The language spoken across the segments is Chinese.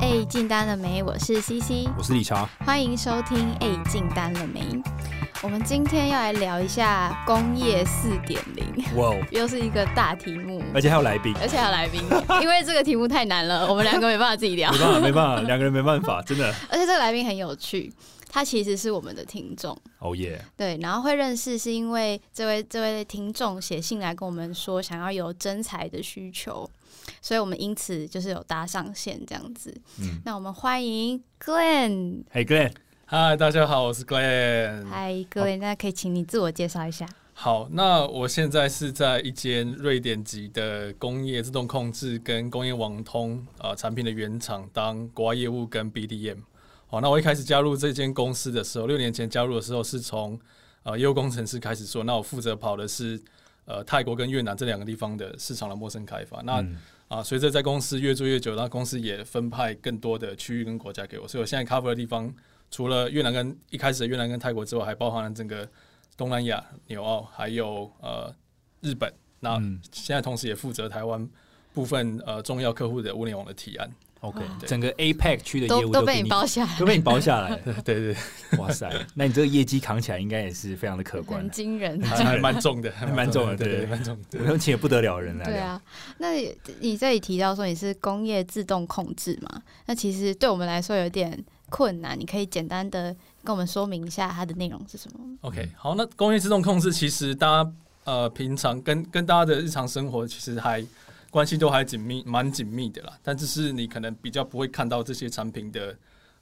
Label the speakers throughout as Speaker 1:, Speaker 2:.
Speaker 1: 哎，进单了没？我是 CC，
Speaker 2: 我是理查。
Speaker 1: 欢迎收听。哎，进单了没？我们今天要来聊一下工业四点零，
Speaker 2: 哇哦，
Speaker 1: 又是一个大题目，
Speaker 2: 而且还有来 宾，
Speaker 1: 而且还有来宾，因为这个题目太难了，我们两个没办法自己聊
Speaker 2: 没。办法，没办法，两个人没办法，真 的。
Speaker 1: 而且这个来宾很有趣，他其实是我们的听众，
Speaker 2: 哦耶，
Speaker 1: 对，然后会认识是因为这位这位听众写信来跟我们说想要有真才的需求，所以我们因此就是有搭上线这样子。
Speaker 2: 嗯
Speaker 1: 那我们欢迎 Glenn，
Speaker 2: 嘿 Glenn，
Speaker 3: 嗨，大家好，我是 Glenn。
Speaker 1: 嗨，Glenn，那可以请你自我介绍一下。
Speaker 3: 好，那我现在是在一间瑞典籍的工业自动控制跟工业网通呃产品的原厂当国外业务跟 BDM。好，那我一开始加入这间公司的时候，六年前加入的时候是从呃业务工程师开始做，那我负责跑的是呃泰国跟越南这两个地方的市场的陌生开发。那
Speaker 2: 嗯
Speaker 3: 啊，随着在公司越做越久，那公司也分派更多的区域跟国家给我，所以我现在 cover 的地方，除了越南跟一开始的越南跟泰国之外，还包含了整个东南亚、纽澳，还有呃日本。那
Speaker 2: 嗯
Speaker 3: 现在同时也负责台湾部分呃重要客户的物联网的提案。
Speaker 2: ，OK，
Speaker 3: 对
Speaker 2: 整个 APEC 区的业
Speaker 1: 都
Speaker 2: 务
Speaker 1: 都
Speaker 2: 给
Speaker 1: 被你包下来，
Speaker 2: 都被你包下来，
Speaker 3: 对对对，
Speaker 2: 哇塞，那你这个业绩扛起来应该也是非常的可观啊
Speaker 1: 很，惊人。啊
Speaker 3: 还还蛮重的，还
Speaker 2: 蛮重的
Speaker 3: 对
Speaker 2: 对
Speaker 3: 对，蛮重的。
Speaker 2: 我们请也不得了的人来
Speaker 1: 对
Speaker 2: 聊，
Speaker 1: 啊，那你你这里提到说你是工业自动控制嘛？那其实对我们来说有点困难，你可以简单的跟我们说明一下它的内容是什么吗？
Speaker 3: OK，好，那工业自动控制其实大家呃平常跟跟大家的日常生活其实还关系都还紧密，蛮紧密的啦。但只是你可能比较不会看到这些产品的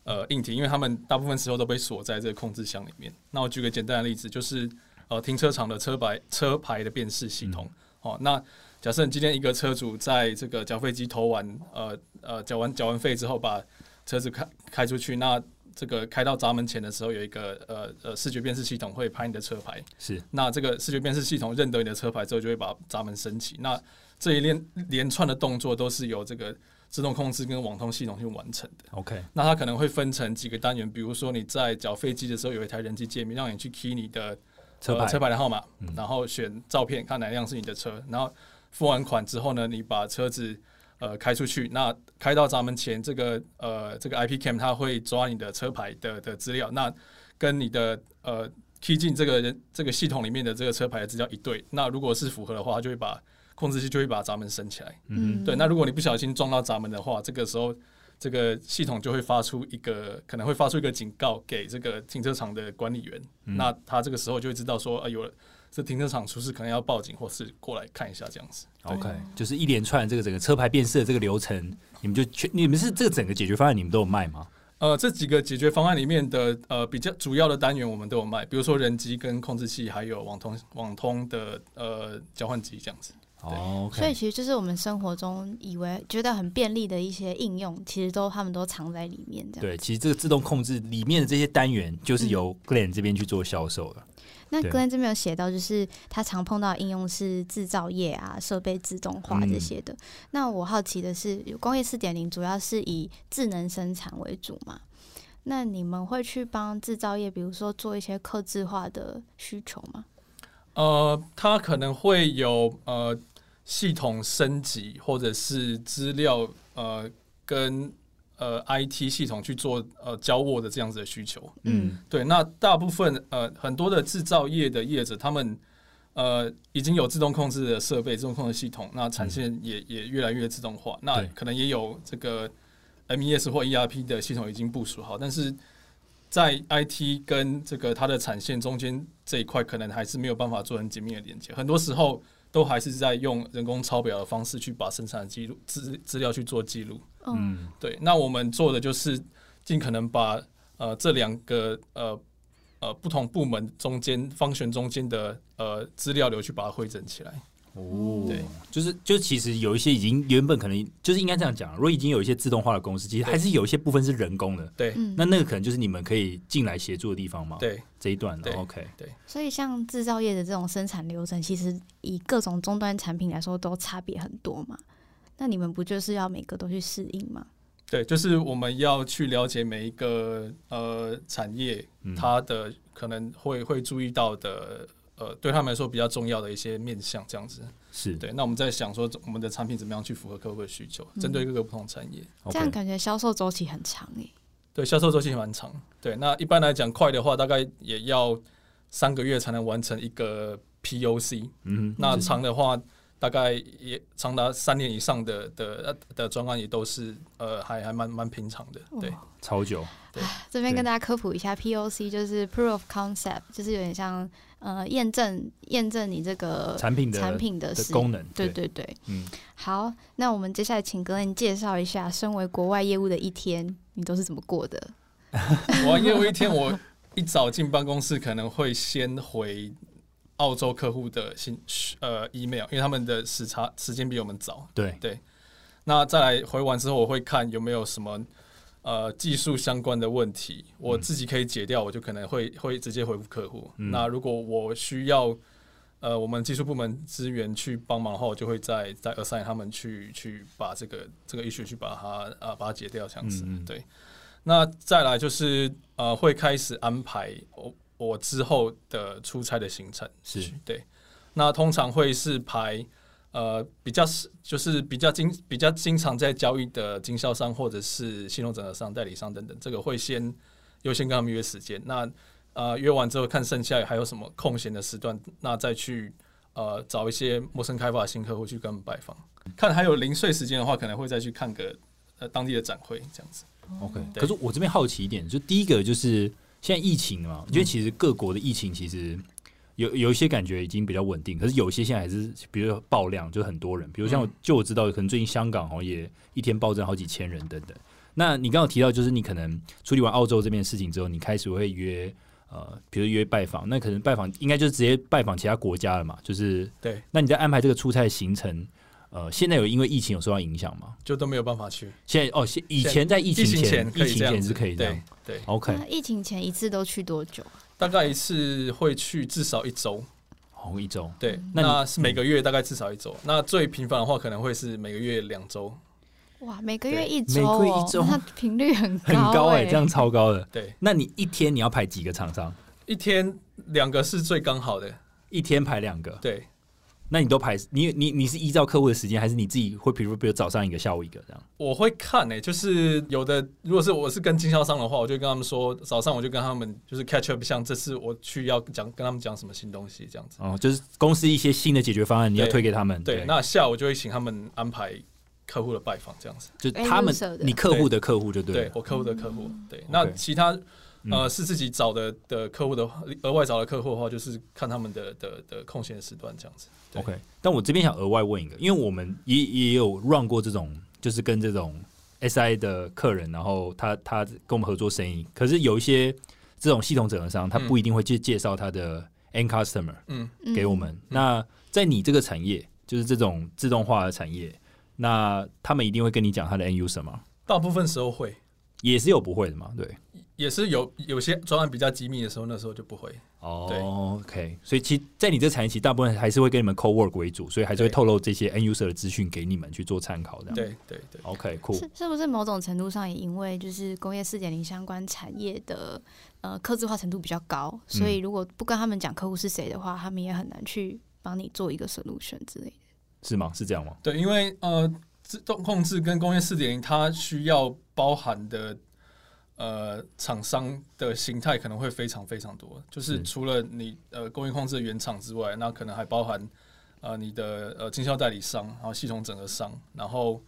Speaker 3: 呃硬体，因为他们大部分时候都被锁在这个控制箱里面。那我举个简单的例子，就是呃停车场的车牌车牌的辨识系统。哦，那假设你今天一个车主在这个缴费机投完呃呃缴完缴完费之后，把车子开开出去，那这个开到闸门前的时候，有一个呃呃视觉辨识系统会拍你的车牌。
Speaker 2: 是
Speaker 3: 那这个视觉辨识系统认得你的车牌之后，就会把闸门升起。那这一连连串的动作都是由这个自动控制跟网通系统去完成的。
Speaker 2: OK，
Speaker 3: 那它可能会分成几个单元，比如说你在缴费机的时候有一台人机界面，让你去 key 你的
Speaker 2: 车
Speaker 3: 呃
Speaker 2: 牌
Speaker 3: 车牌的号码
Speaker 2: 嗯，
Speaker 3: 然后选照片，看哪辆是你的车，然后付完款之后呢，你把车子呃开出去，那开到闸门前，这个呃这个 IP cam 它会抓你的车牌的的资料，那跟你的呃 key 进这个人这个系统里面的这个车牌的资料一对，那如果是符合的话，它就会把控制器就会把闸门升起来。
Speaker 2: 嗯
Speaker 3: 对，那如果你不小心撞到闸门的话，这个时候这个系统就会发出一个可能会发出一个警告给这个停车场的管理员，那他这个时候就会知道说，呃，有了这停车场出事，可能要报警或是过来看一下这样子。
Speaker 2: OK，就是一连串这个整个车牌辨识的这个流程，你们就全你们是这个整个解决方案你们都有卖吗？
Speaker 3: 呃，这几个解决方案里面的呃比较主要的单元我们都有卖，比如说人机跟控制器，还有网通网通的呃交换机这样子。
Speaker 2: 哦
Speaker 1: 所以
Speaker 2: ，OK，
Speaker 1: 其实就是我们生活中以为觉得很便利的一些应用，其实都他们都藏在里面这样。
Speaker 2: 对，其实这个自动控制里面的这些单元
Speaker 1: 嗯
Speaker 2: 就是由 Glenn 这边去做销售的。
Speaker 1: 那
Speaker 2: 对
Speaker 1: Glenn 这边有写到，就是他常碰到的应用是制造业啊、设备自动化
Speaker 2: 嗯
Speaker 1: 这些的。那我好奇的是，工业四点零主要是以智能生产为主嘛？那你们会去帮制造业，比如说做一些客制化的需求吗？
Speaker 3: 呃，它可能会有呃系统升级，或者是资料呃跟呃 IT 系统去做呃交握的这样子的需求。
Speaker 2: 嗯
Speaker 3: 对，那大部分呃很多的制造业的业者，他们呃已经有自动控制的设备、自动控制系统，那产线也、也越来越自动化。那
Speaker 2: 对
Speaker 3: 可能也有这个 MES 或 ERP 的系统已经部署好，但是在 IT 跟这个它的产线中间这一块，可能还是没有办法做很紧密的连接。很多时候都还是在用人工抄表的方式去把生产记录资资料去做记录。
Speaker 1: 嗯，
Speaker 2: 嗯
Speaker 3: 对，那我们做的就是尽可能把呃这两个呃呃不同部门中间方选中间的呃资料流去把它汇整起来。
Speaker 2: 哦，
Speaker 3: 对，
Speaker 2: 就是就其实有一些已经原本可能就是应该这样讲，如果已经有一些自动化的公司，其实还是有一些部分是人工的，
Speaker 3: 对
Speaker 1: 嗯
Speaker 2: 那那个可能就是你们可以进来协助的地方嘛。，
Speaker 3: 对
Speaker 2: 这一段
Speaker 3: 对
Speaker 2: 了 OK，
Speaker 1: 所以像制造业的这种生产流程，其实以各种终端产品来说，都差别很多嘛。那你们不就是要每个都去适应吗？
Speaker 3: 对，就是我们要去了解每一个呃产业
Speaker 2: 嗯
Speaker 3: 它的可能会会注意到的呃对他们来说比较重要的一些面向，这样子。
Speaker 2: 是
Speaker 3: 对，那我们在想说，我们的产品怎么样去符合客户的需求，针对各个不同产业。
Speaker 1: 这样
Speaker 2: OK，
Speaker 1: 感觉销售周期很长欸诶、
Speaker 3: 对，销售周期蛮长。对，那一般来讲，快的话大概也要三个月才能完成一个 POC，
Speaker 2: 嗯哼，
Speaker 3: 那长的话大概也长达三年以上的的呃的专案也都是呃还还蛮蛮平常的。对，
Speaker 1: 哇
Speaker 2: 超久，
Speaker 1: 这边
Speaker 2: 对
Speaker 1: 跟大家科普一下，POC 就是 Proof of Concept，就是有点像呃验证验证你这个
Speaker 2: 产品的
Speaker 1: 呃产品的
Speaker 2: 的
Speaker 1: 实
Speaker 2: 功能，
Speaker 1: 对，对对，
Speaker 2: 嗯，
Speaker 1: 好，那我们接下来请格恩介绍一下，身为国外业务的一天，你都是怎么过的？
Speaker 3: 我也有一天我一早进办公室，可能会先回澳洲客户的信呃 email，因为他们的时差时间比我们早。
Speaker 2: 对，
Speaker 3: 那再来回完之后，我会看有没有什么呃技术相关的问题，我自己可以解掉，我就可能会会直接回复客户。
Speaker 2: 嗯
Speaker 3: 那如果我需要呃我们技术部门资源去帮忙的话，我就会再再 assign 他们去去把这个这个 issue 去把它啊、呃把它解掉，这样子。
Speaker 2: 嗯嗯
Speaker 3: 对，那再来就是呃会开始安排我我之后的出差的行程。
Speaker 2: 是
Speaker 3: 对，那通常会是排呃比较是就是比较经比较经常在交易的经销商或者是信用整合商、代理商等等，这个会先优先跟他们约时间。那呃约完之后，看剩下还有什么空闲的时段，那再去呃找一些陌生开发的新客户去跟他们拜访。看还有零碎时间的话，可能会再去看个呃当地的展会这样子。
Speaker 2: OK，
Speaker 3: 对
Speaker 2: 可是我这边好奇一点，就第一个就是现在疫情嘛，
Speaker 3: 嗯
Speaker 2: 我觉得其实各国的疫情其实有有一些感觉已经比较稳定，可是有些现在还是比如说爆量，就很多人，比如像我、
Speaker 3: 嗯
Speaker 2: 就我知道，可能最近香港好像也一天暴增好几千人等等。那你刚刚有提到，就是你可能处理完澳洲这边的事情之后，你开始会约呃，比如约拜访，那可能拜访应该就直接拜访其他国家了嘛，就是
Speaker 3: 对，
Speaker 2: 那你在安排这个出差的行程，呃，现在有因为疫情有受到影响吗？
Speaker 3: 就都没有办法去。
Speaker 2: 现在哦，现以前在疫
Speaker 3: 疫
Speaker 2: 情
Speaker 3: 情
Speaker 2: 前，
Speaker 3: 前可以
Speaker 2: 疫
Speaker 3: 这
Speaker 2: 情
Speaker 3: 样
Speaker 2: 前
Speaker 3: 子
Speaker 2: 是可以这样
Speaker 3: 对。对，
Speaker 2: OK，
Speaker 1: 那疫情前一次都去多久啊？
Speaker 3: 大概一次会去至少一周。
Speaker 2: 红一周，
Speaker 3: 对，
Speaker 2: 那你
Speaker 3: 那是每个月大概至少一周。那最频繁的话，可能会是每个月两周。
Speaker 1: 哇，每个
Speaker 3: 对
Speaker 1: 月一
Speaker 2: 每
Speaker 1: 周
Speaker 2: 个月
Speaker 1: 哦，
Speaker 2: 一周
Speaker 1: 那频率很
Speaker 2: 很高哎、
Speaker 1: 哎、
Speaker 2: 这样超高的。
Speaker 3: 对，
Speaker 2: 那你一天你要排几个厂商？
Speaker 3: 一天两个是最刚好的。
Speaker 2: 一天排两个，
Speaker 3: 对，
Speaker 2: 那你都排你你你是依照客户的时间，还是你自己会比如比如早上一个，下午一个这样？
Speaker 3: 我会看诶、就是有的，如果是我是跟经销商的话，我就跟他们说，早上我就跟他们就是 catch up，像这次我去要讲跟他们讲什么新东西这样子。
Speaker 2: 哦，就是公司一些新的解决方案，你要
Speaker 3: 对
Speaker 2: 推给他们。
Speaker 3: 对，那下午就会请他们安排客户的拜访这样子。
Speaker 2: 就他们
Speaker 1: A-user 的
Speaker 2: 哎你客户的客户就对
Speaker 3: 对
Speaker 2: 了。
Speaker 3: 我客户的客户，对，那
Speaker 2: OK
Speaker 3: 其他
Speaker 2: 嗯
Speaker 3: 呃是自己找的的客户的话，额外找的客户的话，就是看他们的的的空闲时段这样子。对
Speaker 2: OK，但我这边想额外问一个，因为我们也也有 run 过这种，就是跟这种 SI 的客人，然后他他跟我们合作生意，可是有一些这种系统整合商，他
Speaker 3: 嗯
Speaker 2: 不一定会去介绍他的 end customer。
Speaker 3: 嗯，
Speaker 1: 嗯
Speaker 2: 给我们。那在你这个产业，就是这种自动化的产业，那他们一定会跟你讲他的 end user 吗？
Speaker 3: 大部分时候会，
Speaker 2: 也是有不会的嘛，
Speaker 3: 哦
Speaker 2: 对。
Speaker 3: 也是有有些专案比较机密的时候，那时候就不会。
Speaker 2: 哦、o k 所以其在你这产业，其实大部分还是会跟你们 co work 为主，所以还是会
Speaker 3: 对
Speaker 2: 透露这些 end user 的资讯给你们去做参考的。
Speaker 3: 对对对，
Speaker 2: ，OK，酷、
Speaker 1: 是是不是某种程度上也因为就是工业四点零相关产业的呃客制化程度比较高，所以如果不跟他们讲客户是谁的话，他们也很难去帮你做一个 solution 之类的。
Speaker 2: 是吗？是这样吗？
Speaker 3: 对，因为呃，自动控制跟工业四点零，它需要包含的呃厂商的形态可能会非常非常多，就是
Speaker 2: 是
Speaker 3: 除了你呃工业控制的原厂之外，那可能还包含呃你的呃经销代理商，然后系统整合商，然后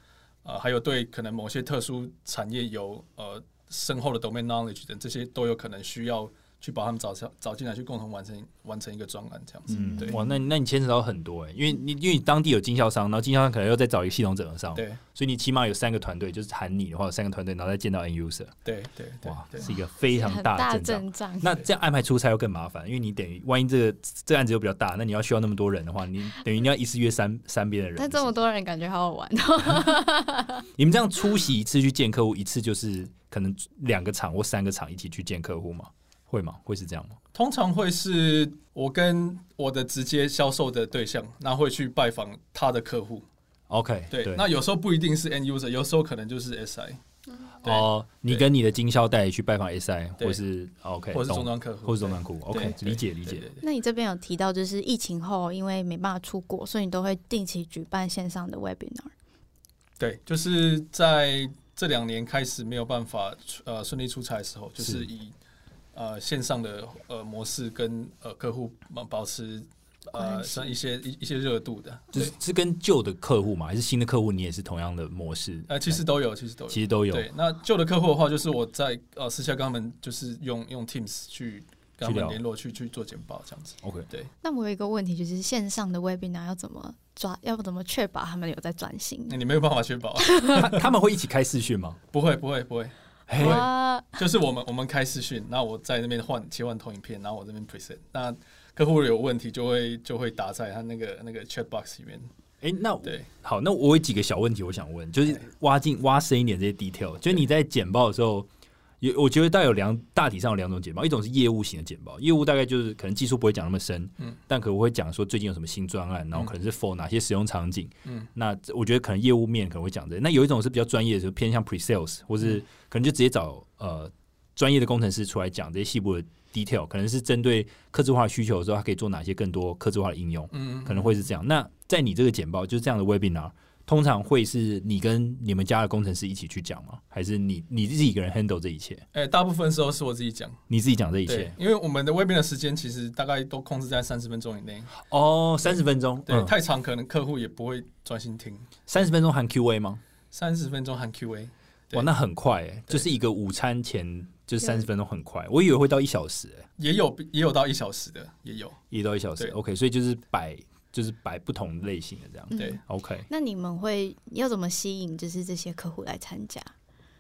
Speaker 3: 呃还有对可能某些特殊产业有呃深厚的 domain knowledge 等，这些都有可能需要。去把他们找上找进来，去共同完成完成一个专案，这样子。
Speaker 2: 嗯
Speaker 3: 对，
Speaker 2: 哇，那那你牵扯到很多哎、因为你因为你当地有经销商，然后经销商可能又再找一个系统整合商，
Speaker 3: 对
Speaker 2: 所以你起码有三个团队，就是喊你的话有三个团队，然后再见到 end user，
Speaker 3: 对对对
Speaker 2: 哇，
Speaker 3: 对
Speaker 2: 是一个非常
Speaker 1: 很
Speaker 2: 大
Speaker 1: 大
Speaker 2: 的阵仗。
Speaker 1: 阵仗，
Speaker 2: 那这样安排出差又更麻烦，因为你等于万一这个这案子又比较大，那你要需要那么多人的 话，你等于你要一次约三三边的 人。
Speaker 1: 但这么多人感觉好好玩哦。
Speaker 2: 你们这样出席一次去见客户，一次就是可能两个厂或三个厂一起去见客户吗？会吗？会是这样吗？
Speaker 3: 通常会是我跟我的直接销售的对象，那会去拜访他的客户。
Speaker 2: OK，
Speaker 3: 对，那有时候不一定是 end user，有时候可能就是 SI。对
Speaker 2: 哦，你
Speaker 3: 对
Speaker 2: 跟你的经销代理去拜访 SI 或
Speaker 3: 对
Speaker 2: 是 OK，
Speaker 3: 或是
Speaker 2: 懂
Speaker 3: 终端客户，
Speaker 2: 或是终端库
Speaker 3: 对
Speaker 2: ，OK，
Speaker 3: 对
Speaker 2: 理解
Speaker 3: 对
Speaker 2: 理
Speaker 3: 对
Speaker 2: 解
Speaker 3: 对。对
Speaker 1: 那你这边有提到，就是疫情后因为没办法出国，所以你都会定期举办线上的 webinar。
Speaker 3: 对，就是在这两年开始没有办法出呃顺利出差的时候，就是是以呃线上的呃模式跟呃客户保保持呃
Speaker 1: 关系
Speaker 3: 像一些一一些热度的，
Speaker 2: 就
Speaker 3: 对
Speaker 2: 是，是跟旧的客户嘛，还是新的客户？你也是同样的模式？哎
Speaker 3: 呃其实都有，其实都有。
Speaker 2: 其实都有
Speaker 3: 对，那旧的客户的话，就是我在呃私下跟他们就是用用 Teams 去跟他
Speaker 2: 去
Speaker 3: 们
Speaker 2: 聊
Speaker 3: 联络，去去做简报这样子。
Speaker 2: ，OK。
Speaker 1: 那我有一个问题，就是线上的 webinar 要怎么抓，要怎么确保他们有在转型？
Speaker 3: 那你没有办法确保啊，
Speaker 2: 他他们会一起开视讯吗？
Speaker 3: 不会不会不会，
Speaker 2: 嘿
Speaker 3: 对
Speaker 1: 哇，
Speaker 3: 就是我们我们开视讯，那我在那边换切换投影片，然后我这边 present，那客户有问题就会就会打在他那个那个 chat box 里面。
Speaker 2: 哎，那我
Speaker 3: 对，
Speaker 2: 好，那我有几个小问题，我想问，就是挖进挖深一点这些 detail。就是你在简报的时候，有我觉得大概有两大体上有两种简报，一种是业务型的简报，业务大概就是可能技术不会讲那么深，
Speaker 3: 嗯
Speaker 2: 但可能会讲说最近有什么新专案，然后
Speaker 3: 嗯
Speaker 2: 可能是 for 哪些使用场景。
Speaker 3: 嗯，
Speaker 2: 那这我觉得可能业务面可能会讲这个那有一种是比较专业的，就偏向 pre sales，或
Speaker 3: 嗯
Speaker 2: 是可能就直接找呃专业的工程师出来讲这些细部的 detail，可能是针对客制化需求的时候，它可以做哪些更多客制化的应用。
Speaker 3: 嗯，
Speaker 2: 可能会是这样。那在你这个简报，就是这样的 webinar，通常会是你跟你们家的工程师一起去讲吗？还是你你自己一个人 handle 这一切？
Speaker 3: 哎、大部分时候是我自己讲，
Speaker 2: 你自己讲这一
Speaker 3: 对
Speaker 2: 切？，
Speaker 3: 因为我们的 webinar 的时间其实大概都控制在三十分钟以内，
Speaker 2: 哦，三十分钟，
Speaker 3: 对，
Speaker 2: 嗯，
Speaker 3: 太长可能客户也不会专心听。
Speaker 2: 三十分钟含 Q&A 吗？
Speaker 3: 三十分钟含 Q&A，对
Speaker 2: 哇，那很快诶，
Speaker 3: 对
Speaker 2: 就是一个午餐前就
Speaker 1: 对
Speaker 2: 三十分钟，很快。我以为会到一小时欸诶，
Speaker 3: 也有也有到一小时的，也有。
Speaker 2: 也到一小时。
Speaker 3: 对
Speaker 2: OK，所以就是摆就是摆不同类型的这样。
Speaker 1: 嗯
Speaker 3: 对，
Speaker 2: OK，
Speaker 1: 那你们会要怎么吸引，就是这些客户来参加？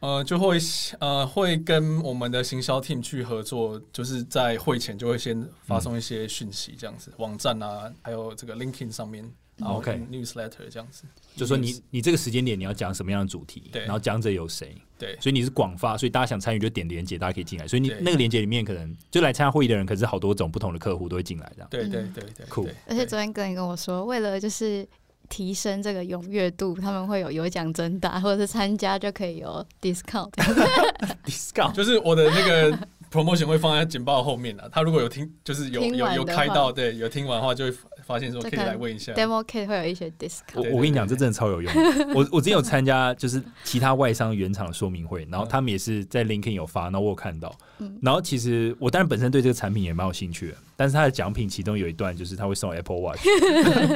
Speaker 3: 呃，就会呃会跟我们的行销 team 去合作，就是在会前就会先发送一些讯息，这样
Speaker 1: 嗯
Speaker 3: 子，网站啊，还有这个 LinkedIn 上面，然后
Speaker 2: OK
Speaker 3: newsletter 这样子，
Speaker 2: 就说你你这个时间点你要讲什么样的主题，
Speaker 3: 对
Speaker 2: 然后讲者有谁，
Speaker 3: 对
Speaker 2: 所以你是广发，所以大家想参与就点连接，大家可以进来。所以你
Speaker 3: 对
Speaker 2: 那个连接里面可能就来参加会议的人，可是好多种不同的客户都会进来这 样。
Speaker 3: 对对
Speaker 1: 嗯
Speaker 3: 对对，
Speaker 2: Cool
Speaker 3: 对
Speaker 1: 而且昨天哥你跟我说，为了就是提升这个踊跃度，他们会有有奖征答，或者是参加就可以有 discount。
Speaker 3: 啊
Speaker 2: Discount
Speaker 3: 就是我的那个 promotion 会放在简报后面啊，他如果有听，就是有
Speaker 1: 听
Speaker 3: 有
Speaker 1: 完
Speaker 3: 有
Speaker 1: 的
Speaker 3: 开
Speaker 1: 话
Speaker 3: 到，对，有听完的话就会发现说
Speaker 1: 这
Speaker 3: 可以
Speaker 1: 可能
Speaker 3: 来问一下，
Speaker 1: demo kit 会有一些 discount。
Speaker 2: 我我跟你讲，这真的超有用。我我之前有参加就是其他外商原厂的说明会，然后他们也是在 LinkedIn 有发，然后我有看到
Speaker 1: 嗯。
Speaker 2: 然后其实我当然本身对这个产品也蛮有兴趣的，但是它的奖品其中有一段就是他会送 Apple Watch，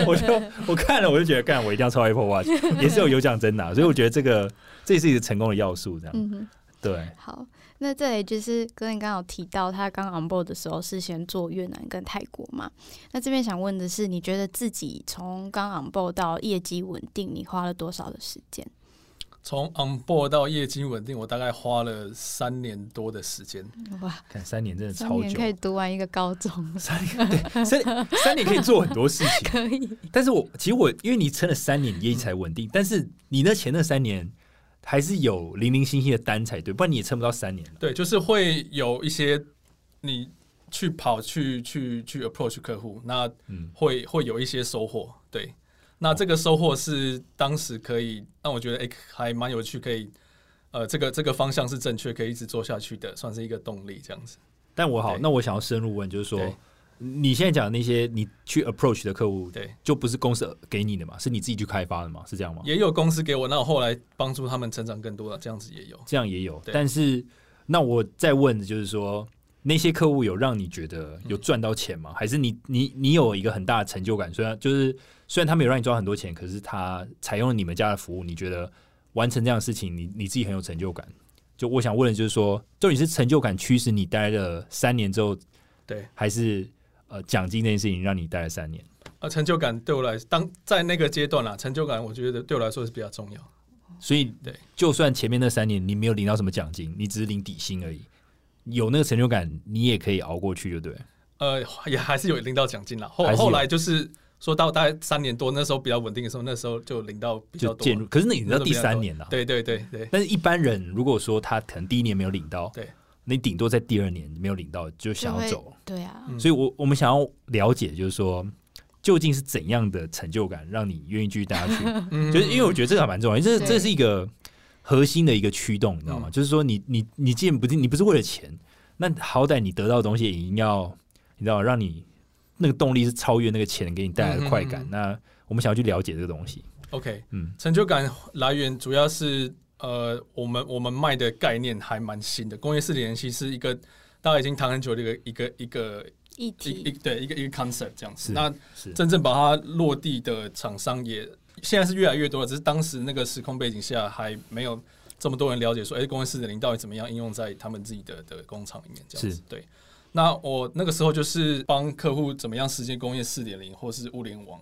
Speaker 2: 我 就 我看了我就觉得干我一定要抽 Apple Watch，也是有有奖征答，啊所以我觉得这个这也是一个成功的要素，这样
Speaker 1: 嗯哼，
Speaker 2: 对。
Speaker 1: 好，那这里就是哥你刚好提到，他刚 on board 的时候是先做越南跟泰国嘛。那这边想问的是，你觉得自己从刚 on board 到业绩稳定，你花了多少的时间？
Speaker 3: 从 on board 到业绩稳定，我大概花了三年多的时间，
Speaker 1: 哇，
Speaker 2: 看三年真的
Speaker 1: 三
Speaker 2: 超
Speaker 1: 年
Speaker 2: 久
Speaker 1: 可，以读完一个高 中，
Speaker 2: 三年对三年三年可以做很多事 情。
Speaker 1: 可以。
Speaker 2: 但是我其实我因为你撑了三年业绩才稳定，但是你那前那三年还是有零零星星的单才对，不然你也撑不到三年了。
Speaker 3: 对，就是会有一些你去跑去去去 approach 客户，那
Speaker 2: 嗯，
Speaker 3: 会会有一些收获。对，那这个收获是当时可以让我觉得诶哎还蛮有趣，可以呃这个这个方向是正确，可以一直做下去的，算是一个动力这样子。
Speaker 2: 但我好，
Speaker 3: 对
Speaker 2: 那我想要深入问，就是说
Speaker 3: 对
Speaker 2: 你现在讲的那些你去 approach 的客户，
Speaker 3: 对，
Speaker 2: 就不是公司给你的嘛，是你自己去开发的嘛，是这样吗？
Speaker 3: 也有公司给我，那我后来帮助他们成长更多了，这样子也有。
Speaker 2: 这样也有，
Speaker 3: 对
Speaker 2: 但是那我再问的就是说，那些客户有让你觉得
Speaker 3: 嗯
Speaker 2: 有赚到钱吗？还是你你你有一个很大的成就感？虽然就是虽然他们有让你赚很多钱，可是他采用了你们家的服务，你觉得完成这样的事情，你你自己很有成就感。就我想问的就是说，到底是成就感驱使你待了三年之后，
Speaker 3: 对，
Speaker 2: 还是呃奖金这件事情让你待了三年？
Speaker 3: 呃，成就感对我来当在那个阶段啦，成就感我觉得对我来说是比较重要。
Speaker 2: 所以
Speaker 3: 对，
Speaker 2: 就算前面那三年你没有领到什么奖金，你只是领底薪而已，有那个成就感，你也可以熬过去，就对了。
Speaker 3: 呃，也还是有领到奖金啦。后
Speaker 2: 还是有
Speaker 3: 后来就是说到大概三年多，那时候比较稳定的时候，那时候就领到比较
Speaker 2: 就
Speaker 3: 多。
Speaker 2: 介入。可是那你到
Speaker 3: 那时候
Speaker 2: 第
Speaker 3: 比较
Speaker 2: 三
Speaker 3: 多
Speaker 2: 年了、
Speaker 3: 对对对对
Speaker 2: 但是一般人如果说他可能第一年没有领到，
Speaker 3: 对，
Speaker 2: 你顶多在第二年没有领到就想要
Speaker 1: 就会
Speaker 2: 走了。
Speaker 1: 对啊，
Speaker 3: 嗯
Speaker 2: 所以我我们想要了解，就是说究竟是怎样的成就感让你愿意继续待下去？
Speaker 3: 嗯
Speaker 2: 就是因为我觉得这个还蛮重要，因为这
Speaker 1: 对
Speaker 2: 这是一个核心的一个驱动，你知道吗？
Speaker 3: 嗯
Speaker 2: 就是说你，你你既然不是你不是为了钱，那好歹你得到的东西也一定要，你知道，让你那个动力是超越那个钱给你带来的快感。
Speaker 3: 嗯嗯嗯
Speaker 2: 那我们想要去了解这个东西，
Speaker 3: OK，
Speaker 2: 嗯
Speaker 3: 成就感来源主要是呃，我们我们卖的概念还蛮新的，工业四点零其实是一个大家已经谈很久的一个一个一个
Speaker 1: 议
Speaker 3: 一一
Speaker 1: 题，
Speaker 3: 对一个一个 concept 这样
Speaker 2: 是
Speaker 3: 子。那
Speaker 2: 是
Speaker 3: 真正把它落地的厂商也现在是越来越多了，只是当时那个时空背景下还没有这么多人了解说，哎、工业四点零到底怎么样应用在他们自己的的工厂里面这样
Speaker 2: 是
Speaker 3: 子。对，那我那个时候就是帮客户怎么样实现工业四点零或是物联网。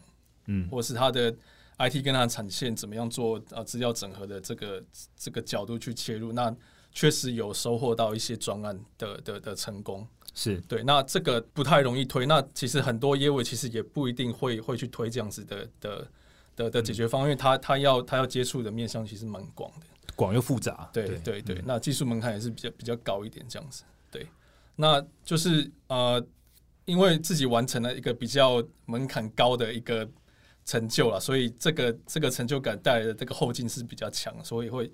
Speaker 2: 嗯
Speaker 3: 或是它的 IT 跟它的产线怎么样做呃资料整合的这个这个角度去切入，那确实有收获到一些专案的的的成功。
Speaker 2: 是
Speaker 3: 对，那这个不太容易推，那其实很多业务其实也不一定会会去推这样子的的的的解决方案，因为它它要它要接触的面向其实蛮广的。
Speaker 2: 广又复杂，嗯
Speaker 3: 对嗯对对那技术门槛也是比较比较高一点这样子。对，那就是呃，因为自己完成了一个比较门槛高的一个成就了，所以这个这个成就感带来的这个后劲是比较强，所以会。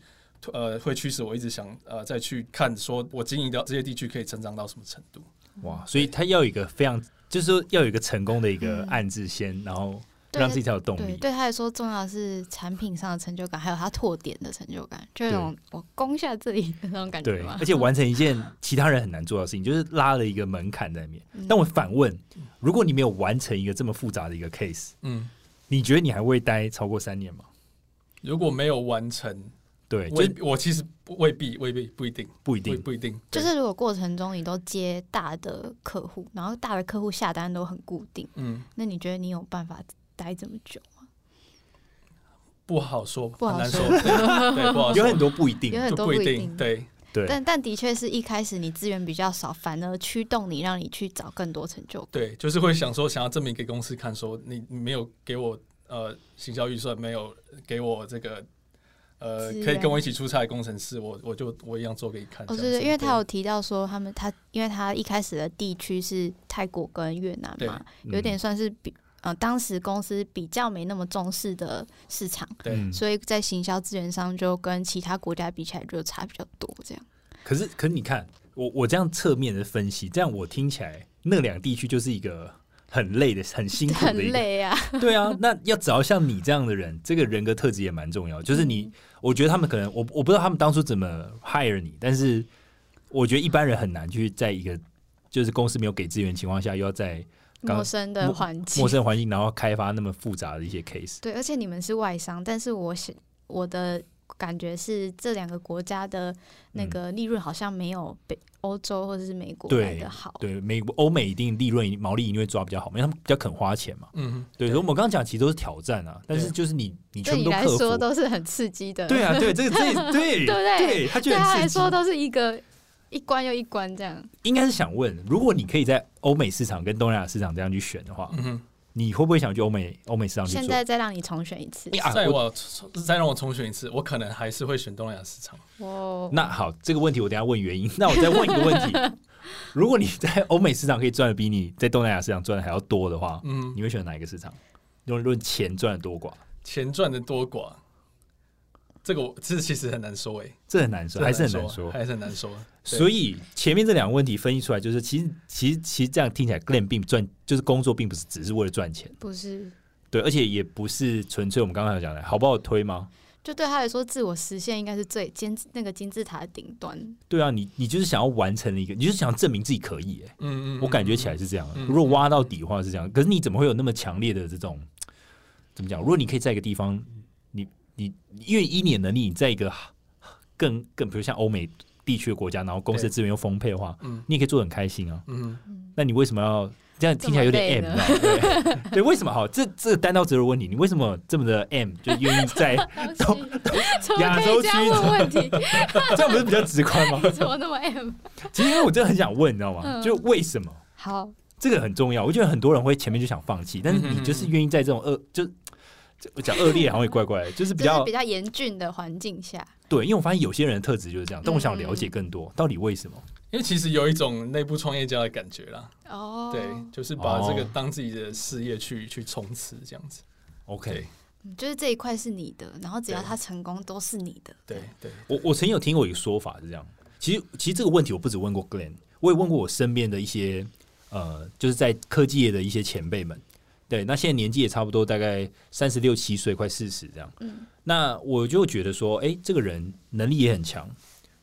Speaker 3: 呃，会驱使我一直想呃再去看，说我经营的这些地区可以成长到什么程度。
Speaker 2: 哇，所以他要有一个非常，就是说要有一个成功的一个暗示先，然后
Speaker 1: 嗯对
Speaker 2: 让自己才有动
Speaker 1: 对，
Speaker 2: 力。
Speaker 1: 对他来说重要的是产品上的成就感，还有他拓点的成就感，就有一种我攻下这里的那种感觉
Speaker 2: 对，
Speaker 1: 嘛
Speaker 2: 而。且完成一件其他人很难做到的事情，就是拉了一个门槛在里面。
Speaker 1: 嗯
Speaker 2: 但我反问，如果你没有完成一个这么复杂的一个 case，
Speaker 3: 嗯，
Speaker 2: 你觉得你还会待超过三年吗？
Speaker 3: 如果没有完成，
Speaker 2: 对，哎就
Speaker 3: 未
Speaker 2: 是
Speaker 3: 我其实不未必未必不一定
Speaker 2: 不一
Speaker 3: 不
Speaker 2: 定。
Speaker 3: 不一定，
Speaker 1: 就是如果过程中你都接大的客户，然后大的客户下单都很固定，
Speaker 3: 嗯
Speaker 1: 那你觉得你有办法待这么久？
Speaker 3: 不好说，
Speaker 1: 不好
Speaker 3: 很难
Speaker 1: 说
Speaker 3: 说，对，对不好
Speaker 2: 有
Speaker 3: 说，
Speaker 2: 很多不一
Speaker 1: 有
Speaker 2: 定，
Speaker 1: 很
Speaker 3: 就
Speaker 1: 多
Speaker 3: 不
Speaker 1: 一
Speaker 3: 一定，对。
Speaker 2: 对
Speaker 1: 但但的确是一开始你资源比较少，反而驱动你让你去找更多成就感。
Speaker 3: 对，就是会想说，想要证明给公司看，说你你没有给我呃行销预算，没有给我这个呃
Speaker 1: 资
Speaker 3: 可以跟
Speaker 1: 源
Speaker 3: 我一起出差的工程师，我我就我一样做给你
Speaker 2: 啊
Speaker 3: 看。
Speaker 1: 哦，
Speaker 3: 这
Speaker 1: 对
Speaker 3: 样
Speaker 1: 对，
Speaker 3: 子
Speaker 1: 因为他有提到说他们他，因为他一开始的地区是泰国跟越南嘛，
Speaker 2: 对嗯
Speaker 1: 有点算是比呃当时公司比较没那么重视的市场，
Speaker 3: 对
Speaker 2: 嗯
Speaker 1: 所以在行销资源上就跟其他国家比起来就差比较多这样。
Speaker 2: 可是，可是你看，我我这样侧面的分析，这样我听起来那两地区就是一个很累的、很辛苦
Speaker 1: 很
Speaker 2: 的一个。
Speaker 1: 累啊，
Speaker 2: 对啊，那要找像你这样的人，这个人格特质也蛮重要。就是
Speaker 1: 嗯
Speaker 2: 你，我觉得他们可能，我我不知道他们当初怎么 hire 你，但是我觉得一般人很难去在一个就是公司没有给资源情况下，又要在刚
Speaker 1: 陌生的环境
Speaker 2: 陌，生环境，然后开发那么复杂的一些 case。
Speaker 1: 对，而且你们是外商，但是我想我的感觉是这两个国家的那
Speaker 2: 嗯
Speaker 1: 个利润好像没有北欧洲或者是美国来
Speaker 2: 对
Speaker 1: 的好。
Speaker 2: 对，美国欧美一定利润毛利一定会抓比较好，因为他们比较肯花钱嘛。
Speaker 3: 嗯哼，
Speaker 2: 对，所以我们刚刚讲其实都是挑战啊，但是
Speaker 3: 对
Speaker 2: 就是你你全
Speaker 1: 对你
Speaker 2: 部都
Speaker 1: 来
Speaker 2: 克
Speaker 1: 说
Speaker 2: 服。
Speaker 1: 都是很刺激的，
Speaker 2: 对啊，对，这个这个 对
Speaker 1: 对不对
Speaker 2: 他觉
Speaker 1: 对
Speaker 2: 得
Speaker 1: 他
Speaker 2: 很
Speaker 1: 来
Speaker 2: 刺激哦
Speaker 1: 说。都是一个一关又一关这样。
Speaker 2: 应该是想问，如果你可以在欧美市场跟东南亚市场这样去选的话，
Speaker 3: 嗯哼，
Speaker 2: 你会不会想去欧美欧美市场去
Speaker 1: 现
Speaker 2: 做
Speaker 1: 在？再让你重选一次，
Speaker 2: 啊
Speaker 3: 再
Speaker 2: 我
Speaker 3: 我重再让我重选一次，我可能还是会选东南亚市场。
Speaker 1: 我
Speaker 2: 那好，这个问题我等一下问原因。 那我再问一个问 题：如果你在欧美市场可以赚的比你在东南亚市场赚的还要多的话，
Speaker 3: 嗯，
Speaker 2: 你会选哪一个市场？论论钱赚的多寡，
Speaker 3: 钱赚的多寡，这个我这其实很难说诶，
Speaker 2: 这很难说，
Speaker 3: 这
Speaker 2: 还是很难说。
Speaker 3: 还是很难说。啊对
Speaker 2: 所以前面这两个问题分析出来，就是其实其实其实这样听起来，Glenn 并不赚就是工作并不是只是为了赚钱，
Speaker 1: 不是，
Speaker 2: 对，而且也不是纯粹我们刚刚讲的好不好推吗？
Speaker 1: 就对他来说，自我实现应该是最金那个金字塔的顶 端。
Speaker 2: 对啊，你你就是想要完成一个，你就是想证明自己可以、欸，
Speaker 3: 嗯嗯，
Speaker 2: 我感觉
Speaker 3: 嗯
Speaker 2: 起来是这样。啊
Speaker 3: 嗯
Speaker 2: 如果挖到底的话是这样，可是你怎么会有那么强烈的这种怎么讲？如果你可以在一个地方，你你因为以你的能力，你在一个更更比如像欧美地区的国家，然后公司的
Speaker 3: 对
Speaker 2: 资源又丰沛的话，
Speaker 3: 嗯
Speaker 2: 你也可以做的很开心啊。
Speaker 3: 嗯嗯
Speaker 2: 那你为什么要这样听起来有点
Speaker 1: 这
Speaker 2: M？
Speaker 1: 么
Speaker 2: 你知道吗对对，为什么好？这这个单刀直入的问题，你为什么这么的 M？就愿意在
Speaker 1: 怎么
Speaker 2: 亚
Speaker 1: 可
Speaker 2: 洲
Speaker 1: 以
Speaker 2: 区
Speaker 1: 这样问问题？
Speaker 2: 这样不是比较直观吗？
Speaker 1: 怎么那么 M？
Speaker 2: 其实因为我真的很想问，你知道吗？
Speaker 1: 嗯
Speaker 2: 就为什么
Speaker 1: 好，
Speaker 2: 这个很重要？我觉得很多人会前面就想放弃，但是你就是愿意在这种恶就。就我讲恶劣好像也怪怪的，就是
Speaker 1: 就
Speaker 2: 比较
Speaker 1: 是比较严峻的环境下，
Speaker 2: 对，因为我发现有些人的特质就是这样，但我想了解更多，到底为什么？
Speaker 3: 因为其实有一种内部创业家的感觉啦，
Speaker 1: 哦，
Speaker 3: 对，就是把这个
Speaker 2: 哦
Speaker 3: 当自己的事业去去冲刺这样子。
Speaker 2: OK，
Speaker 1: 嗯就是这一块是你的，然后只要
Speaker 3: 对
Speaker 1: 它成功都是你的。
Speaker 3: 对对，
Speaker 2: 我我曾经有听过一个说法是这样，其实其实这个问题我不止问过 Glenn，我也问过我身边的一些呃，就是在科技业的一些前辈们。对，那现在年纪也差不多，大概三十六七岁，快四十这样。
Speaker 1: 嗯
Speaker 2: 那我就觉得说，哎、这个人能力也很强，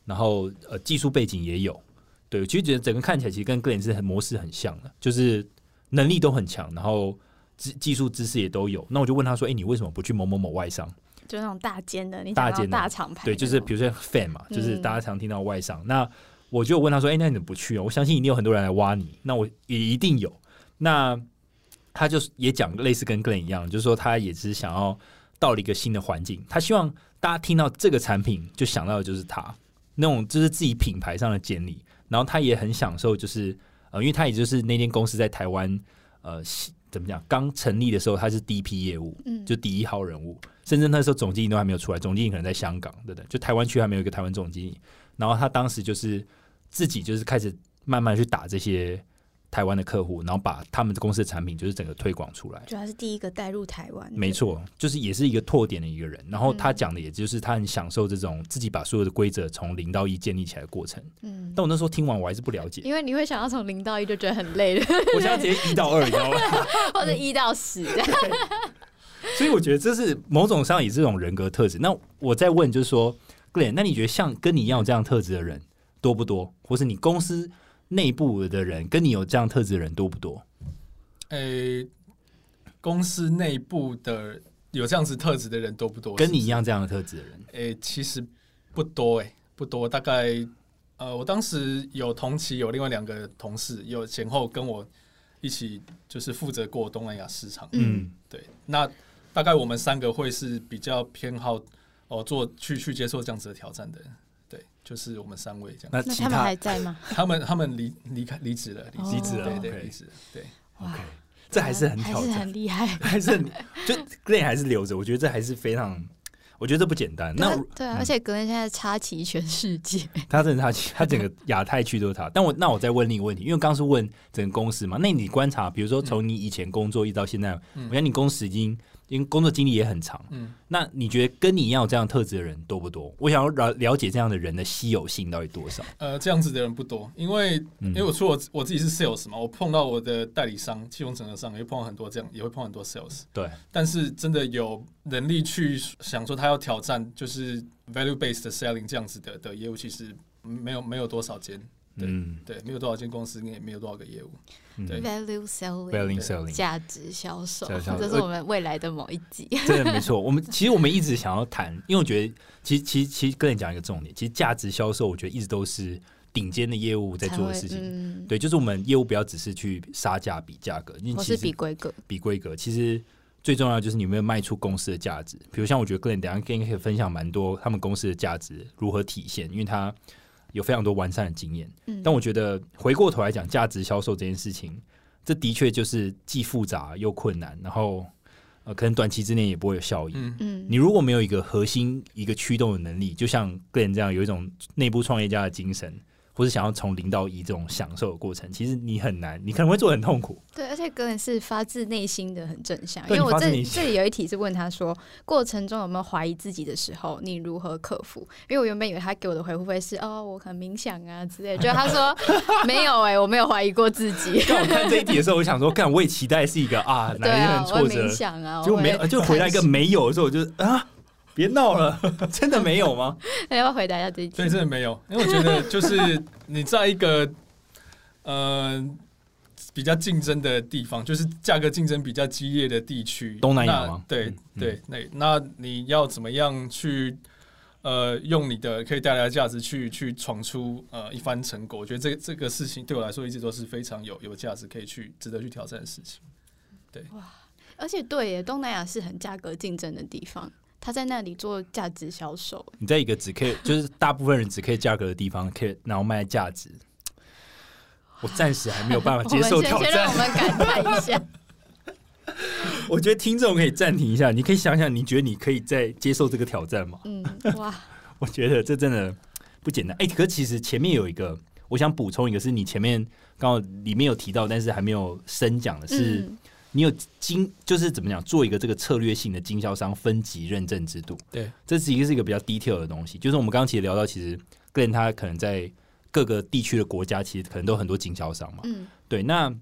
Speaker 2: 然后呃，技术背景也有。对，其实觉得整个看起来其实跟 Glenn 是很模式很像的，就是能力都很强，然后技技术知识也都有。那我就问他说，哎、你为什么不去某某某外商？
Speaker 1: 就那种大间的，你
Speaker 2: 大
Speaker 1: 想要
Speaker 2: 间的
Speaker 1: 大厂牌那种，
Speaker 2: 对，就是比如说 fan 嘛，就是
Speaker 1: 嗯
Speaker 2: 大家常听到外商。那我就有问他说：“哎、那你怎么不去啊？我相信一定有很多人来挖你，那我也一定有。”那他就是也讲类似跟 Glen 一样，就是说他也只是想要到了一个新的环境，他希望大家听到这个产品就想到的就是他那种就是自己品牌上的建立，然后他也很享受，就是呃，因为他也就是那间公司在台湾呃西怎么讲刚成立的时候，他是第一批业务，
Speaker 1: 嗯
Speaker 2: 就第一号人物，甚至那时候总经理都还没有出来，总经理可能在香港，对不对？就台湾区还没有一个台湾总经理，然后他当时就是自己就是开始慢慢去打这些台湾的客户，然后把他们公司的产品就是整个推广出来。
Speaker 1: 主要是第一个带入台湾，
Speaker 2: 没，错，就是也是一个拓点的一个人。然后他讲的也就是他很享受这种自己把所有的规则从零到一建立起来的过程。
Speaker 1: 嗯，
Speaker 2: 但我那时候听完我还是不了解，
Speaker 1: 因为你会想要从零到一就觉得很累了，
Speaker 2: 我想要直接一到二，你知道吗？
Speaker 1: 或者一到十这样。
Speaker 2: 所以我觉得这是某种上也是这种人格特质。那我再问，就是说，Glenn，那你觉得像跟你一样有这样特质的人多不多？或是你公司内部的人跟你有这样特质的人多不多？
Speaker 3: 诶、公司内部的有这样子特质的人多不多？
Speaker 2: 跟你
Speaker 3: 是
Speaker 2: 一样这样的特质的人，
Speaker 3: 诶、其实不多诶、不多，大概呃，我当时有同期有另外两个同事，有前后跟我一起就是负责过东南亚市场。
Speaker 2: 嗯
Speaker 3: 对，那大概我们三个会是比较偏好哦做去去接受这样子的挑战的人。对，就是我们三位这样。
Speaker 2: 那
Speaker 1: 那
Speaker 2: 其
Speaker 1: 他们
Speaker 2: 他
Speaker 1: 还在吗？
Speaker 3: 他们他们离离开离职了，离
Speaker 1: 离职了
Speaker 3: 对
Speaker 2: OK
Speaker 3: 对离职了，对。
Speaker 1: 哇，
Speaker 2: 这还是很
Speaker 1: 还
Speaker 2: 挑
Speaker 1: 是
Speaker 2: 战，
Speaker 1: 很厉害。
Speaker 2: 还是很就 Glenn 还是留着，我觉得这还是非常，我觉得这不简单。那
Speaker 1: 对啊对啊，
Speaker 2: 嗯
Speaker 1: 而且格恩现在插旗全世界，
Speaker 2: 他真的他他整个亚太区都是他。但我那我再问另一个问题，因为刚是问整个公司嘛，那你观察，比如说从你以前工作一直到现在，我想你公司已经因为工作经历也很长，
Speaker 3: 嗯
Speaker 2: 那你觉得跟你一样有这样特质的人多不多？我想要了了解这样的人的稀有性到底多少？
Speaker 3: 呃，这样子的人不多，因为、
Speaker 2: 嗯
Speaker 3: 因为我说我我自己是 sales 嘛，我碰到我的代理商、气溶整合商也会碰到很多这样，也会碰到很多 sales。
Speaker 2: 对，
Speaker 3: 但是真的有能力去想说他要挑战，就是 value based selling 这样子的的业务，其实没有没有多少间，对
Speaker 2: 嗯
Speaker 3: 对，没有多少间公司，也没有多少个业务。 对
Speaker 1: value selling
Speaker 2: ，value selling，
Speaker 1: 价值销售，
Speaker 2: 价值销售呃
Speaker 1: 这是我们未来的某一集。
Speaker 2: 真的没错。我们其实我们一直想要谈，因为我觉得其实其实其实跟你讲一个重点，其实价值销售，我觉得一直都是顶尖的业务在
Speaker 1: 才
Speaker 2: 做的
Speaker 1: 会
Speaker 2: 事情。
Speaker 1: 嗯，
Speaker 2: 对，就是我们业务不要只是去杀价比价格，因为
Speaker 1: 或
Speaker 2: 其
Speaker 1: 是
Speaker 2: 实
Speaker 1: 比规格，
Speaker 2: 比规格，其实最重要就是你有没有迈出公司的价值。比如像我觉得个人等一下跟你可以分享蛮多他们公司的价值如何体现，因为他有非常多完善的经验。
Speaker 1: 嗯
Speaker 2: 但我觉得回过头来讲价值销售这件事情，这的确就是既复杂又困难，然后呃可能短期之内也不会有效益。
Speaker 3: 嗯，
Speaker 1: 嗯，
Speaker 2: 你如果没有一个核心、一个驱动的能力，就像个人这样有一种内部创业家的精神，或是想要从零到一这种享受的过程，其实你很难，你可能会做得很痛苦。
Speaker 1: 对，而且格恩是发自内心的很正向，因
Speaker 2: 对
Speaker 1: 为
Speaker 2: 你
Speaker 1: 我
Speaker 2: 发自
Speaker 1: 这
Speaker 2: 内心
Speaker 1: 这里有一题是问他说，过程中有没有怀疑自己的时候，你如何克服？因为我原本以为他给我的回复会是哦，我很冥想啊之类的，就他说 没有哎、我没有怀疑过自己，
Speaker 2: 但我看这一题的时候，我想说，干，我也期待是一个啊，
Speaker 1: 对
Speaker 2: 哪一天
Speaker 1: 啊
Speaker 2: 很，
Speaker 1: 我
Speaker 2: 挫折
Speaker 1: 冥，想啊，
Speaker 2: 结果
Speaker 1: 我
Speaker 2: 没
Speaker 1: 会
Speaker 2: 有，就回答一个没有的时候，我就啊，别闹 了，真的没有吗？
Speaker 1: 要不要回答一下这一题
Speaker 3: 所以？真的没有，因为我觉得就是你在一个呃比较竞争的地方，就是价格竞争比较激烈的地区，
Speaker 2: 东南亚
Speaker 3: 那
Speaker 2: 吗
Speaker 3: 对
Speaker 2: 嗯
Speaker 3: 对，那那你要怎么样去呃用你的可以带来的价值去去闯出呃一番成果？我觉得这这个事情对我来说一直都是非常有有价值，可以去值得去挑战的事情。
Speaker 1: 而且对耶，东南亚是很价格竞争的地方，他在那里做价值销售，
Speaker 2: 你在一个只可以，就是大部分人只可以价格的地方，可以然后卖价值，我暂时还没有 办法
Speaker 1: 我
Speaker 2: 啊接
Speaker 1: 们
Speaker 2: 受
Speaker 1: 先
Speaker 2: 挑
Speaker 1: 先让
Speaker 2: 战
Speaker 1: 我。们感叹一下，
Speaker 2: 我觉得听众可以暂停一下，你可以想想，你觉得你可以再接受这个挑战吗？
Speaker 1: 嗯，哇，
Speaker 2: 我觉得这真的不简单。哎、可是其实前面有一个， 我想补充一个，是你前面刚好里面有提到，但是还没有深讲的是。
Speaker 1: 嗯，
Speaker 2: 你有经就是怎么讲，做一个这个策略性的经销商分级认证制度。
Speaker 3: 对，
Speaker 2: 这其实是一个比较 detail 的东西。就是我们刚刚其实聊到，其实个人他可能在各个地区的国家，其实可能都有很多经销商嘛。
Speaker 1: 嗯，
Speaker 2: 对，那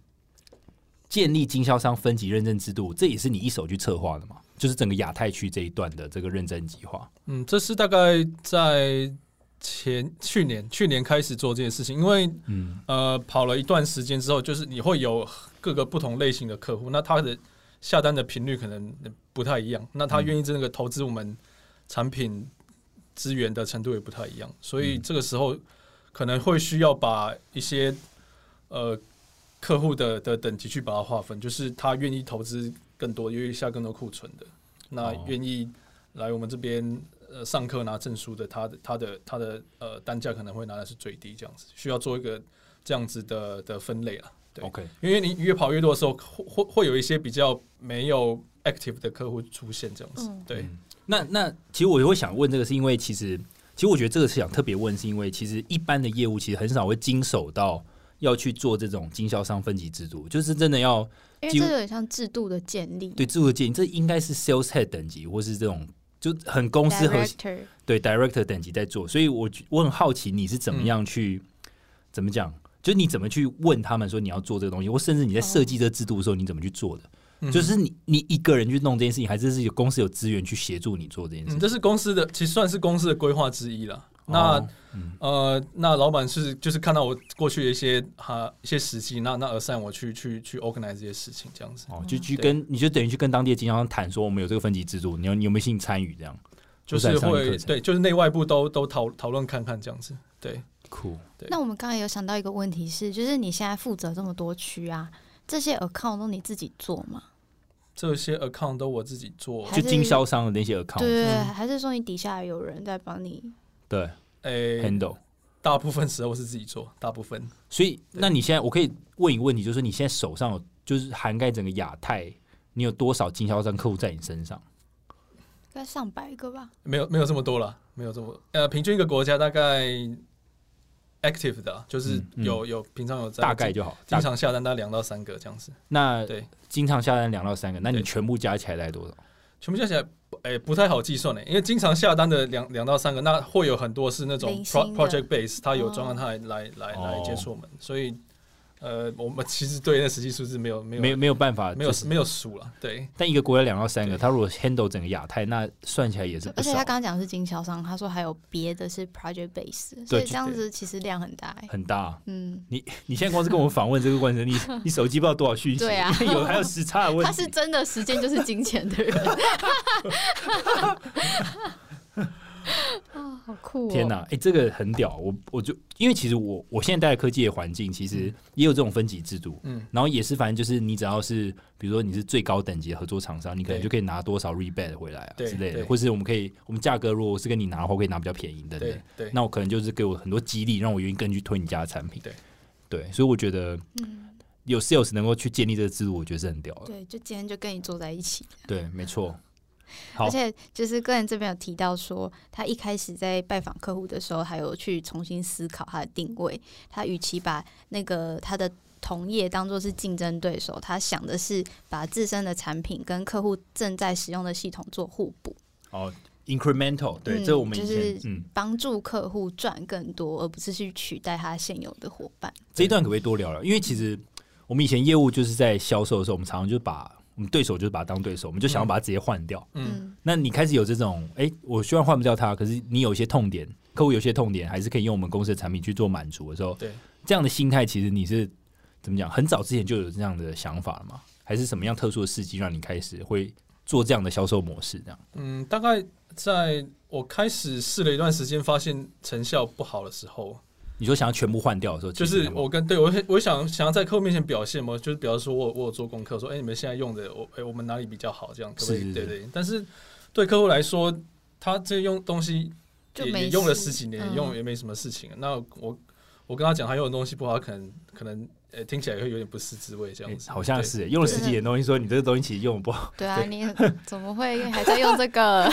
Speaker 2: 建立经销商分级认证制度，这也是你一手去策划的嘛？就是整个亚太区这一段的这个认证计划。
Speaker 3: 嗯，这是大概在前去年去年开始做这件事情，因为
Speaker 2: 嗯
Speaker 3: 呃跑了一段时间之后，就是你会有各个不同类型的客户，那他的下单的频率可能不太一样，那他愿意这个投资我们产品资源的程度也不太一样，所以这个时候可能会需要把一些呃客户的的等级去把它划分，就是他愿意投资更多，愿意下更多库存的，那
Speaker 2: 哦
Speaker 3: 愿意来我们这边。呃，上课拿证书的，他的他的他的呃单价可能会拿的是最低，这样子需要做一个这样子的的分类啊。对
Speaker 2: ，OK，
Speaker 3: 因为你越跑越多的时候，会会会有一些比较没有 active 的客户出现这样子。
Speaker 1: 嗯
Speaker 3: 对，
Speaker 2: 嗯那那其实我也会想问这个，是因为其实其实我觉得这个是想特别问，是因为其实一般的业务其实很少会经手到要去做这种经销商分级制度，就是真的要
Speaker 1: 因为
Speaker 2: 几
Speaker 1: 这
Speaker 2: 乎
Speaker 1: 有点像制度的建立。
Speaker 2: 对制度的建议，这应该是 sales head 等级或是这种就很公司核心
Speaker 1: ，director
Speaker 2: 对 director 等级在做，所以我觉我很好奇你是怎么样去、怎么讲，就是你怎么去问他们说你要做这个东西，或甚至你在设计这个制度的时候你怎么去做的，
Speaker 3: 嗯
Speaker 2: 就是你你一个人去弄这件事情，还是是有公司有资源去协助你做这件事
Speaker 3: 嗯，
Speaker 2: 情？
Speaker 3: 这是公司的，其实算是公司的规划之一了。那、
Speaker 2: 哦嗯
Speaker 3: 呃，那老板是就是看到我过去的一些哈、一些时机，那那而善我去去去 organize 这些事情这样子，
Speaker 2: 哦，就去
Speaker 3: 嗯对
Speaker 2: 跟你就等于去跟当地的经销商谈说，我们有这个分级制度，你有你有没有兴趣参与？这样
Speaker 3: 就
Speaker 2: 都
Speaker 3: 是
Speaker 2: 在上一课
Speaker 3: 会
Speaker 2: 程
Speaker 3: 对，就是内外部都都讨讨论看看这样子。对，
Speaker 2: 酷，
Speaker 3: 对
Speaker 1: 那我们刚才有想到一个问题是，就是你现在负责这么多区啊，这些 account 都你自己做吗？
Speaker 3: 这些 account 都我自己做，
Speaker 1: 还
Speaker 2: 就是经销商的那些
Speaker 1: 对
Speaker 2: account
Speaker 1: 对对，
Speaker 3: 嗯
Speaker 1: 还是说你底下有人在帮你？
Speaker 2: 对
Speaker 3: 诶、
Speaker 2: handle。
Speaker 3: 大部分时候是自己做，大部分。
Speaker 2: 所以，那你现在我可以问一个问题，就是你现在手上有就是涵盖整个亚太，你有多少经销商客户在你身上？
Speaker 1: 应该上百个吧？
Speaker 3: 没有没有这么多了，没有这么多呃，平均一个国家大概 active 的啊，就是
Speaker 2: 嗯嗯
Speaker 3: 有、有平常有在
Speaker 2: 大概
Speaker 3: 经
Speaker 2: 就好。
Speaker 3: 经
Speaker 2: 大
Speaker 3: 常下单，大概两到三个这样子，
Speaker 2: 那
Speaker 3: 对，
Speaker 2: 经常下单两到三个，那你
Speaker 3: 对
Speaker 2: 全部加起来大概多少？
Speaker 3: 全部加起来，哎、不太好计算呢、因为经常下单的两两到三个，那会有很多是那种
Speaker 1: 零
Speaker 3: pro,
Speaker 1: 星的
Speaker 3: project base，他有专案他来来来来
Speaker 2: 哦
Speaker 3: 接触我们，所以呃，我们其实对那实际数字没有没有
Speaker 2: 没有没有办法，
Speaker 3: 没有
Speaker 2: 就是
Speaker 3: 没有数了，对，
Speaker 2: 但一个国家两到三个，
Speaker 3: 对
Speaker 2: 他如果 handle 整个亚太，那算起来也是不
Speaker 1: 而且
Speaker 2: 少
Speaker 1: 他，刚刚讲的是经销商，他说还有别的是 project base，所
Speaker 2: 对
Speaker 1: 以这样子其实量很大、欸。
Speaker 2: 很大啊、
Speaker 1: 嗯，
Speaker 2: 你现在光是跟我访问这个过 程，你你手机不知道多少讯息，
Speaker 1: 对啊
Speaker 2: 有还有时差的 问
Speaker 1: 他
Speaker 2: 题
Speaker 1: 是。真的时间就是金钱的 人。 啊，好酷哦！
Speaker 2: 天哪，哎、这个很屌！我我就因为其实我我现在待的科技的环境，其实
Speaker 1: 嗯
Speaker 2: 也有这种分级制度，
Speaker 3: 嗯，
Speaker 2: 然后也是反正就是你只要是比如说你是最高等级的合作厂商，你可能
Speaker 3: 对
Speaker 2: 就可以拿多少 rebate 回来啊
Speaker 3: 对
Speaker 2: 之类
Speaker 3: 对
Speaker 2: 的，或是我们可以我们价格如果是跟你拿的话，可以拿比较便宜等等
Speaker 3: 对。对，
Speaker 2: 那我可能就是给我很多激励，让我愿意更去推你家的产品。
Speaker 3: 对
Speaker 2: 对，所以我觉得
Speaker 1: 嗯，
Speaker 2: 有 sales 能够去建立这个制度，我觉得是很屌的。
Speaker 1: 对，就今天就跟你坐在一起。
Speaker 2: 对，没错。好
Speaker 1: 而且就是个人这边有提到说，他一开始在拜访客户的时候，还有去重新思考他的定位。他与其把那个他的同业当做是竞争对手，他想的是把自身的产品跟客户正在使用的系统做互补，
Speaker 2: 哦，incremental，对，
Speaker 1: 嗯
Speaker 2: 这我们以前、
Speaker 1: 就是
Speaker 2: 嗯，
Speaker 1: 帮助客户赚更多，而不是去取代他现有的伙伴。
Speaker 2: 这一段可不可以多聊聊？因为其实我们以前业务就是在销售的时候，我们常常就把我们对手就是把他当对手，我们就想要把他直接换掉。
Speaker 3: 嗯，
Speaker 1: 嗯，
Speaker 2: 那你开始有这种，哎、我虽然换不掉他，可是你有一些痛点，客户有一些痛点，还是可以用我们公司的产品去做满足的时候，
Speaker 3: 对。
Speaker 2: 这样的心态其实你是怎么讲？很早之前就有这样的想法了吗？还是什么样特殊的事迹让你开始会做这样的销售模式？这样
Speaker 3: 嗯，大概在我开始试了一段时间，发现成效不好的时候，
Speaker 2: 你说想要全部换掉的时候，
Speaker 3: 就
Speaker 2: 其实
Speaker 3: 是
Speaker 2: 他们
Speaker 3: 我跟对我会我想想要在客户面前表现嘛，就是比方说我我有做功课，说哎、你们现在用的我哎、我们哪里比较好，这样可不可以？
Speaker 2: 是是
Speaker 3: 对
Speaker 2: 是
Speaker 3: 对。但是对客户来说，他这用东西
Speaker 1: 就
Speaker 3: 也
Speaker 1: 没
Speaker 3: 也用了
Speaker 1: 事
Speaker 3: 十几年，
Speaker 1: 嗯
Speaker 3: 也用也没什么事情。那我我跟他讲他用的东西不好，他可能可能呃、听起来会有点不是滋味这样
Speaker 2: 诶
Speaker 3: 子。
Speaker 2: 哎好像
Speaker 3: 对
Speaker 2: 是诶用了十几年的东西，说你这个东西其实用得不好。
Speaker 1: 对啊，你怎么会还在用这个？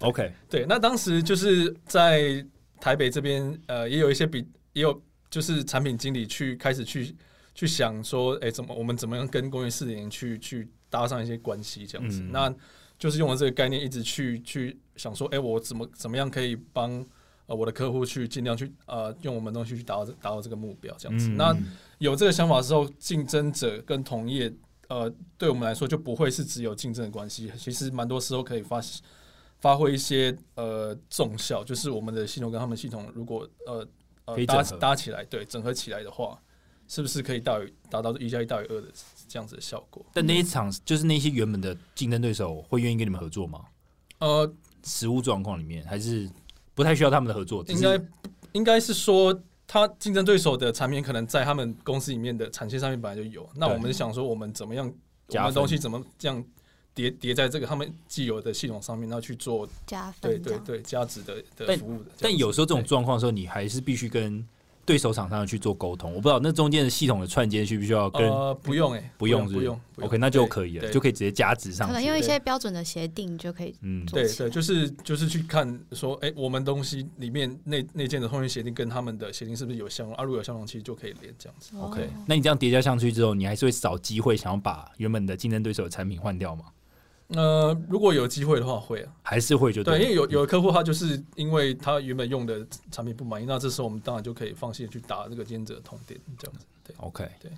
Speaker 2: OK，
Speaker 3: 对，那当时就是在台北这边，呃，也有一些比也有就是产品经理去开始去去想说，哎、怎么我们怎么样跟工业四点零去去搭上一些关系这样子。
Speaker 2: 嗯
Speaker 3: 那就是用了这个概念，一直去去想说，哎、我怎么怎么样可以帮呃我的客户去尽量去呃用我们东西去达到这达到这个目标这样子。
Speaker 2: 嗯
Speaker 3: 那
Speaker 2: 嗯
Speaker 3: 有这个想法之后，竞争者跟同业，呃，对我们来说就不会是只有竞争的关系。其实蛮多时候可以发发挥一些呃重效，就是我们的系统跟他们系统如果呃
Speaker 2: 可
Speaker 3: 呃
Speaker 2: 以
Speaker 3: 搭
Speaker 2: 整合
Speaker 3: 搭起来，对，整合起来的话，是不是可以大于达到一加一大于二的这样子的效果？
Speaker 2: 但那一场就是那些原本的竞争对手会愿意跟你们合作吗？
Speaker 3: 呃，
Speaker 2: 实物状况里面还是不太需要他们的合作，只
Speaker 3: 应
Speaker 2: 是
Speaker 3: 该应该是说，他竞争对手的产品可能在他们公司里面的产线上面本来就有。那
Speaker 2: 对
Speaker 3: 我们想说，我们怎么样，我
Speaker 2: 加
Speaker 3: 们
Speaker 2: 分
Speaker 3: 东西怎么这样叠叠在这个他们既有的系统上面，然后去做
Speaker 1: 加
Speaker 3: 对
Speaker 1: 分这
Speaker 3: 对
Speaker 1: 样。
Speaker 3: 对价值的的
Speaker 2: 但
Speaker 3: 服务的。
Speaker 2: 但有时候这种
Speaker 3: 对
Speaker 2: 状况的时候，你还是必须跟对手厂商去做沟通。我不知道那中间的系统的串接需不需要跟
Speaker 3: 呃不用哎，
Speaker 2: 不用是
Speaker 3: 不用不用
Speaker 2: OK，那就
Speaker 3: 对
Speaker 2: 可以了，
Speaker 3: 对
Speaker 2: 就可以直接加值上
Speaker 1: 可能
Speaker 2: 去。
Speaker 1: 用一些标准的协定就可以
Speaker 2: 嗯，
Speaker 1: 做
Speaker 3: 对
Speaker 1: 起
Speaker 3: 对，
Speaker 1: 来
Speaker 3: 就是就是去看说，哎、我们东西里面内内建的通讯协定跟他们的协定是不是有相容？啊，如果有相容，其实就可以连这样子。
Speaker 2: OK，
Speaker 1: 哦
Speaker 2: 那你这样叠加上去之后，你还是会找机会想要把原本的竞争对手的产品换掉吗？
Speaker 3: 呃，如果有机会的话，会啊。
Speaker 2: 还是会就
Speaker 3: 对，
Speaker 2: 了
Speaker 3: 因为有有的客户他就是因为他原本用的产品不满意，那这时候我们当然就可以放心地去打这个兼职的痛点，这样子。对，
Speaker 2: OK，
Speaker 3: 对，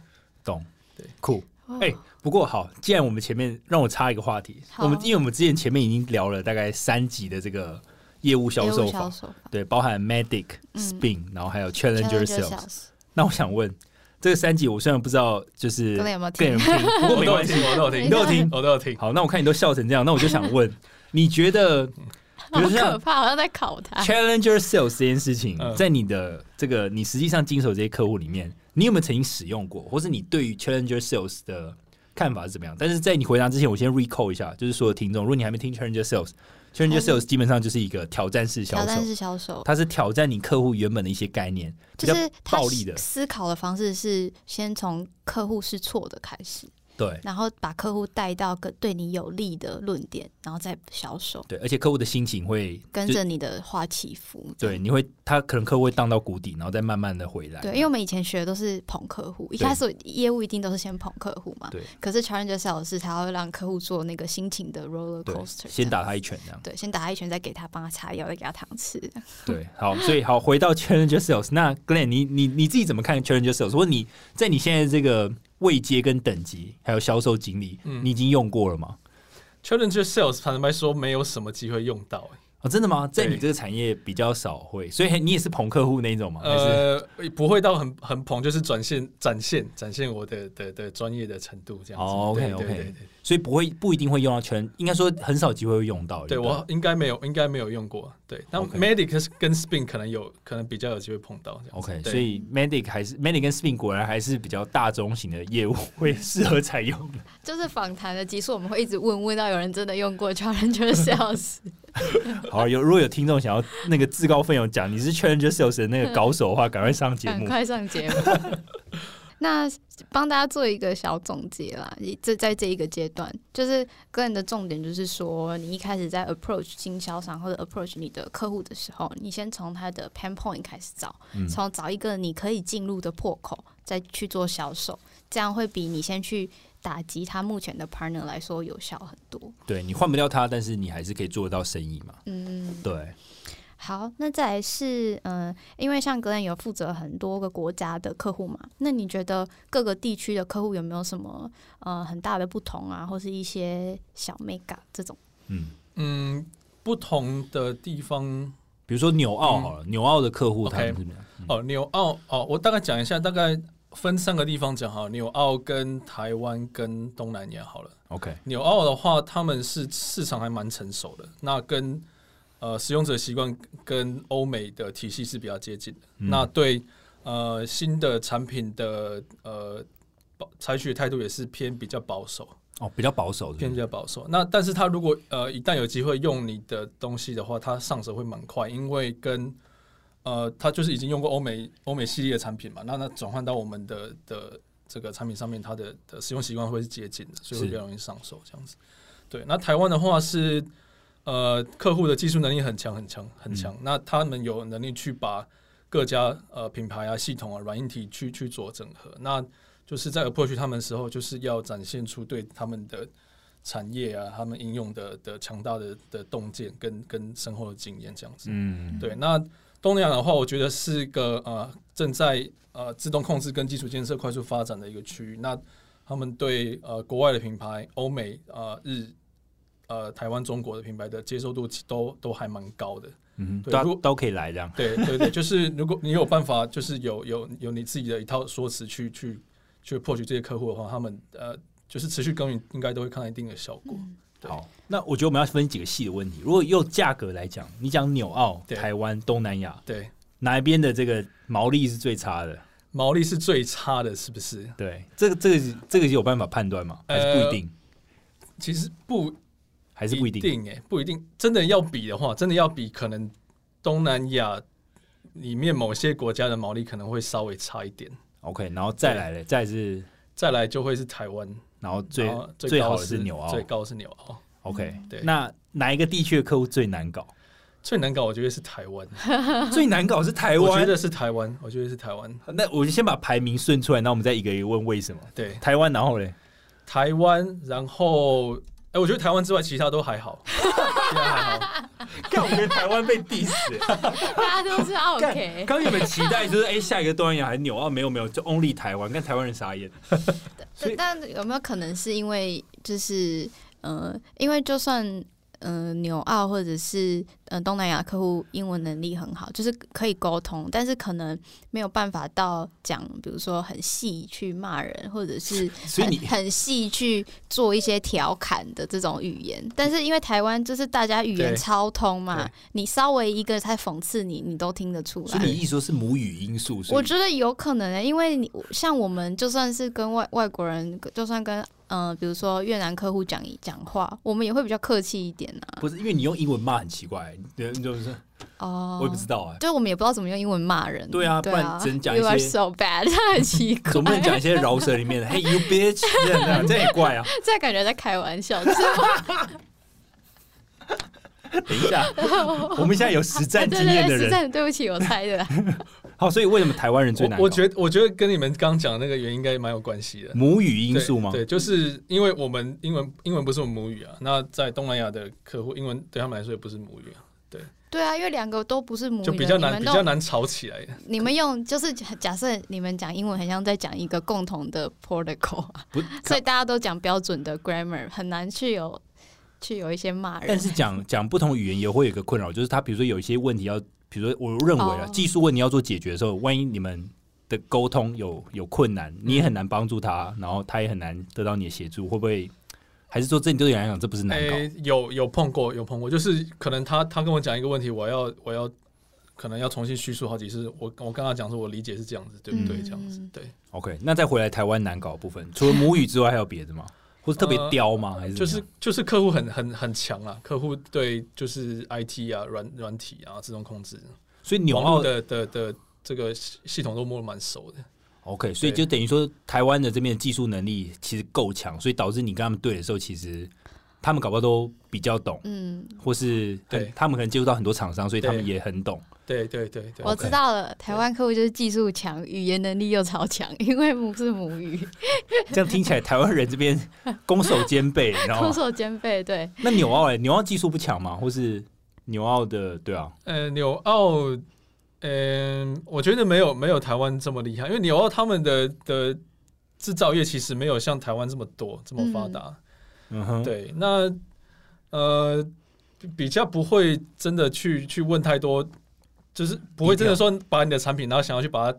Speaker 2: 懂，
Speaker 3: 对，
Speaker 2: 酷。
Speaker 1: 哦
Speaker 2: 哎、不过好，既然我们前面让我插一个话题，
Speaker 1: 好
Speaker 2: 我们因为我们之前前面已经聊了大概三集的这个业务销
Speaker 1: 业务
Speaker 2: 售
Speaker 1: 销
Speaker 2: 法，
Speaker 1: 售法
Speaker 2: 对，包含 Medic、
Speaker 1: 嗯
Speaker 2: Spin，然后还有
Speaker 1: Challenger
Speaker 2: Challenger Sales。
Speaker 1: Sales
Speaker 2: 那我想问，这三集我虽然不知道就是
Speaker 1: 各位有没有听
Speaker 2: 更有没有听，不过
Speaker 3: 我
Speaker 2: 没
Speaker 3: 都
Speaker 2: 关
Speaker 3: 有
Speaker 2: 系，
Speaker 3: 听，我都有
Speaker 1: 哎
Speaker 3: 听，
Speaker 2: 你都有听
Speaker 3: 我都有听。
Speaker 2: 好，那我看你都笑成这样，那我就想问，你觉 得，比
Speaker 1: 好
Speaker 2: 如
Speaker 1: 可
Speaker 2: 说像
Speaker 1: 怕，好像在考他。
Speaker 2: Challenger Sales 这件事情，
Speaker 3: 嗯
Speaker 2: 在你的这个你实际上经手这些客户里面，你有没有曾经使用过，或是你对于 Challenger Sales 的看法是怎么样？但是在你回答之前，我先 recall 一下，就是所有听众，如果你还没听 Challenger Sales，Challenger
Speaker 1: 还没
Speaker 2: Sales 基本上就是一个挑战式销
Speaker 1: 挑战
Speaker 2: 售，
Speaker 1: 式销售
Speaker 2: 它是挑战你客户原本的一些概念，比
Speaker 1: 就
Speaker 2: 较
Speaker 1: 是他
Speaker 2: 暴力的，
Speaker 1: 思考的方式是先从客户是错的开始，
Speaker 2: 对
Speaker 1: 然后把客户带到个对你有利的论点，然后再销售，
Speaker 2: 对，而且客户的心情会
Speaker 1: 跟
Speaker 2: 就
Speaker 1: 着你的话起伏。这样
Speaker 2: 对，你会他可能客户会荡到谷底，然后再慢慢的回来，
Speaker 1: 对，因为我们以前学的都是捧客户，一开始业务一定都是先捧客户嘛。
Speaker 2: 对。
Speaker 1: 可是 Challenger Sales 是他要让客户做那个心情的 roller
Speaker 2: 对
Speaker 1: coaster，
Speaker 2: 先
Speaker 1: 这样。
Speaker 2: 打他一拳这样。
Speaker 1: 对，先打他一拳，再给他帮他擦药，再给他糖吃。
Speaker 2: 对，好，所以好，回到 Challenger Sales，那 Glenn，你你你自己怎么看 Challenger Sales？或者你在你现在这个位阶跟等级，还有销售经历，
Speaker 3: 嗯
Speaker 2: 你已经用过了吗？
Speaker 3: Challenger Sales 坦白说没有什么机会用到、欸
Speaker 2: 哦，真的吗？在
Speaker 3: 对
Speaker 2: 你这个产业比较少会，所以你也是捧客户那一种吗？还是、
Speaker 3: 呃，不会到很很捧，就是展现展现展现我的的的专业的程度这样子。
Speaker 2: 哦
Speaker 3: 对
Speaker 2: ，OK，OK
Speaker 3: 对对对对
Speaker 2: 所以不会不一定会用到 Challenge，应该说很少机会会用到。
Speaker 3: 对
Speaker 2: 不
Speaker 3: 我应该没有应该没有用过，对，但
Speaker 2: OK
Speaker 3: Medic 跟 Spin 可能有可能比较有机会碰到这样子。
Speaker 2: OK，
Speaker 3: 对
Speaker 2: 所以 Medic 还是 Medic 跟 Spin 果然还是比较大中型的业务会适合采用 的。
Speaker 1: 就是访谈的集数，我们会一直问，问到有人真的用过 Challenger Sales。
Speaker 2: 好，有如果有听众想要那个自告奋勇讲你是 Challenger Sales 的那个高手的话，赶快上节
Speaker 1: 赶
Speaker 2: 目。
Speaker 1: 快上 节目。那帮大家做一个小总结啦，你这在这一个阶段，就是个人的重点就是说，你一开始在 approach 经销商或者 approach 你的客户的时候，你先从他的 pain point 开始找，
Speaker 2: 嗯
Speaker 1: 从找一个你可以进入的破口，再去做销售，这样会比你先去打击他目前的 partner 来说有效很多。
Speaker 2: 对你换不掉他，但是你还是可以做得到生意嘛。
Speaker 1: 嗯，
Speaker 2: 对，
Speaker 1: 好，那再来是，嗯、因为像格兰有负责很多个国家的客户嘛，那你觉得各个地区的客户有没有什么呃很大的不同啊，或是一些小 mega 这种？
Speaker 2: 嗯，
Speaker 3: 嗯，不同的地方
Speaker 2: 比如说纽澳好了，纽、澳的客户他们
Speaker 3: 嗯 OK
Speaker 2: 怎么样？嗯
Speaker 3: 哦，纽澳哦，我大概讲一下，大概分三个地方讲哈，纽澳跟台湾跟东南亚好了。
Speaker 2: OK，
Speaker 3: 纽澳的话，他们是市场还蛮成熟的，那跟呃使用者习惯跟欧美的体系是比较接近的。
Speaker 2: 嗯
Speaker 3: 那对呃新的产品的呃保采取的态度也是偏比较保守，
Speaker 2: 哦，比较保守是
Speaker 3: 偏
Speaker 2: 不
Speaker 3: 比
Speaker 2: 是
Speaker 3: 较保守。那但是他如果呃一旦有机会用你的东西的话，他上手会蛮快，因为跟呃他就是已经用过欧美欧美系列的产品嘛，那那转换到我们的的这个产品上面，它的的使用习惯会是接近的，所以会
Speaker 2: 是
Speaker 3: 比较容易上手这样子。对，那台湾的话是呃客户的技术能力很强很强很强，那他们有能力去把各家呃品牌啊、系统啊、软硬体去去做整合。那就是在 approach 他们的时候，就是要展现出对他们的产业啊、他们应用的的强大的的洞见跟跟深厚的经验这样子。
Speaker 2: 嗯，
Speaker 3: 对，那东南亚的话，我觉得是一个呃正在呃自动控制跟基础建设快速发展的一个区域。那他们对呃国外的品牌、欧美、呃日、呃台湾、中国的品牌的接受度其都都还蛮高的。
Speaker 2: 嗯，
Speaker 3: 对
Speaker 2: 都
Speaker 3: 如
Speaker 2: 都可以来这样，
Speaker 3: 对对对，就是如果你有办法，就是有有有你自己的一套说辞去去去破取这些客户的话，他们呃就是持续耕耘，应该都会看到一定的效果。对
Speaker 2: 好，那我觉得我们要分几个细的问题。如果用价格来讲，你讲纽澳、
Speaker 3: 对
Speaker 2: 台湾、东南亚
Speaker 3: 对，
Speaker 2: 哪一边的这个毛利是最差的？
Speaker 3: 毛利是最差的，是不是？
Speaker 2: 对，这个这个这个有办法判断吗？
Speaker 3: 呃
Speaker 2: 还是不一定？
Speaker 3: 其实不
Speaker 2: 还是不一定？
Speaker 3: 哎、不一定。真的要比的话，真的要比，可能东南亚里面某些国家的毛利可能会稍微差一点。
Speaker 2: OK，然后再来了，再是
Speaker 3: 再来就会是台湾，
Speaker 2: 然后最
Speaker 3: 然后最
Speaker 2: 最
Speaker 3: 高
Speaker 2: 好的
Speaker 3: 是
Speaker 2: 是纽澳
Speaker 3: 最高是纽澳，
Speaker 2: OK，
Speaker 3: 对
Speaker 2: 那哪一个地区的客户最难搞？
Speaker 3: 最难搞我觉得是台湾，
Speaker 2: 最难搞是台
Speaker 3: 我觉
Speaker 2: 湾。
Speaker 3: 得是台湾，我觉得是台湾。
Speaker 2: 那我就先把排名顺出来，那我们再一个一个问为什么。
Speaker 3: 对，
Speaker 2: 台湾，然后 嘞，
Speaker 3: 台湾，然后哎、我觉得台湾之外其他都 还好，其他还好。
Speaker 2: 看我们台湾 被 diss 了。
Speaker 1: 大家都是
Speaker 2: 干
Speaker 1: OK。
Speaker 2: 刚原本期待就是，哎、下一个东南亚还是纽澳，没有没有，就 only 台湾，跟台湾人傻眼。所以
Speaker 1: 但但有没有可能是因为就是呃，因为就算呃纽澳或者是呃东南亚客户英文能力很好，就是可以沟通，但是可能没有办法到讲，比如说很细去骂人，或者是
Speaker 2: 所以
Speaker 1: 很
Speaker 2: 你
Speaker 1: 很细去做一些调侃的这种语言。但是因为台湾就是大家语言
Speaker 3: 对
Speaker 1: 超通嘛
Speaker 3: 对，
Speaker 1: 你稍微一个在讽刺你，你都听得出来。
Speaker 2: 所以你一说是母语因素，所
Speaker 1: 我
Speaker 2: 以
Speaker 1: 觉得有可能、欸，因为你像我们就算是跟外外国人，就算跟嗯、呃比如说越南客户讲一讲话，我们也会比较客气一点啊。
Speaker 2: 不是因为你用英文骂很奇怪，你你就是
Speaker 1: 哦、
Speaker 2: 我也不知道啊，
Speaker 1: 就我们也不知道怎么用英文骂人。
Speaker 2: 对啊
Speaker 1: 对
Speaker 2: 不
Speaker 1: 啊
Speaker 2: 然只能讲一
Speaker 1: You are
Speaker 2: 些
Speaker 1: so bad，很 奇怪。
Speaker 2: 总不能讲一些饶舌里 面的，Hey you bitch，这样这样这样也怪啊。
Speaker 1: 这样感觉在开玩笑，就是
Speaker 2: 等一下， 我们现 在有实战经验
Speaker 1: 对对对
Speaker 2: 的
Speaker 1: 实
Speaker 2: 人，
Speaker 1: 在对不起，我猜的啦。
Speaker 2: 好，所以为什么台湾人最难搞？
Speaker 3: 我我觉得我觉得跟你们刚讲的那个原因应该蛮有关系的。
Speaker 2: 母语因素吗？
Speaker 3: 对，对就是因为我们英文英文不是我们母语啊，那在东南亚的客户，英文对他们来说也不是母语啊，
Speaker 1: 对啊，因为两个都不是母语的，
Speaker 3: 就比较
Speaker 1: 你
Speaker 3: 难比
Speaker 1: 们
Speaker 3: 较
Speaker 1: 都
Speaker 3: 难吵起来。哎
Speaker 1: 你们用就是假设你们讲英文，很像在讲一个共同的 protocol 啊
Speaker 2: 不，
Speaker 1: 所以大家都讲标准的 grammar，很难去有去有一些骂
Speaker 2: 但
Speaker 1: 人。
Speaker 2: 是讲 讲不同语言也会有一个困扰，就是他比如说有一些问题要，比如说我认为啊，
Speaker 1: 哦
Speaker 2: 技术问题要做解决的时候，万一你们的沟通有有困难，你也很难帮助他，
Speaker 3: 嗯
Speaker 2: 然后他也很难得到你的协助，会不会？还是说这你对你来讲这不是难搞？
Speaker 3: 诶，有有碰过，有碰过，就是可能他他跟我讲一个问题，我要我要可能要重新叙述好几次，我我跟他讲说我理解是这样子，对不对？
Speaker 1: 嗯
Speaker 3: 这样子对。
Speaker 2: OK，那再回来台湾难搞的部分，除了母语之外，还有别的吗？或是特别刁吗？还是
Speaker 3: 呃就
Speaker 2: 怎
Speaker 3: 是
Speaker 2: 样
Speaker 3: 就是客户很很很强啊，客户对就是 IT 啊、软软体啊、自动控制、
Speaker 2: 所以纽
Speaker 3: 网络
Speaker 2: 澳
Speaker 3: 的的的这个系系统都摸得蛮熟的。
Speaker 2: OK，所以
Speaker 3: 对
Speaker 2: 就等于说台湾的这边的技术能力其实够强，所以导致你跟他们对的时候，其实他们搞不好都比较懂，
Speaker 1: 嗯，
Speaker 2: 或是很
Speaker 3: 对
Speaker 2: 他们可能接触到很多厂商，所以他们
Speaker 3: 对
Speaker 2: 也很懂。
Speaker 3: 对对对对，
Speaker 1: 我知道了，台湾客户就是技术强，语言能力又超强，因为不是母语，
Speaker 2: 这样听起来，台湾人这 边攻守兼备，你知
Speaker 3: 哦
Speaker 2: 道
Speaker 1: 攻
Speaker 2: 吗？
Speaker 1: 守兼备。对，
Speaker 2: 那纽澳哎、纽澳技术不强吗？或是纽澳的对啊，
Speaker 3: 呃，纽澳，嗯、我觉得没有没有台湾这么厉害，因为纽澳他们的的制造业其实没有像台湾这么多这么发达。
Speaker 2: 嗯哼，，
Speaker 3: 对，那呃比比较不会真的去去问太多，就是不会真的说把你的产品，然后想要去把它。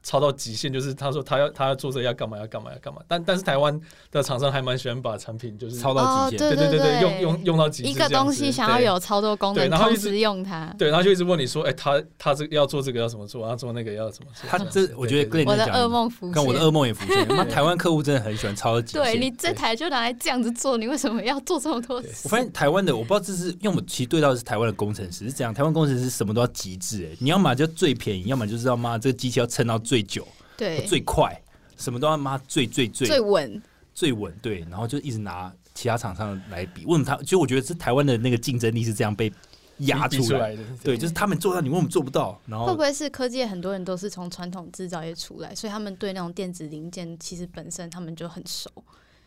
Speaker 3: 超到极限，就是他说他要他要做这个要干嘛要干嘛要干嘛，但但是台湾的厂商还蛮喜欢把产品就是
Speaker 2: 超到
Speaker 1: 哦，
Speaker 2: 极
Speaker 1: 对
Speaker 2: 限。
Speaker 3: 对对
Speaker 1: 对
Speaker 3: 对用用用到极致
Speaker 1: 一
Speaker 3: 这
Speaker 1: 个
Speaker 3: 样子
Speaker 1: 东西想要
Speaker 3: 对
Speaker 1: 有超多功
Speaker 3: 对
Speaker 1: 能，
Speaker 3: 然后
Speaker 1: 同
Speaker 3: 一直
Speaker 1: 时用它。
Speaker 3: 对，他就一直问你说，哎、他他这个要做这个要怎么做，他做那个要怎么做？
Speaker 2: 他这我觉得
Speaker 3: 对对
Speaker 2: 跟
Speaker 1: 我
Speaker 2: 你
Speaker 1: 的
Speaker 2: 讲，
Speaker 1: 噩梦浮
Speaker 2: 看我的
Speaker 1: 现。
Speaker 2: 噩梦也浮现。妈，
Speaker 3: 对
Speaker 2: 台湾客户真的很喜欢超到极限。
Speaker 1: 对你这台就拿来这样子做，你为什么要做这么多
Speaker 3: 对
Speaker 1: 事？
Speaker 2: 我发现台湾的，我不知道这是因为我们其实对到的是台湾的工程师是这样，台湾工程师什么都要极致、哎，你要么就最便宜，要么就是要妈这个机器要撑到最久、
Speaker 1: 对，
Speaker 2: 最快，什么都要妈最最
Speaker 1: 最
Speaker 2: 最
Speaker 1: 稳。
Speaker 2: 最稳，对，然后就一直拿其他厂商来比。为什么他？就我觉得是台湾的那个竞争力是这样被压
Speaker 3: 逼
Speaker 2: 出来。
Speaker 3: 来的。
Speaker 2: 对，就是他们做到，你为什么做不到？然
Speaker 1: 会不
Speaker 2: 后
Speaker 1: 会是科技业很多人都是从传统制造业出来，所以他们对那种电子零件其实本身他们就很熟，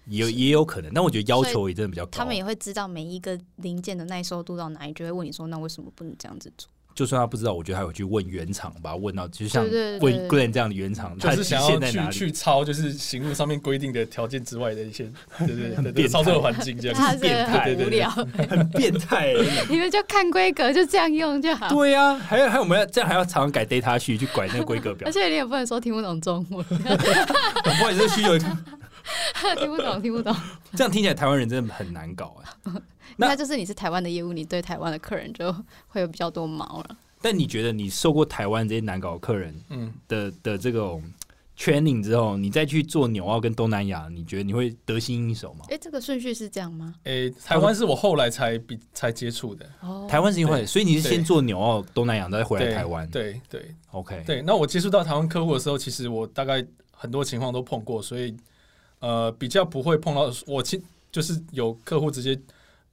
Speaker 2: 也也有可能，但我觉得要求也真的比较高。
Speaker 1: 他们也会知道每一个零件的耐受度到哪里，就会问你说那为什么不能这样子做？
Speaker 2: 就算他不知道，我觉得还有去问原厂吧，问到就像
Speaker 1: 对对对
Speaker 2: 问 Glenn 这样的原厂，
Speaker 3: 就
Speaker 2: 他
Speaker 3: 是
Speaker 2: 极
Speaker 3: 想
Speaker 2: 限
Speaker 3: 要
Speaker 2: 在哪
Speaker 3: 去
Speaker 2: 里？
Speaker 3: 去超，就是行路上面规定的条件之外 的一些，对对对
Speaker 2: 变
Speaker 3: 对，
Speaker 2: 态
Speaker 3: 操作环境这样
Speaker 1: 他
Speaker 3: 子。
Speaker 1: 真的
Speaker 2: 变态
Speaker 1: 很
Speaker 2: 对
Speaker 1: 无
Speaker 2: 对
Speaker 1: 聊，
Speaker 2: 很变态欸。
Speaker 1: 你们就看规格就这样用就好。
Speaker 2: 对呀、还有还有，我们要这样还要常常改 data sheet 去改那个规格表
Speaker 1: 而，且你也不能说听不懂中文，
Speaker 2: 不好意思，需求
Speaker 1: 听不懂，听不懂。
Speaker 2: 这样听起来台湾人真的很难搞哎、那
Speaker 1: 那就是你是台湾的业务，你对台湾的客人就会有比较多毛了。
Speaker 2: 但你觉得你受过台湾这些难搞的客人
Speaker 3: 嗯，
Speaker 2: 的的这种 training 之后，你再去做纽澳跟东南亚，你觉得你会得心应手吗？
Speaker 1: 哎、这个顺序是这样吗？
Speaker 3: 诶，台湾是我后来才比才接触的，
Speaker 1: 哦，
Speaker 2: 台湾是因为，
Speaker 3: 对
Speaker 2: 所以你是
Speaker 3: 对
Speaker 2: 先做纽澳、东南亚，再回来
Speaker 3: 对
Speaker 2: 台湾。
Speaker 3: 对对
Speaker 2: OK，
Speaker 3: 对。那我接触到台湾客户的时候，其实我大概很多情况都碰过，所以呃，比较不会碰到我其就是有客户直接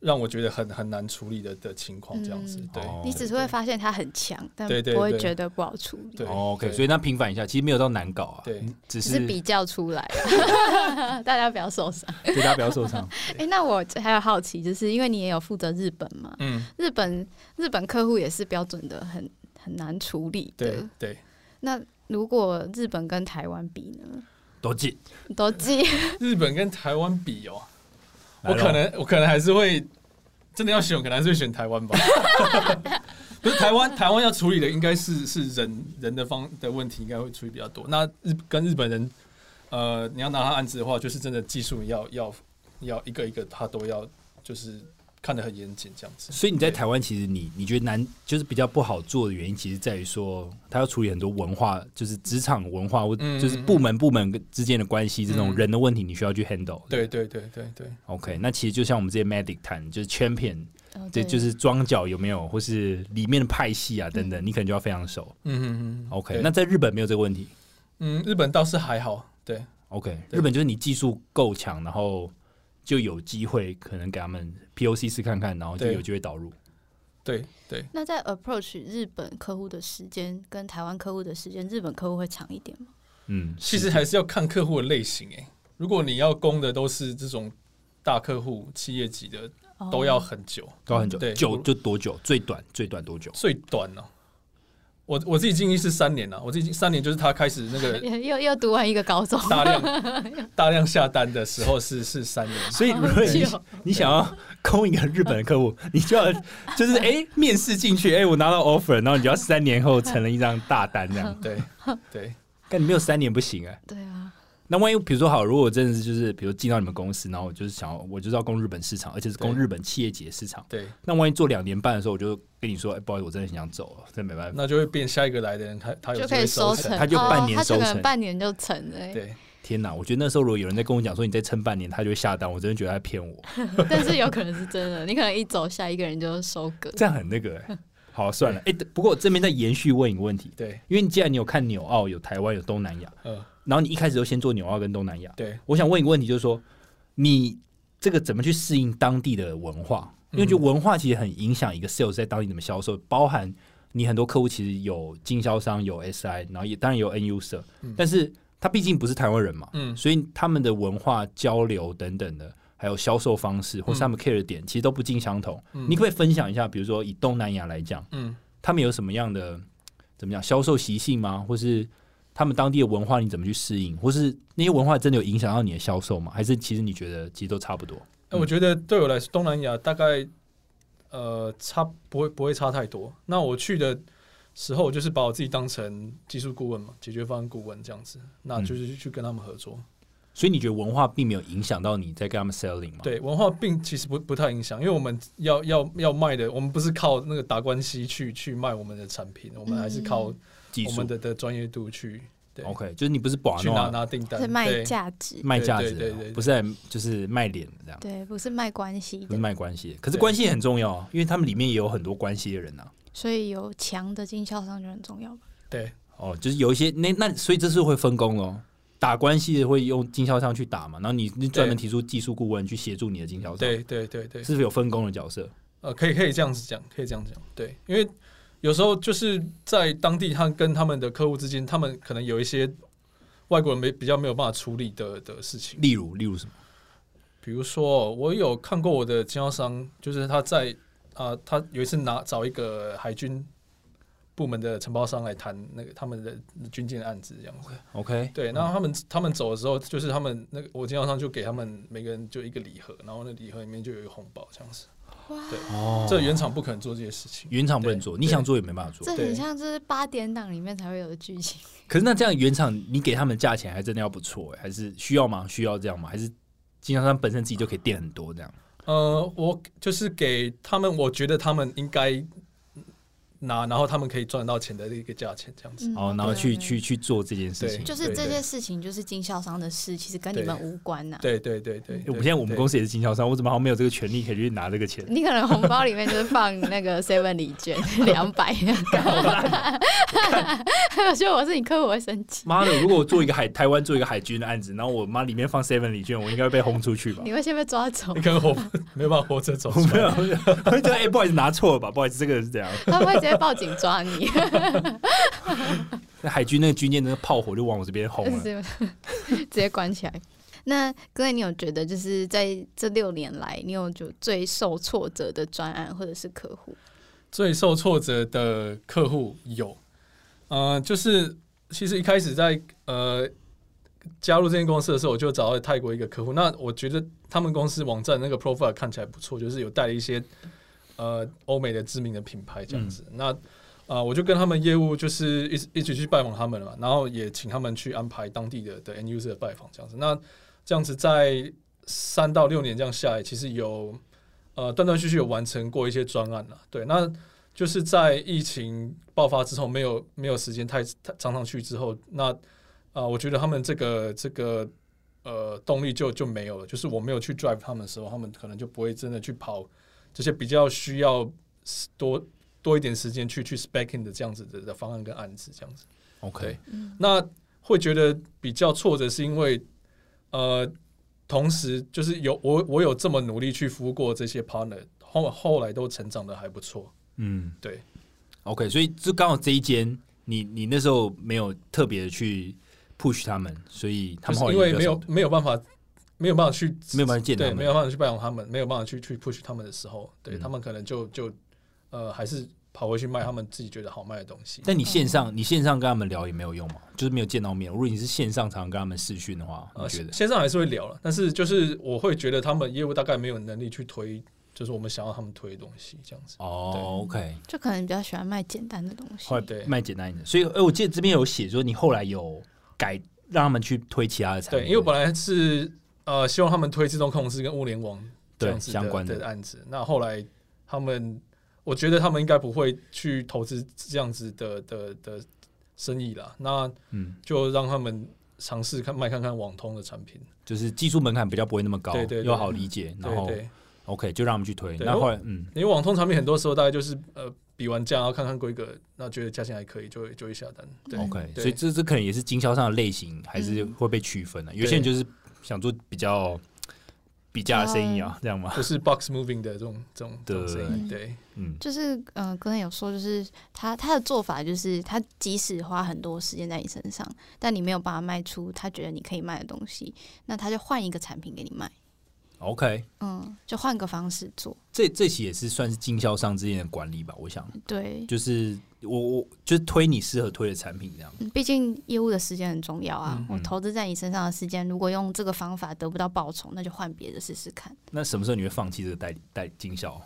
Speaker 3: 让我觉得很很难处理的的情况这样子
Speaker 1: 嗯。
Speaker 3: 对
Speaker 2: 哦
Speaker 1: 你只是会发现它很强，但
Speaker 3: 对对
Speaker 1: 不会
Speaker 3: 对
Speaker 1: 觉得不好处理，
Speaker 3: 对
Speaker 2: 哦 OK，
Speaker 3: 对
Speaker 2: 所以那平反一下，其实没有到难搞啊，
Speaker 3: 对，
Speaker 2: 只
Speaker 1: 只
Speaker 2: 是
Speaker 1: 是比较出 来了，大家不要受伤。
Speaker 2: 对大家不要 受伤。
Speaker 1: 哎、那我还有好奇，就是因为你也有负责日本嘛，
Speaker 3: 嗯，
Speaker 1: 日本日本客户也是标准的很很难处理
Speaker 3: 对
Speaker 1: 的。
Speaker 3: 对。
Speaker 1: 那如果日本跟台湾比呢？
Speaker 2: 多记，
Speaker 1: 都记
Speaker 3: 日本跟台湾比哦，
Speaker 2: 来
Speaker 3: 我
Speaker 2: 咯
Speaker 3: 可能我可能还是会真的要选，我可能还是会选台湾 吧。不是台湾，台湾要处理的应该是是人人的方的问题，应该会处理比较多。那日跟日本人，呃，你要拿他案子的话，就是真的技术要要要一个一个他都要，就是看得很严谨这样子。
Speaker 2: 所以你在台湾，其实你你觉得难，就是比较不好做的原因，其实在于说，他要处理很多文化，就是职场文化，或
Speaker 3: 嗯
Speaker 2: 就是部门部门之间的关系，这种
Speaker 3: 嗯
Speaker 2: 人的问题，你需要去 handle。
Speaker 3: 对对对对对，
Speaker 2: OK，那其实就像我们这些 medic 谈，就是 champion，
Speaker 1: 哦
Speaker 2: 这就是装脚有没有，或是里面的派系啊等等，你可能就要非常熟。
Speaker 3: 嗯嗯嗯
Speaker 2: OK，
Speaker 3: 嗯对
Speaker 2: 那在日本没有这个问题。
Speaker 3: 嗯日本倒是还好，对
Speaker 2: OK，
Speaker 3: 对
Speaker 2: 日本就是你技术够强，然后就有机会可能给他们 POC 试看看，然后就
Speaker 3: 对
Speaker 2: 有机会导入。
Speaker 3: 对对。
Speaker 1: 那在 approach 日本客户的时间跟台湾客户的时间，日本客户会长一点吗？
Speaker 2: 嗯，
Speaker 3: 其实还是要看客户的类型诶、欸如果你要攻的都是这种大客户、企业级的，
Speaker 1: 哦
Speaker 3: 都要很久，
Speaker 2: 高很久，
Speaker 3: 对
Speaker 2: 久
Speaker 3: 我
Speaker 2: 就多久？最短最短多久？
Speaker 3: 最短哦、我我自己经历是三年了，我自己经三年就是他开始那个
Speaker 1: 又 又又读完一个高中，
Speaker 3: 大量大量下单的时候是是三年，
Speaker 2: 所以如果你
Speaker 1: 好久
Speaker 2: 你想要勾引一个日本的客户，你就要就是哎、诶面试进去，哎、我拿到 offer，然后你就要三年后成了一张大单这样。
Speaker 3: 对对，
Speaker 2: 但你没有三年不行哎、
Speaker 1: 对啊，
Speaker 2: 那万一比如说好，如果我真的是就是比如进到你们公司，然后我就是想要我就是要攻日本市场，而且是攻
Speaker 3: 对
Speaker 2: 日本企业级的市场。
Speaker 3: 对，
Speaker 2: 那万一做两年半的时候，我就跟你说，哎、不好意思，我真的很想走了，真没办法。
Speaker 3: 那就会变下一个来的人，他他有
Speaker 1: 就
Speaker 3: 机
Speaker 1: 可
Speaker 3: 会
Speaker 1: 以收
Speaker 3: 收成，
Speaker 1: 成，
Speaker 2: 他就半年
Speaker 1: 哦、他
Speaker 2: 收
Speaker 1: 可
Speaker 2: 成
Speaker 1: 能半年就成了、欸。
Speaker 3: 对
Speaker 2: 天哪！我觉得那时候如果有人在跟我讲说你再撑半年，他就会下单，我真的觉得他骗我，
Speaker 1: 但是有可能是真的，你可能一走下一个人就收割。
Speaker 2: 这样很那个、哎。好，算了。哎、不过我这边再延续问一个问题，
Speaker 3: 对，
Speaker 2: 因为你既然你有看纽澳、有台湾、有东南亚，
Speaker 3: 呃，
Speaker 2: 然后你一开始就先做纽澳跟东南亚，
Speaker 3: 对，
Speaker 2: 我想问一个问题，就是说你这个怎么去适应当地的文化？因为我觉得文化其实很影响一个 sales 在当地怎么销售，包含你很多客户其实有经销商、有 SI，然后也当然有 N user，、但是他毕竟不是台湾人嘛，
Speaker 3: 嗯
Speaker 2: 所以他们的文化交流等等的，还有销售方式或是他们 care 的点，其实都不尽相同。你可不可以分享一下，比如说以东南亚来讲，
Speaker 3: 嗯。
Speaker 2: 他们有什么样的怎么讲销售习性吗？或是他们当地的文化你怎么去适应？或是那些文化真的有影响到你的销售吗？还是其实你觉得其实都差不多？
Speaker 3: 哎、我觉得对我来说，东南亚大概呃差不会不会差太多。那我去的时候，我就是把我自己当成技术顾问嘛，解决方案顾问这样子，那就是去跟他们合作。
Speaker 2: 所以你觉得文化并没有影响到你在跟他们 selling 吗？，
Speaker 3: 对文化并其实不不太影响，因为我们要要要卖的，我们不是靠那个打关系去去卖我们的产品，我们还
Speaker 1: 嗯
Speaker 3: 是靠
Speaker 2: 技
Speaker 3: 我
Speaker 2: 术
Speaker 3: 们的的专业度去对
Speaker 2: OK，就是你不是把
Speaker 3: 去拿
Speaker 2: 弄
Speaker 3: 拿订 单，
Speaker 1: 是
Speaker 3: 对
Speaker 1: 卖价值，
Speaker 2: 卖价值
Speaker 3: 对对
Speaker 2: 的
Speaker 3: 对对
Speaker 2: 不是在就是卖脸的这样，
Speaker 1: 对，不是卖关系
Speaker 2: 不是
Speaker 1: 的。
Speaker 2: 卖关系的。可是
Speaker 3: 对
Speaker 2: 关系也很重要啊，因为他们里面也有很多关系的人呐、啊
Speaker 1: 所以有强的经销商就很重要吧。
Speaker 3: 对
Speaker 2: 哦，就是有一些那那，所以这是会分工咯。打关系的会用经销商去打嘛，然后你你专门提出技术顾问去协助你的经销商，
Speaker 3: 对对对对
Speaker 2: 是不是有分工的角色？
Speaker 3: 呃，可以可以这样子讲，可以这样讲，对，因为有时候就是在当地他跟他们的客户之间，他们可能有一些外国人没比较没有办法处理的的事情，
Speaker 2: 例如例如什么？
Speaker 3: 比如说我有看过我的经销商，就是他在啊、他有一次拿找一个海军部门的承包商来谈那个他们的军舰案子这样子，
Speaker 2: OK，
Speaker 3: 对，然后他们他们走的时候，就是他们那个我经销商就给他们每个人就一个礼盒，然后那礼盒里面就有一个红包这样子。
Speaker 2: 哦，
Speaker 3: 这原厂不可能做这些事情。
Speaker 2: 原厂不能做，你想
Speaker 3: 对
Speaker 2: 做也没办法做。
Speaker 1: 这
Speaker 3: 对
Speaker 1: 很像就是八点档里面才会有的剧情。
Speaker 2: 可是那这样原厂你给他们的价钱还真的要不错、欸，还是需要吗？需要这样吗？还是经销商本身自己就可以垫很多这样？
Speaker 3: 呃，我就是给他们，我觉得他们应该拿，然后他们可以赚到钱的一个价钱，这样子。
Speaker 1: 嗯
Speaker 2: 哦，然后去
Speaker 1: 对
Speaker 2: 去去做这件事
Speaker 3: 对
Speaker 2: 情。
Speaker 1: 就是
Speaker 3: 对
Speaker 1: 这
Speaker 3: 对
Speaker 1: 些事情，就是经销商的事，其实跟你
Speaker 3: 对
Speaker 1: 们无关呐、
Speaker 3: 对对对对，
Speaker 2: 欸我们现在我们公
Speaker 3: 司
Speaker 2: 司也是经销商，我怎么好像没有这个权利可以去拿这个钱？
Speaker 1: 你可能红包里面就是放那个 seven 礼 券两百， 我觉得我是你客户我会生气，
Speaker 2: 妈的！如果我做一个海台湾做一个海军的案子，然后我妈里面放 seven 礼券，我应该会被轰出去吧？
Speaker 1: 你会先被抓走
Speaker 3: 你，可能活 没有办法活着走
Speaker 2: 我
Speaker 3: 出
Speaker 2: 没有，
Speaker 3: 来。
Speaker 2: 我就我就觉得哎、不好意思，拿错了吧？不好意思，这个是这样。
Speaker 1: 他们会直接报警抓你，
Speaker 2: 那海军那个军舰那个炮火就往我这边轰了。
Speaker 1: 是直接关起来。那各位，你有觉得就是在这六年来，你有就最受挫折的专案或者是客户？
Speaker 3: 最受挫折的客户有，呃，就是其实一开始在呃加入这间公司的时候，我就找到泰国一个客户。那我觉得他们公司网站那个 profile 看起来不错，就是有带了一些呃欧美的知名的品牌这样子。那啊、呃我就跟他们业务就是一直一起去拜访他们了嘛，然后也请他们去安排当地的的 end user 的拜访这样子。那这样子在三到六年这样下来，其实有呃断断续续有完成过一些专案了。对，那就是在疫情爆发之后，没有没有时间太太常常去之后，那啊、呃我觉得他们这个这个呃动力就就没有了。就是我没有去 drive 他们的时候，他们可能就不会真的去跑这些比较需要多多一点时间去去 specking 的这样子的的方案跟案子这样子。
Speaker 2: OK，
Speaker 3: 那会觉得比较挫折，是因为呃，同时就是有我我有这么努力去服务过这些 partner，后后来都成长的还不错。
Speaker 2: 嗯，
Speaker 3: 对，
Speaker 2: OK，所以就刚好这一间，你你那时候没有特别去 push 他们，所以他们
Speaker 3: 就
Speaker 2: 后
Speaker 3: 是
Speaker 2: 来
Speaker 3: 因为
Speaker 2: 就
Speaker 3: 没有没有办法，没有办法去
Speaker 2: 没有办法见他
Speaker 3: 对，
Speaker 2: 们，
Speaker 3: 没有办法去拜访他们，没有办法去去 push 他们的时候，对、
Speaker 2: 嗯
Speaker 3: 他们可能就就呃还是跑回去卖他们自己觉得好卖的东西。
Speaker 2: 但你线上你线上跟他们聊也没有用嘛，就是没有见到面。如果你是线上常常跟他们视讯的话，我
Speaker 3: 呃，
Speaker 2: 觉得
Speaker 3: 线上还是会聊了，但是就是我会觉得他们业务大概没有能力去推，就是我们想要他们推的东西这样子。
Speaker 2: 哦，OK，
Speaker 1: 就可能比较喜欢卖简单的东西
Speaker 2: 后。来
Speaker 3: 对
Speaker 2: 卖简单一点。所以，哎、我记得这边有写说你后来有改让他们去推其他的产品，
Speaker 3: 对，因为我本来是呃希望他们推自动控制跟物联网这样
Speaker 2: 对
Speaker 3: 子
Speaker 2: 相关
Speaker 3: 的
Speaker 2: 的
Speaker 3: 的案子，那后来他们，我觉得他们应该不会去投资这样子的的的生意啦，那
Speaker 2: 嗯，
Speaker 3: 就让他们尝试看卖看看网通的产品，
Speaker 2: 就是技术门槛比较不会那么高，
Speaker 3: 对对对
Speaker 2: 又好理解，然
Speaker 3: 对
Speaker 2: 后
Speaker 3: 对，
Speaker 2: OK 就让他们去推。
Speaker 3: 对
Speaker 2: 那后来嗯，
Speaker 3: 因为网通产品很多时候大概就是呃比完价然后看看规格，那觉得价钱还可以就会就会下单，对
Speaker 2: OK，
Speaker 3: 对
Speaker 2: 所以这这可能也是经销商的类型，还是
Speaker 1: 嗯
Speaker 2: 会被区分啊的、有些人就是想做比较比价的生意啊，
Speaker 3: 哦
Speaker 2: 这样吗？
Speaker 3: 不是 box moving 的这种这种这种
Speaker 2: 对
Speaker 3: 生
Speaker 1: 对
Speaker 3: 意，对
Speaker 2: 嗯，
Speaker 1: 就是呃，刚才有说，就是他他的做法就是，他即使花很多时间在你身上，但你没有办法卖出他觉得你可以卖的东西，那他就换一个产品给你卖，
Speaker 2: OK，
Speaker 1: 嗯，就换个方式做。
Speaker 2: 这这期也是算是经销商之间的管理吧，我想
Speaker 1: 对，
Speaker 2: 就是我我就是推你适合推的产品这样。
Speaker 1: 嗯毕竟业务的时间很重要啊。
Speaker 2: 嗯
Speaker 1: 我投资在你身上的时间，如果用这个方法得不到报酬，那就换别的试试看。
Speaker 2: 那什么时候你会放弃这个代代经销？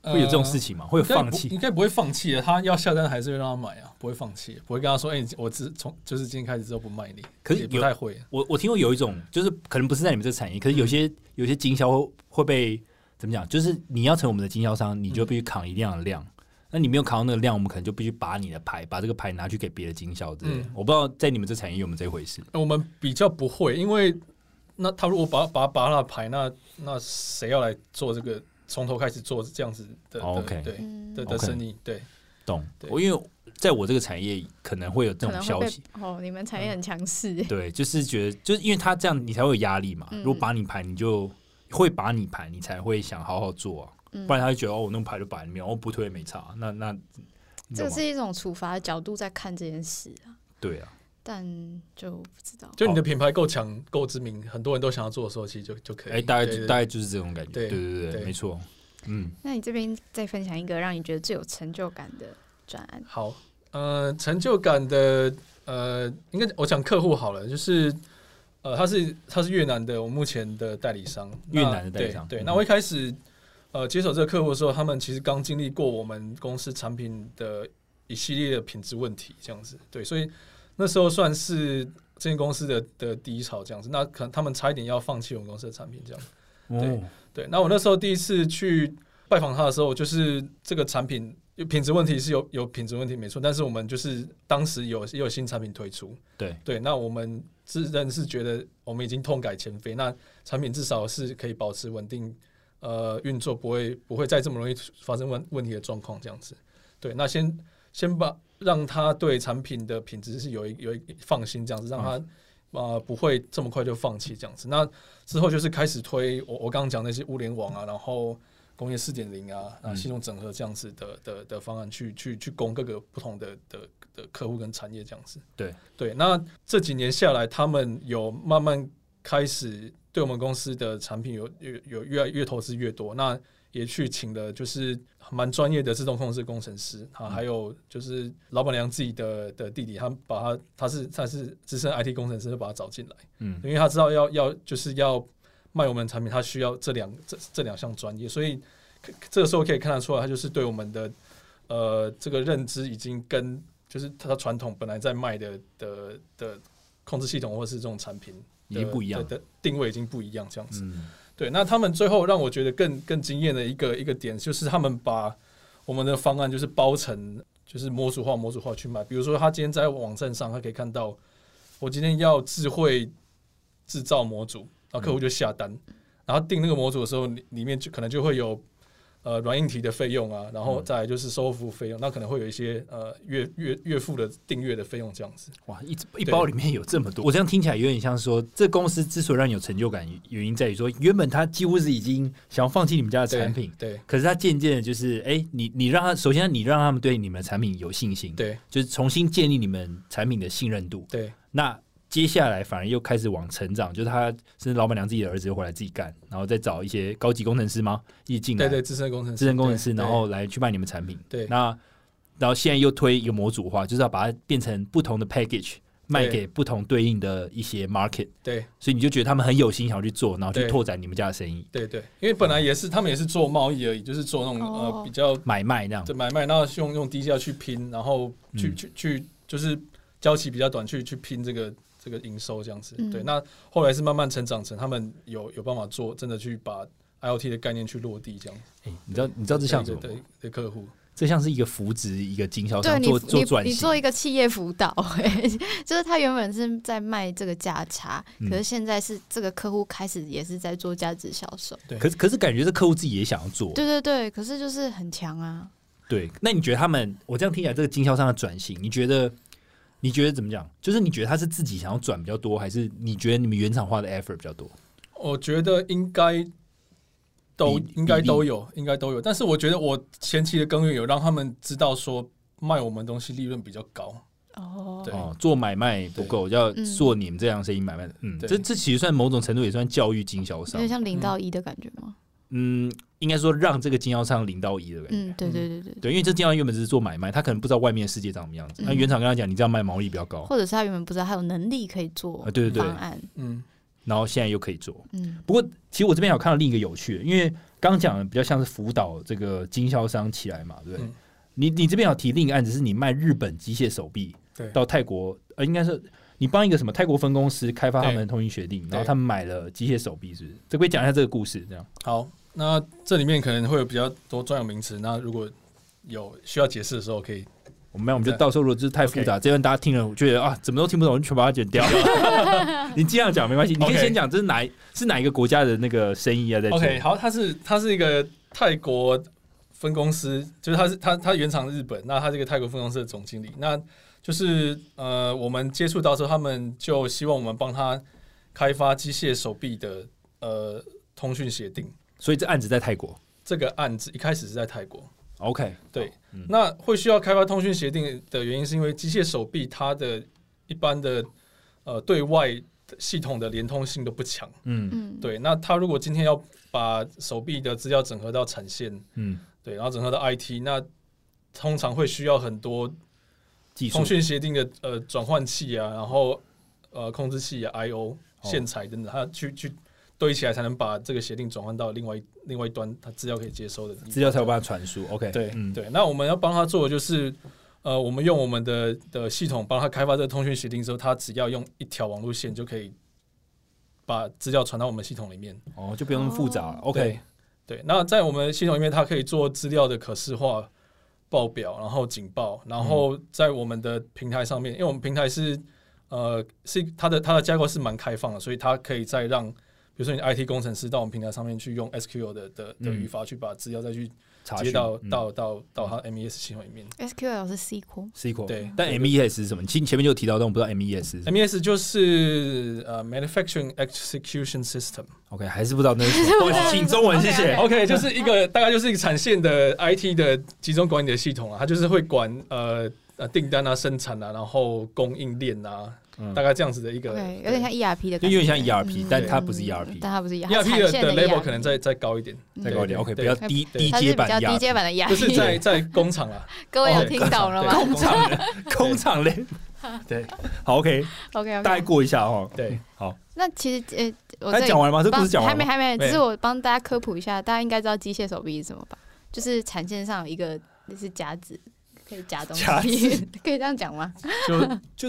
Speaker 2: 会有这种
Speaker 3: 情。
Speaker 2: 事情吗？会有
Speaker 3: 应该
Speaker 2: 放
Speaker 3: 呃不
Speaker 2: 弃
Speaker 3: 应？该不会放弃的。他要下单还是会让他买啊，不会放弃，不会跟他说：“哎、你我只从就是今天开始之后不卖你。”
Speaker 2: 可是
Speaker 3: 也
Speaker 2: 有
Speaker 3: 不太会。
Speaker 2: 我我听过有一种，就是可能不是在你们这产业，可是有
Speaker 3: 嗯
Speaker 2: 些、有些经销会被怎么讲？就是你要成为我们的经销商，
Speaker 3: 嗯
Speaker 2: 你就必须扛一定的量。那你没有扛到那个量，我们可能就必须把你的牌，把这个牌拿去给别的经销之类的。
Speaker 3: 嗯
Speaker 2: 我不知道在你们这产业有没有这回事。
Speaker 3: 我们比较不会，因为那他如果把把把那牌，那那谁要来做这个从头开始做这样子的的
Speaker 2: 哦 OK
Speaker 3: 对
Speaker 1: 嗯，
Speaker 3: 的的
Speaker 2: OK
Speaker 3: 生意？对，
Speaker 2: 懂？
Speaker 3: 对
Speaker 2: 我因为在我这个产业可能会有这
Speaker 1: 可
Speaker 2: 种
Speaker 1: 能
Speaker 2: 消
Speaker 1: 会
Speaker 2: 息嗯
Speaker 1: 被，哦，你们产业很强势。
Speaker 2: 对，就是觉得就是因为他这样，你才会有压力嘛。
Speaker 1: 嗯
Speaker 2: 如果把你牌，你就会把你牌，你才会想好好做啊。
Speaker 1: 嗯
Speaker 2: 不然他会觉得哦，我弄牌就摆里面，我、哦、不推也没差。那那你
Speaker 1: 这
Speaker 2: 懂
Speaker 1: 个
Speaker 2: 吗
Speaker 1: 是一种处罚的角度在看这件事啊，
Speaker 2: 对啊，
Speaker 1: 但就不知道。
Speaker 3: 就你的品牌够强、够知名，很多人都想要做的时候，其实就就可以。
Speaker 2: 哎、大概
Speaker 3: 对
Speaker 2: 就大概就是这种感觉，
Speaker 3: 对
Speaker 2: 对对对，
Speaker 3: 对
Speaker 2: 没错，嗯，
Speaker 1: 那你这边再分享一个让你觉得最有成就感的专案，
Speaker 3: 好，呃，成就感的呃，应该我讲客户好了，就是呃，他是他是越南的，我目前的代理商，那
Speaker 2: 越南的代理商
Speaker 3: 对，
Speaker 2: 嗯
Speaker 3: 对那我一开始呃接手这个客户的时候，他们其实刚经历过我们公司产品的一系列的品质问题，这样子，对，所以那时候算是这间公司的的低潮，这样子，那可能他们差一点要放弃我们公司的产品，这样。
Speaker 2: 哦，
Speaker 3: 对，那我那时候第一次去拜访他的时候，就是这个产品有品质问题是有有品质问题没错，但是我们就是当时有也有新产品推出，
Speaker 2: 对
Speaker 3: 对，那我们自认是觉得我们已经痛改前非，那产品至少是可以保持稳定，呃，运作不会不会再这么容易发生问问题的状况这样子。对，那先先把让他对产品的品质是有一有一放心这样子，让他。啊、不会这么快就放弃这样子。那之后就是开始推我我刚刚讲那些物联网啊，然后工业四点零啊，啊
Speaker 2: 嗯
Speaker 3: 系统整合这样子的的的方案去去去供各个不同的的的客户跟产业这样子。
Speaker 2: 对
Speaker 3: 对，那这几年下来，他们有慢慢开始对我们公司的产品有有有越来越投资越多。那也去请了，就是蛮专业的自动控制工程师，
Speaker 2: 嗯
Speaker 3: 啊，还有就是老板娘自己的的弟弟，他把他他是他是资深 IT 工程师，就把他找进来。
Speaker 2: 嗯
Speaker 3: 因为他知道要要就是要卖我们的产品，他需要这两这这两项专业，所以可这个时候可以看得出来，他就是对我们的呃这个认知已经跟就是他传统本来在卖的的的控制系统或是这种产品
Speaker 2: 已经
Speaker 3: 的
Speaker 2: 不一样
Speaker 3: 的的定位已经不一样这样子。
Speaker 2: 嗯，
Speaker 3: 对，那他们最后让我觉得更更惊艳的一个一个点，就是他们把我们的方案就是包成就是模组化模组化去卖。比如说，他今天在网站上，他可以看到我今天要智慧制造模组，然后
Speaker 2: 嗯
Speaker 3: 客户就下单，然后订那个模组的时候，里里面就可能就会有。呃，软硬体的费用啊，然
Speaker 2: 嗯
Speaker 3: 后再来就是收服务费用，那可能会有一些呃月月月付的订阅的费用这样子。
Speaker 2: 哇，一一包里面有这么多，我这样听起来有点像说，这公司之所以让你有成就感，原因在于说，原本他几乎是已经想要放弃你们家的
Speaker 3: 对
Speaker 2: 产品，
Speaker 3: 对
Speaker 2: 可是他渐渐的，就是哎、你你让他，首先你让他们对你们的产品有信心，，
Speaker 3: 对
Speaker 2: 就是重新建立你们产品的信任度。
Speaker 3: 对
Speaker 2: 那接下来反而又开始往成长，就是他甚至老板娘自己的儿子又回来自己干，然后再找一些高级工程师吗？一起进来，
Speaker 3: 对对，资深工程师，
Speaker 2: 智能工程师，
Speaker 3: 对
Speaker 2: 然后来去卖你们产品。
Speaker 3: 对
Speaker 2: 那然后现在又推一个模组化，就是要把它变成不同的 package 卖给不同对应的一些 market，
Speaker 3: 对
Speaker 2: 所以你就觉得他们很有心想要去做，然后去
Speaker 3: 对
Speaker 2: 拓展你们家的生意，
Speaker 3: 对对，因为本来也是他们也是做贸易而已，就是做那种、
Speaker 1: 哦
Speaker 3: 呃比较
Speaker 2: 买卖那样
Speaker 3: 的。买卖，然后用用低价去拼，然后去、
Speaker 2: 嗯
Speaker 3: 去去就是交期比较短去去拼这个这个营收这样子。
Speaker 1: 嗯
Speaker 3: 对，那后来是慢慢成长成他们有有办法做，真的去把 IOT 的概念去落地这样。
Speaker 2: 哎你知道你知道这像什么吗？
Speaker 3: 对对对客户，
Speaker 2: 这像是一个扶植一个经销
Speaker 1: 对
Speaker 2: 商
Speaker 1: 你
Speaker 2: 做做
Speaker 1: 你
Speaker 2: 转
Speaker 1: 你做
Speaker 2: 型，
Speaker 1: 一个企业辅导、 欸，就是他原本是在卖这个价差，
Speaker 2: 嗯
Speaker 1: 可是现在是这个客户开始也是在做价值销售。
Speaker 3: 对
Speaker 2: 可是可是感觉这客户自己也想要做，
Speaker 1: 对对对，可是就是很强啊。
Speaker 2: 对，那你觉得他们，我这样听起来，这个经销商的转型，你觉得，你觉得怎么讲？就是你觉得他是自己想要转比较多，还是你觉得你们原厂化的 effort 比较多？
Speaker 3: 我觉得应该都
Speaker 2: 比
Speaker 3: 应该
Speaker 2: 比例
Speaker 3: 都有，应该都有。但是我觉得我前期的耕耘有让他们知道说卖我们东西利润比较高。
Speaker 1: 哦，
Speaker 3: 对
Speaker 2: 哦，做买卖不够，要
Speaker 1: 嗯
Speaker 2: 做你们这样生意买卖的，嗯，
Speaker 3: 对
Speaker 2: 这这其实算某种程度也算教育经销
Speaker 1: 有
Speaker 2: 商
Speaker 1: 点，像零到一的感觉吗？
Speaker 2: 嗯，应该说让这个经销商零到一的感觉。
Speaker 1: 嗯，对对对对，
Speaker 2: 对，因为这经销商原本只是做买卖，他可能不知道外面的世界长什么样子。那、
Speaker 1: 嗯
Speaker 2: 原厂跟他讲，你这样卖毛利比较高，
Speaker 1: 或者是他原本不知道他有能力可以做
Speaker 2: 啊对对对
Speaker 1: 方案，
Speaker 3: 嗯，
Speaker 2: 然后现在又可以做。
Speaker 1: 嗯
Speaker 2: 不过，其实我这边有看到另一个有趣的，因为刚讲的比较像是辅导这个经销商起来嘛，对不对？
Speaker 3: 嗯
Speaker 2: 你你这边有提另一个案子，是你卖日本机械手臂
Speaker 3: 对
Speaker 2: 到泰国，呃，应该是你帮一个什么泰国分公司开发他们的通讯协定，然后他们买了机械手臂，是不是？这可不可以讲一下这个故事，这样。
Speaker 3: 好，那这里面可能会有比较多专有名词，那如果有需要解释的时候，可以
Speaker 2: 我们我们就到时候如果就是太复杂，这样大家听了我觉得啊，怎么都听不懂，我就全把它剪 掉。你尽量讲没关系，你可以
Speaker 3: OK
Speaker 2: 先讲这是哪一是哪一个国家的那个生意啊，在做
Speaker 3: OK，好，它是它是一个泰国分公司，就是它是它它原厂日本，那它这个泰国分公司的总经理，那就是呃，我们接触到之后，他们就希望我们帮他开发机械手臂的呃通讯协定。
Speaker 2: 所以这案子在泰国，
Speaker 3: 这个案子一开始是在泰国，
Speaker 2: OK，
Speaker 3: 对，
Speaker 2: 嗯
Speaker 3: 那会需要开发通讯协定的原因，是因为机械手臂它的一般的呃对外系统的连通性都不强。
Speaker 2: 嗯
Speaker 1: 嗯，
Speaker 3: 对，那它如果今天要把手臂的资料整合到产线，
Speaker 2: 嗯，
Speaker 3: 对，然后整合到 IT，那通常会需要很多
Speaker 2: 技术
Speaker 3: 通讯协定的呃转换器啊，然后呃控制器啊、I/O
Speaker 2: 哦
Speaker 3: 线材等等，它去去堆起来才能把这个协定转换到另外一另外一端，它资料可以接收的地方
Speaker 2: 资料才有办法传输。OK，
Speaker 3: 对、
Speaker 2: 嗯，
Speaker 3: 对，那我们要帮他做的就是，呃，我们用我们的的系统帮他开发这个通讯协定之后，他只要用一条网络线就可以把资料传到我们系统里面。
Speaker 2: 哦，就不用那么复杂了。OK，
Speaker 3: 对，那在我们系统里面，它可以做资料的可视化、报表，然后警报，然后
Speaker 2: 嗯
Speaker 3: 在我们的平台上面，因为我们平台是呃是它的它的架构是蛮开放的，所以它可以再让。比如说，你 IT 工程师到我们平台上面去用 SQL 的的的语法去把资料再去
Speaker 2: 嗯查
Speaker 3: 接
Speaker 2: 询
Speaker 3: 到、
Speaker 2: 嗯
Speaker 3: 到到到它 MES 系统里面。
Speaker 1: SQL 是 SQL，
Speaker 2: SQL，
Speaker 3: 对
Speaker 2: 但 MES 是什么？其实前面就有提到，但我不知道 MES 是什么。
Speaker 3: MES 就是呃 Manufacturing Execution System。
Speaker 2: OK，还是不知道那是什么。不 好意思请中文，谢谢。
Speaker 3: OK，就是一个大概就是一个产线的 IT 的集中管理的系统啊，它就是会管呃呃订单啊、生产啊，然后供应链啊，
Speaker 2: 嗯
Speaker 3: 大概这样子的一个。
Speaker 1: 对，有点像 ERP 的感觉，
Speaker 2: 就有点像 ERP，但它不是 E
Speaker 1: 嗯
Speaker 2: ERP
Speaker 1: 但它不是 ERP，它
Speaker 3: ERP
Speaker 1: 是
Speaker 3: 的
Speaker 1: 产线
Speaker 3: level
Speaker 1: ERP
Speaker 3: 可能再再高一点，
Speaker 1: 嗯
Speaker 2: 再高一点。
Speaker 3: 对
Speaker 2: OK，不
Speaker 3: 对
Speaker 2: 要
Speaker 1: 对
Speaker 2: 低
Speaker 3: 对
Speaker 2: 低
Speaker 1: 它是
Speaker 2: 阶
Speaker 1: 比
Speaker 2: 版，E
Speaker 1: 较低
Speaker 2: ERP，
Speaker 1: 阶版的 ERP，
Speaker 3: 就 是在在工厂啊啦，
Speaker 1: 各位有
Speaker 2: 哦
Speaker 1: 听懂了
Speaker 3: 对
Speaker 1: 吗
Speaker 3: 工厂的
Speaker 2: 工厂 嘞。
Speaker 3: 对
Speaker 2: 好 OK，
Speaker 1: ？OK
Speaker 2: 大概
Speaker 1: OK，
Speaker 2: 过一下哦。
Speaker 3: 对，
Speaker 1: 那其实呃，我
Speaker 2: 他
Speaker 1: 这里
Speaker 2: 讲完了吗？这故
Speaker 1: 帮
Speaker 2: 事讲完
Speaker 1: 还
Speaker 2: 了
Speaker 1: 没
Speaker 2: 吗？
Speaker 1: 还没，
Speaker 3: 没
Speaker 1: 只是我帮大家科普一下，大家应该知道机械手臂是什么吧？就是产线上有一个那是夹子，可以夹东西
Speaker 2: 夹，
Speaker 1: 可以这样讲吗？
Speaker 3: 就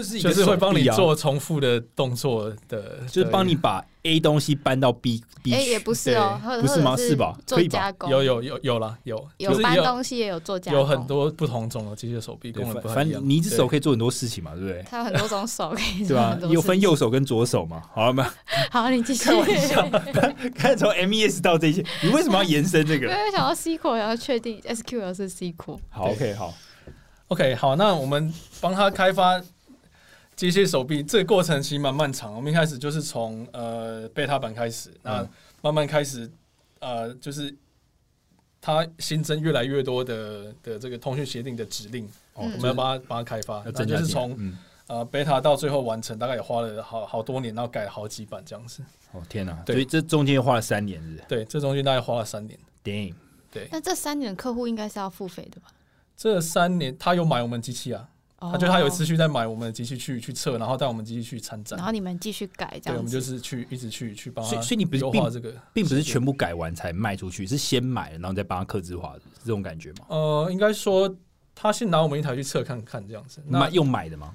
Speaker 2: 就是一个
Speaker 3: 就是会帮你
Speaker 2: 手臂啊，
Speaker 3: 做重复的动作的，
Speaker 2: 就是帮你把 A 东西搬到 B B
Speaker 1: 哎、
Speaker 2: 区
Speaker 1: 也不是哦，
Speaker 3: 对
Speaker 1: 或者
Speaker 2: 不是吗
Speaker 1: 或者
Speaker 2: 是吧
Speaker 1: 做
Speaker 2: 可以吧
Speaker 1: 加工
Speaker 3: 有有有有啦，有
Speaker 1: 有
Speaker 3: 就是
Speaker 1: 搬东西，也有做加工，
Speaker 3: 有很多不同种的机械手臂
Speaker 2: 对
Speaker 3: 功能不
Speaker 2: 反
Speaker 3: 太
Speaker 2: 反
Speaker 3: 一样，
Speaker 2: 正你一只
Speaker 3: 对
Speaker 2: 手可以做很多事情嘛，对不对？
Speaker 1: 它有很多种手可 以
Speaker 2: 对
Speaker 1: 做
Speaker 2: 吧
Speaker 1: 很？多
Speaker 2: 有分
Speaker 1: 事
Speaker 2: 右手跟左手嘛？好了没有？
Speaker 1: 情。好，你继续。
Speaker 2: 开玩笑， 看从 MES 到这些，你为什么要延伸这
Speaker 1: 因
Speaker 2: 个？
Speaker 1: 为想到 SQL，然后确定 SQL 是 SQL。
Speaker 2: 好 OK，好，
Speaker 3: OK，好，那我们帮他开发机械手臂，这个过程其实蛮漫长。我们一开始就是从呃贝塔版开始，
Speaker 2: 嗯
Speaker 3: 那慢慢开始呃，就是它新增越来越多的的这个通讯协定的指令，
Speaker 2: 哦
Speaker 1: 嗯
Speaker 3: 我们要帮它帮它开发，
Speaker 2: 要
Speaker 3: 那
Speaker 2: 增
Speaker 3: 就
Speaker 2: 加
Speaker 3: 是
Speaker 2: 进来
Speaker 3: 从
Speaker 2: 嗯，
Speaker 3: 呃贝塔到最后完成，大概也花了好好多年，然后改了好几版这样子。
Speaker 2: 哦天哪，
Speaker 3: 对
Speaker 2: 所以这中间又花了三年，是不是
Speaker 3: 对，这中间大概花了三年。
Speaker 2: ？Damn，
Speaker 3: 对，
Speaker 1: 那这三年客户应该是要付费的吧？
Speaker 3: 这三年他有买我们机器啊，
Speaker 1: 哦
Speaker 3: 他就他有持续在买我们的机器去去测，然后带我们机器去参展
Speaker 1: 然。后你们继续改这
Speaker 3: 对，我
Speaker 1: 样
Speaker 3: 们就
Speaker 1: 子。
Speaker 3: 是去一直去去帮他，
Speaker 2: 所以所以你不是
Speaker 3: 优
Speaker 2: 并
Speaker 3: 化这个，
Speaker 2: 并不是全部改完才卖出去，是先买了然后再帮他刻字化，是这种感觉吗？
Speaker 3: 呃，应该说他先拿我们一台去测看看这样子。那
Speaker 2: 买用买的吗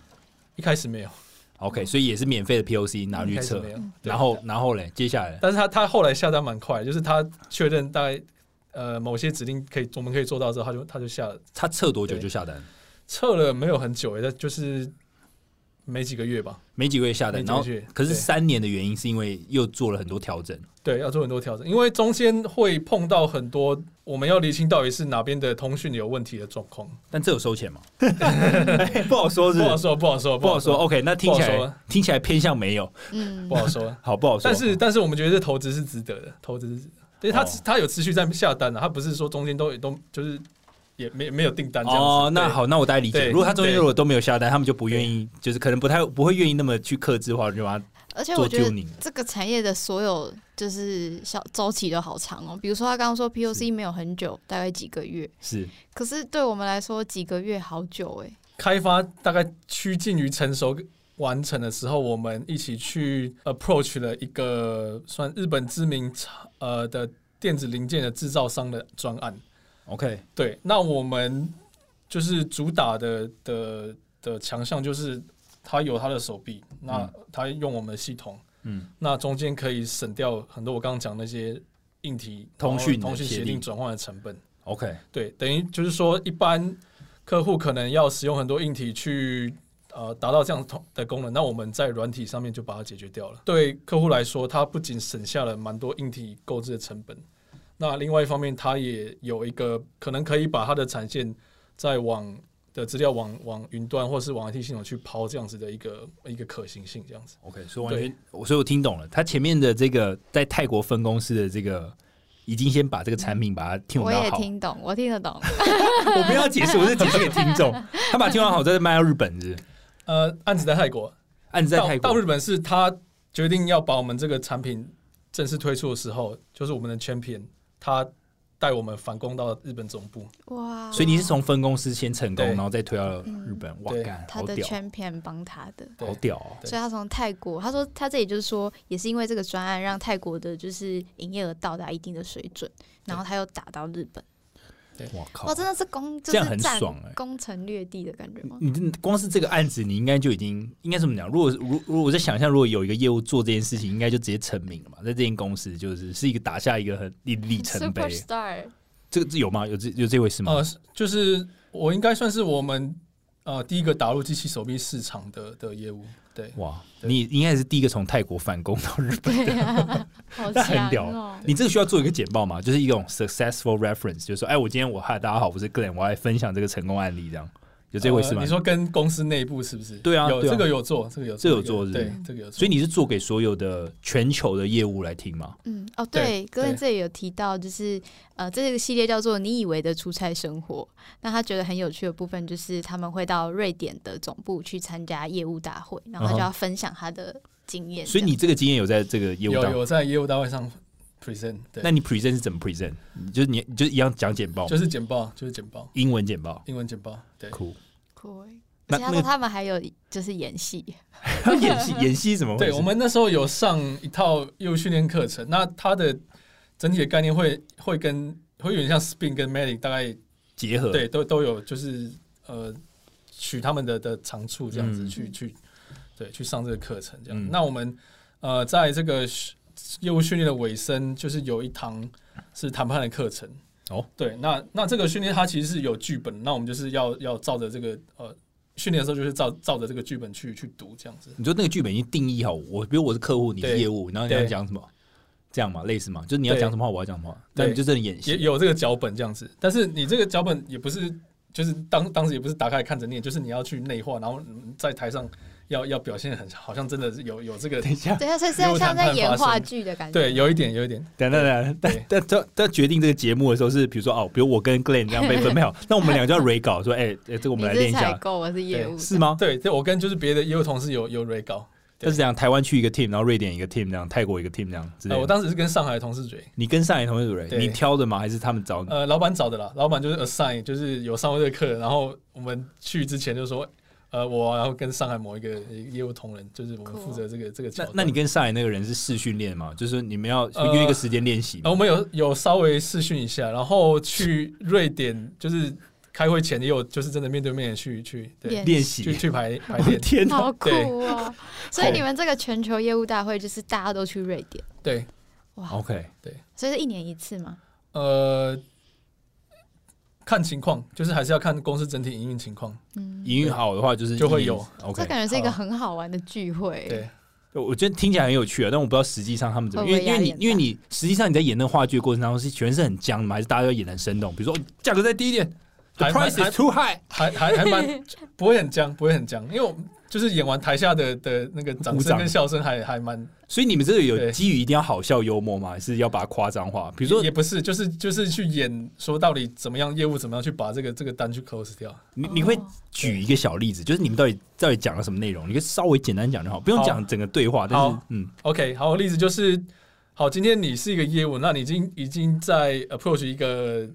Speaker 3: 一开始没有，
Speaker 2: ？OK，所以也是免费的 POC 拿
Speaker 3: 一
Speaker 2: 去
Speaker 3: 嗯开始
Speaker 2: 测
Speaker 3: 没，有，对
Speaker 2: 然后然后嘞，接下来
Speaker 3: 但是他他后来下单蛮快，就是他确认大概呃某些指令可以我们可以做到之后，他就他就下了
Speaker 2: 他测多久
Speaker 3: 对
Speaker 2: 就下单？
Speaker 3: 测了没有很久，但就是没几个月吧。
Speaker 2: 没几个月下单，
Speaker 3: 没几
Speaker 2: 然
Speaker 3: 个
Speaker 2: 后
Speaker 3: 月
Speaker 2: 可是
Speaker 3: 对
Speaker 2: 三年的原因是因为又做了很多调整，
Speaker 3: 对，要做很多调整，因为中间会碰到很多我们要厘清到底是哪边的通讯有问题的状况，
Speaker 2: 但这有收 钱吗？哎不好说，是
Speaker 3: 不好
Speaker 2: 不是
Speaker 3: 说，不好说，
Speaker 2: 不好说。OK，那听起
Speaker 3: 不好
Speaker 2: 来
Speaker 3: 说
Speaker 2: 听起来偏向没有，
Speaker 1: 嗯
Speaker 3: 不，好说。
Speaker 2: 好不好说？
Speaker 3: 但是但是我们觉得这投资是值得的，投资是值得的，因为他、
Speaker 2: 哦
Speaker 3: 他有持续在下单的、啊他不是说中间都都就是也没没有订单这样子。
Speaker 2: 哦，那
Speaker 3: 对，
Speaker 2: 好，那我大概理解。
Speaker 3: 对
Speaker 2: 如果他中间
Speaker 3: 对
Speaker 2: 如果都没有下单，他们就不愿意，就是可能不太不会愿意那么去克制化，就把它
Speaker 1: 而且我
Speaker 2: 做
Speaker 1: 觉得
Speaker 2: tuning。
Speaker 1: 这个产业的所有就是小周期都好长哦。比如说他刚刚说 POC 没有很久，大概几个月，
Speaker 2: 是
Speaker 1: 可是对我们来说几个月好久哎、
Speaker 3: 开发大概趋近于成熟完成的时候，我们一起去 approach 了一个算日本知名呃的电子零件的制造商的专案。
Speaker 2: OK，
Speaker 3: 对，那我们就是主打的的的强项就是它有它的手臂，那
Speaker 2: 嗯
Speaker 3: 它用我们的系统。
Speaker 2: 嗯，
Speaker 3: 那中间可以省掉很多我刚刚讲那些硬体
Speaker 2: 通讯的
Speaker 3: 通讯
Speaker 2: 协
Speaker 3: 协
Speaker 2: 定
Speaker 3: 定转换的成本。
Speaker 2: ，OK，
Speaker 3: 对，等于就是说，一般客户可能要使用很多硬体去呃达到这样同的功能，那我们在软体上面就把它解决掉了。对客户来说，它不仅省下了蛮多硬体购置的成本，那另外一方面，它也有一个可能可以把它的产线再往的资料往往云端或是往 IT 系统去抛这样子的一个一个可行性，这样子。
Speaker 2: OK，所以完全，我所以我听懂了。他前面的这个在泰国分公司的这个已经先把这个产品把它听
Speaker 1: 嗯我
Speaker 2: 完
Speaker 1: 也
Speaker 2: 好。
Speaker 1: 听懂，我听得 懂。
Speaker 2: 我不要解释，我是解释给听 众。他把听完好再卖到日本是不是
Speaker 3: 呃，案子在泰国，
Speaker 2: 案子在泰
Speaker 3: 到到
Speaker 2: 国
Speaker 3: 日本是他决定要把我们这个产品正式推出的时候，就是我们的 champion 他带我们反攻到日本总部，
Speaker 1: 哇！
Speaker 2: 所以你是从分公司先成功，
Speaker 3: 对
Speaker 2: 然后再推到日本。哇，
Speaker 3: 对
Speaker 2: 干
Speaker 1: 嗯他
Speaker 2: 好
Speaker 1: 的
Speaker 2: 屌，哦
Speaker 1: 圈片帮他的，
Speaker 3: 对
Speaker 2: 好屌哦！
Speaker 3: 对
Speaker 1: 所以他从泰国，他说他这里就是说，也是因为这个专案让泰国的就是营业额到达一定的水准，然后他又打到日本，
Speaker 2: 哇靠
Speaker 1: 哇，！真的是攻，就
Speaker 2: 哦这样
Speaker 1: 是
Speaker 2: 很
Speaker 1: 占
Speaker 2: 爽欸
Speaker 1: 攻城略地的感觉吗？
Speaker 2: 你真的光是这个案子，你应该就已经应该怎么讲？如果如如果我在想象，如果有一个业务做这件事情，应该就直接成名了嘛。在这间公司，就是是一个打下一个很里里程碑
Speaker 1: Super。Star，
Speaker 2: 这个这有吗？有这有这回事吗？
Speaker 3: 呃，就是我应该算是我们呃第一个打入机器手臂市场的的业务，对，
Speaker 2: 哇，
Speaker 3: 对
Speaker 2: 你应该是第一个从泰国反攻到日本。
Speaker 1: 对啊，好
Speaker 2: 那很
Speaker 1: 强
Speaker 2: 屌欸
Speaker 1: 哦！
Speaker 2: 你这个需要做一个简报嘛？就是一种 successful reference，就是说，哎，我今天我嗨，大家好，我是 Glenn，我来分享这个成功案例，这样有这回事
Speaker 3: 呃
Speaker 2: 吗？
Speaker 3: 你说跟公司内部是不是？
Speaker 2: 对啊
Speaker 3: 有
Speaker 2: 对啊
Speaker 3: 这个有做，这个有
Speaker 2: 这有做是不是
Speaker 3: 对，这个有做。
Speaker 2: 所以你是做给所有的全球的业务来听吗？
Speaker 1: 嗯，哦，
Speaker 3: 对
Speaker 1: 对，哥
Speaker 3: 对
Speaker 1: 伦这里有提到，就是呃，这个系列叫做“你以为的出差生活”。那他觉得很有趣的部分就是他们会到瑞典的总部去参加业务大会，然后他就
Speaker 2: 嗯哼
Speaker 1: 要分享他的经验。
Speaker 2: 所以你这个经验有在这个业务
Speaker 3: 有
Speaker 2: 当中？
Speaker 3: 有在业务单位上 present，对，
Speaker 2: 那你 present 是怎么 present？你就是你就是一样讲简报吗，
Speaker 3: 就是简报，就是简报，
Speaker 2: 英文简报，
Speaker 3: 英文简报，对，
Speaker 2: 酷。
Speaker 1: 酷欸，
Speaker 2: 那
Speaker 1: 而且他
Speaker 2: 那
Speaker 1: 说
Speaker 2: 个
Speaker 1: 他们还有就是演戏，
Speaker 2: 演戏演戏怎么回事？
Speaker 3: 对我们那时候有上一套业务训练课程，那它的整体的概念会会跟会有点像 spin 跟 medic，大概
Speaker 2: 结合
Speaker 3: 对都都有，就是呃取他们的的长处这样子
Speaker 2: 嗯
Speaker 3: 去、去对去上这个课程这样。
Speaker 2: 嗯
Speaker 3: 那我们呃在这个训业务训练的尾声，就是有一堂是谈判的课程。
Speaker 2: 哦，
Speaker 3: 对，那那这个训练它其实是有剧本，那我们就是要要照着这个呃训练的时候就是照照着这个剧本去去读这样子。
Speaker 2: 你说那个剧本已经定义好，我比如我是客户，你是
Speaker 3: 对
Speaker 2: 业务，然后你要
Speaker 3: 对
Speaker 2: 讲什么，这样嘛，类似嘛，就是你要
Speaker 3: 对
Speaker 2: 讲什么话，我要讲什么话，那你就真的演
Speaker 3: 也
Speaker 2: 戏。
Speaker 3: 有这个脚本这样子，但是你这个脚本也不是，就是当当时也不是打开看着念，就是你要去内化，然后嗯在台上要要表现得很好像真的是有有这个，
Speaker 2: 等一下，
Speaker 1: 对啊，所以是在
Speaker 3: 业务
Speaker 1: 像
Speaker 3: 谈
Speaker 1: 在
Speaker 3: 判发
Speaker 1: 演话
Speaker 3: 生
Speaker 1: 剧的感觉。
Speaker 3: 对，有一点有一点，
Speaker 2: 等等等，但
Speaker 3: 对
Speaker 2: 但但但决定这个节目的时候是，比如说哦，比如我跟 Glenn 这样被分 配好，那我们两个就要 re 稿，说哎，哎这个我
Speaker 1: 你
Speaker 2: 们来
Speaker 1: 这
Speaker 2: 练一
Speaker 1: 是采
Speaker 2: 下，
Speaker 1: 购，我是业
Speaker 3: 对
Speaker 1: 务，
Speaker 2: 是吗？
Speaker 3: 对，对我跟就是别的业务同事有有 re 稿，对
Speaker 2: 但是这样，台湾去一个 team，然后瑞典一个 team，这样泰国一个 team 这样之
Speaker 3: 呃，
Speaker 2: 类
Speaker 3: 我
Speaker 2: 的。
Speaker 3: 当时是跟上海的同事 re，
Speaker 2: 你跟上一同事 re，
Speaker 3: 对
Speaker 2: 你挑的吗？还是他们找你？
Speaker 3: 呃，老板找的啦，老板就是 assign，就是有上过这个课，然后我们去之前就说，呃，我然后跟上海某一个业务同仁，就是我们
Speaker 1: Cool
Speaker 3: 负责这个这个桥
Speaker 2: 那
Speaker 3: 段。
Speaker 2: 那你跟上海那个人是试训练吗？就是你们要约一个时间练习
Speaker 3: 呃，
Speaker 2: 吗
Speaker 3: 我们有有稍微试训一下，然后去瑞典，就是开会前也有，就是真的面对面地去去对，
Speaker 1: Yeah
Speaker 2: 练
Speaker 3: 去
Speaker 2: 习。
Speaker 3: 去排排
Speaker 2: 我的
Speaker 3: 练，
Speaker 2: 天哪！
Speaker 1: 好酷
Speaker 3: 对
Speaker 1: 哦！所以你们这个全球业务大会就是大家都去瑞典，
Speaker 3: 对，
Speaker 1: 哇，
Speaker 2: OK，
Speaker 1: 所以是一年一次吗？
Speaker 3: 呃，看情况，就是还是要看公司整体营运情况，
Speaker 1: 嗯，
Speaker 2: 营运好的话就是
Speaker 3: 就会有。
Speaker 2: OK，
Speaker 1: 这感觉是一个
Speaker 3: 好
Speaker 1: 很好玩的聚会。
Speaker 3: 对，
Speaker 2: 我觉得听起来很有趣啊，但我不知道实际上他们怎么，因
Speaker 1: 会
Speaker 2: 为
Speaker 1: 不会
Speaker 2: 因为
Speaker 1: 压力
Speaker 2: 你
Speaker 1: 很大
Speaker 2: 因为你实际上你在演那个话剧的过程当中是全是很僵的嘛，还是大家要演得很生动？比如说哦价格再低一点，the
Speaker 3: 还还
Speaker 2: price is too high，
Speaker 3: 还还还 蛮不会很僵，不会很僵，因为我们就是演完台下的的那个掌
Speaker 2: 鼓
Speaker 3: 声
Speaker 2: 掌
Speaker 3: 跟笑声还还蛮，
Speaker 2: 所以你们这个有
Speaker 3: 对
Speaker 2: 基于一定要好笑幽默吗？还是要把它夸张化？比如说
Speaker 3: 也不是，就是就是去演说到底怎么样业务怎么样去把这个这个单去 close 掉，
Speaker 2: 你
Speaker 1: 哦
Speaker 2: 你会举一个小例子，就是你们到底到底讲了什么内容？你可以稍微简单讲就好，不用
Speaker 3: 好
Speaker 2: 讲整个对话，但是
Speaker 3: 好
Speaker 2: 嗯
Speaker 3: OK，好，例子就是，好，今天你是一个业务，那你已经已经在 approach 一个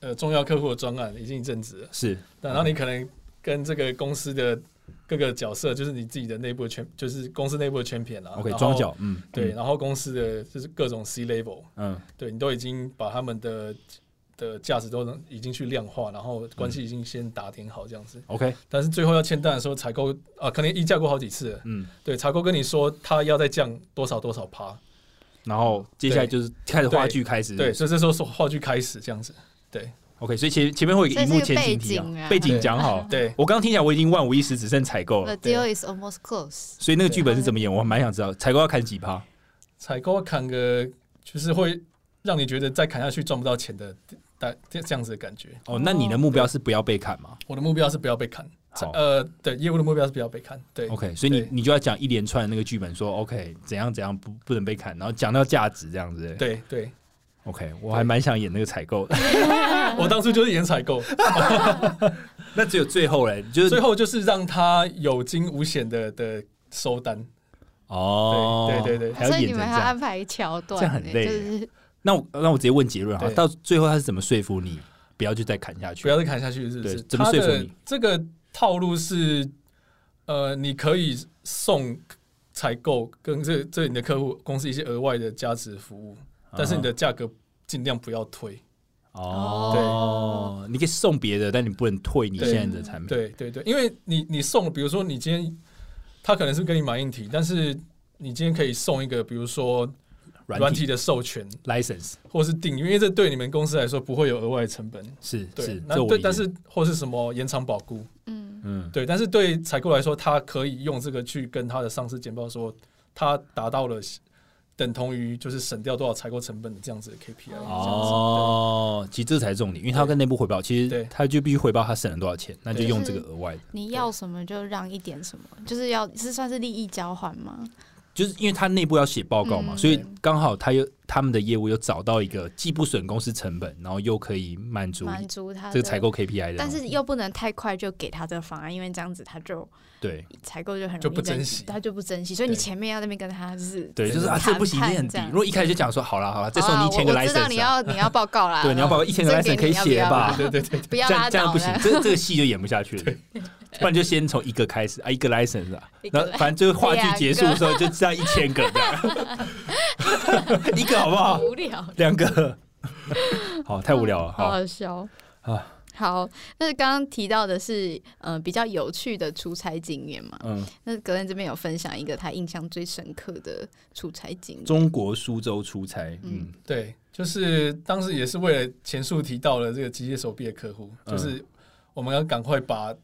Speaker 3: 呃重要客户的专案已经一阵子了，
Speaker 2: 是
Speaker 3: 那然后你可能跟这个公司的各个角色，就是你自己的内部的圈，就是公司内部的圈片啊
Speaker 2: OK
Speaker 3: 然后
Speaker 2: 装脚嗯
Speaker 3: 对，然后公司的就是各种 C level，
Speaker 2: 嗯
Speaker 3: 对你都已经把他们的的价值都能已经去量化，然后关
Speaker 2: 嗯
Speaker 3: 系已经先打点好这样子，
Speaker 2: OK
Speaker 3: 但是最后要签单的时候，采购啊，可能议价过好几次了，
Speaker 2: 嗯，
Speaker 3: 对，采购跟你说他要再降多少多少趴，
Speaker 2: 然后接下来就是开始话剧开始
Speaker 3: 对，所以这时候说话剧开始这样子，
Speaker 2: OK，所以前前面会有一
Speaker 1: 所以
Speaker 2: 个荧
Speaker 1: 是
Speaker 2: 幕
Speaker 1: 个
Speaker 2: 前
Speaker 1: 背
Speaker 2: 情提要
Speaker 1: 景啊
Speaker 2: 背景讲好。
Speaker 3: 对，
Speaker 2: 我刚听起来我已经万无一失，只剩采购了
Speaker 1: The。deal is almost close。
Speaker 2: 所以那个剧本是怎么演，我还蛮想知道。采购要砍几趴？
Speaker 3: 采购砍个就是会让你觉得再砍下去赚不到钱的，大这这样子的感觉。
Speaker 2: 哦，那你的目标是不要被砍嘛
Speaker 3: 我的目标是不要被砍，
Speaker 2: 好
Speaker 3: 呃，对，业务的目标是不要被砍，对
Speaker 2: ？OK，所以你
Speaker 3: 对
Speaker 2: 你就要讲一连串的那个剧本，说 OK 怎样怎样不不能被砍，然后讲到价值这样子。
Speaker 3: 对对，
Speaker 2: OK，我还蛮想演那个采购的。
Speaker 3: 我当初就是演采购，
Speaker 2: 那只有最后嘞，就是
Speaker 3: 最后就是让他有惊无险的的收单。
Speaker 2: 哦，
Speaker 3: 对对对对
Speaker 2: 还
Speaker 1: 所
Speaker 2: 要
Speaker 1: 以
Speaker 2: 演
Speaker 1: 你
Speaker 2: 成
Speaker 1: 们
Speaker 2: 这
Speaker 1: 还要
Speaker 2: 样。
Speaker 1: 安排桥段欸，
Speaker 2: 这样很累
Speaker 1: 就
Speaker 2: 欸
Speaker 1: 是
Speaker 2: 那我那我直接问结论啊，
Speaker 3: 对
Speaker 2: 到最后他是怎么说服你不要去再砍下去？
Speaker 3: 不要再砍下去，是不
Speaker 2: 对
Speaker 3: 是？
Speaker 2: 怎么说服
Speaker 3: 他的
Speaker 2: 你
Speaker 3: 这个套路是，呃，你可以送采购跟这这你的客户公司一些额外的价值服务，
Speaker 2: 啊，
Speaker 3: 但是你的价格尽量不要推。
Speaker 2: 哦，你可以送别的，但你不能退你
Speaker 3: 对
Speaker 2: 现在的产品。
Speaker 3: 对对对，因为你你送，比如说你今天他可能是跟你买硬体，但是你今天可以送一个，比如说软
Speaker 2: 软
Speaker 3: 体的授权
Speaker 2: license
Speaker 3: 或是订阅，因为这对你们公司来说不会有额外的成本。
Speaker 2: 是
Speaker 3: 对
Speaker 2: 是，，
Speaker 3: 那
Speaker 2: 这我
Speaker 3: 对，
Speaker 2: 理解
Speaker 3: 但是或是什么延长保固，
Speaker 1: 嗯，
Speaker 2: 嗯
Speaker 3: 对，但是对采购来说，他可以用这个去跟他的上司简报说，他达到了等同于就是省掉多少采购成本的这样子的 KPI。哦，
Speaker 2: 哦，其实这才是重点，因为他要跟内部汇报，其实
Speaker 3: 对
Speaker 2: 他就必须汇报他省了多少钱，那就
Speaker 3: 对
Speaker 2: 用这个额外的，
Speaker 1: 你要什么就让一点什么，就是要是算是利益交换吗？
Speaker 2: 就是因为他内部要写报告嘛，
Speaker 1: 嗯
Speaker 2: 所以
Speaker 3: 对
Speaker 2: 刚好他又他们的业务又找到一个既不损公司成本，然后又可以满足
Speaker 1: 满足他
Speaker 2: 这
Speaker 1: 的
Speaker 2: 个采购 KPI 的，
Speaker 1: 但是又不能太快就给他这个方案，因为这样子他就
Speaker 2: 对
Speaker 1: 采购就很容易
Speaker 3: 就不
Speaker 1: 跟
Speaker 3: 珍惜
Speaker 1: 他就不珍惜，所以你
Speaker 3: 对
Speaker 1: 前面要那边跟他就是
Speaker 2: 对，就是
Speaker 1: 谈
Speaker 2: 啊，这不行，
Speaker 1: 判
Speaker 2: 这很低
Speaker 1: 样。
Speaker 2: 如果一开始就讲说好啦好啦，再送
Speaker 1: 好啦
Speaker 2: 你一千个
Speaker 1: 我我知道
Speaker 2: license，
Speaker 1: 你
Speaker 2: 啊
Speaker 1: 要你要报告啦，嗯
Speaker 2: 对，你要把我一千个
Speaker 1: 这给
Speaker 2: license
Speaker 1: 你
Speaker 2: 可以
Speaker 1: 要不
Speaker 2: 写
Speaker 1: 要
Speaker 2: 吧？
Speaker 3: 对对对，
Speaker 1: 不要
Speaker 2: 这
Speaker 1: 拉
Speaker 2: 样这样
Speaker 1: 倒
Speaker 2: 不行
Speaker 1: 了，，
Speaker 2: 这这个戏就演不下去了，不然就先从一个开始啊，一个 license 啊
Speaker 1: 一，个
Speaker 2: 然后反正就是话剧结束的时候就知道一千个这样， 一个好不 哦好？
Speaker 1: 无聊，
Speaker 2: 两 个，好，太无聊了，
Speaker 1: 好
Speaker 2: 好，
Speaker 1: 好笑
Speaker 2: 啊
Speaker 1: 好，那刚刚提到的是，呃，比较有趣的出差经验嘛。
Speaker 2: 嗯，
Speaker 1: 那格伦这边有分享一个他印象最深刻的出差经验，
Speaker 2: 中国苏州出差，嗯，
Speaker 3: 对，就是当时也是为了前述提到了这个机械手臂的客户，
Speaker 2: 嗯
Speaker 3: 就是我们要赶快把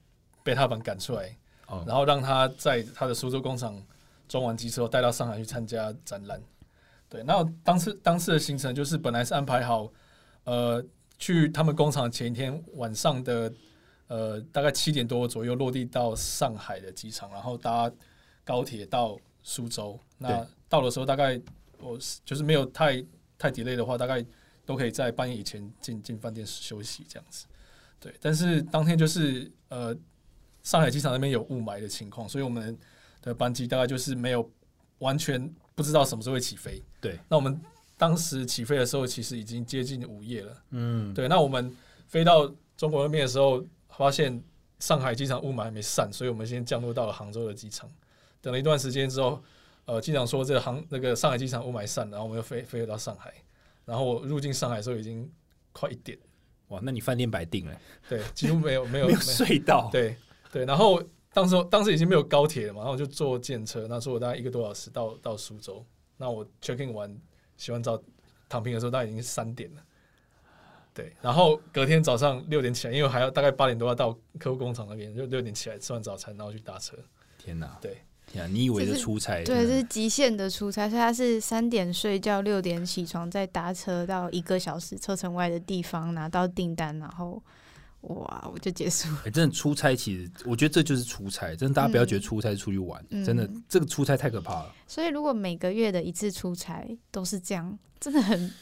Speaker 3: 贝塔版赶出来，
Speaker 2: 哦，
Speaker 3: 然后让他在他的苏州工厂装完机之后，带到上海去参加展览。对，那当时当时的行程就是本来是安排好，呃，去他们工厂前一天晚上的，呃，大概七点多左右落地到上海的机场，然后搭高铁到苏州。
Speaker 2: 对
Speaker 3: 那到的时候大概我是就是没有太太 delay 的话，大概都可以在半夜以前进进饭店休息这样子。对，但是当天就是呃，上海机场那边有雾霾的情况，所以我们的班机大概就是没有完全不知道什么时候会起飞。
Speaker 2: 对，
Speaker 3: 那我们当时起飞的时候，其实已经接近午夜了。
Speaker 2: 嗯，
Speaker 3: 对，那我们飞到中国那边的时候，发现上海机场雾霾还没散，所以我们先降落到了杭州的机场。等了一段时间之后，呃，机长说这个杭那个上海机场雾霾散了，然后我们又飞飞回到上海。然后我入境上海的时候已经快一点，
Speaker 2: 哇，那你饭店白订了，
Speaker 3: 对，几乎没有没有
Speaker 2: 没有睡到，
Speaker 3: 对对，然后当时当时已经没有高铁了嘛，然后我就坐电车，那坐我大概一个多小时到到苏州。那我 check in 完洗完澡躺平的时候，大概已经三点了。对，然后隔天早上六点起来，因为我还要大概八点多要到客户工厂那边，就六点起来吃完早餐，然后去搭车。
Speaker 2: 天哪，
Speaker 3: 对
Speaker 2: 天哪，你以为
Speaker 1: 这
Speaker 2: 是
Speaker 1: 是
Speaker 2: 出差，
Speaker 1: 对，这是极限的出差，所以他是三点睡觉，六点起床，再搭车到一个小时车程外的地方拿到订单，然后哇，我就结束了。
Speaker 2: 哎、真的出差，其实我觉得这就是出差。真的，大家不要觉得出差是出去玩，
Speaker 1: 嗯
Speaker 2: 真的这个出差太可怕了。
Speaker 1: 所以如果每个月的一次出差都是这样，真的很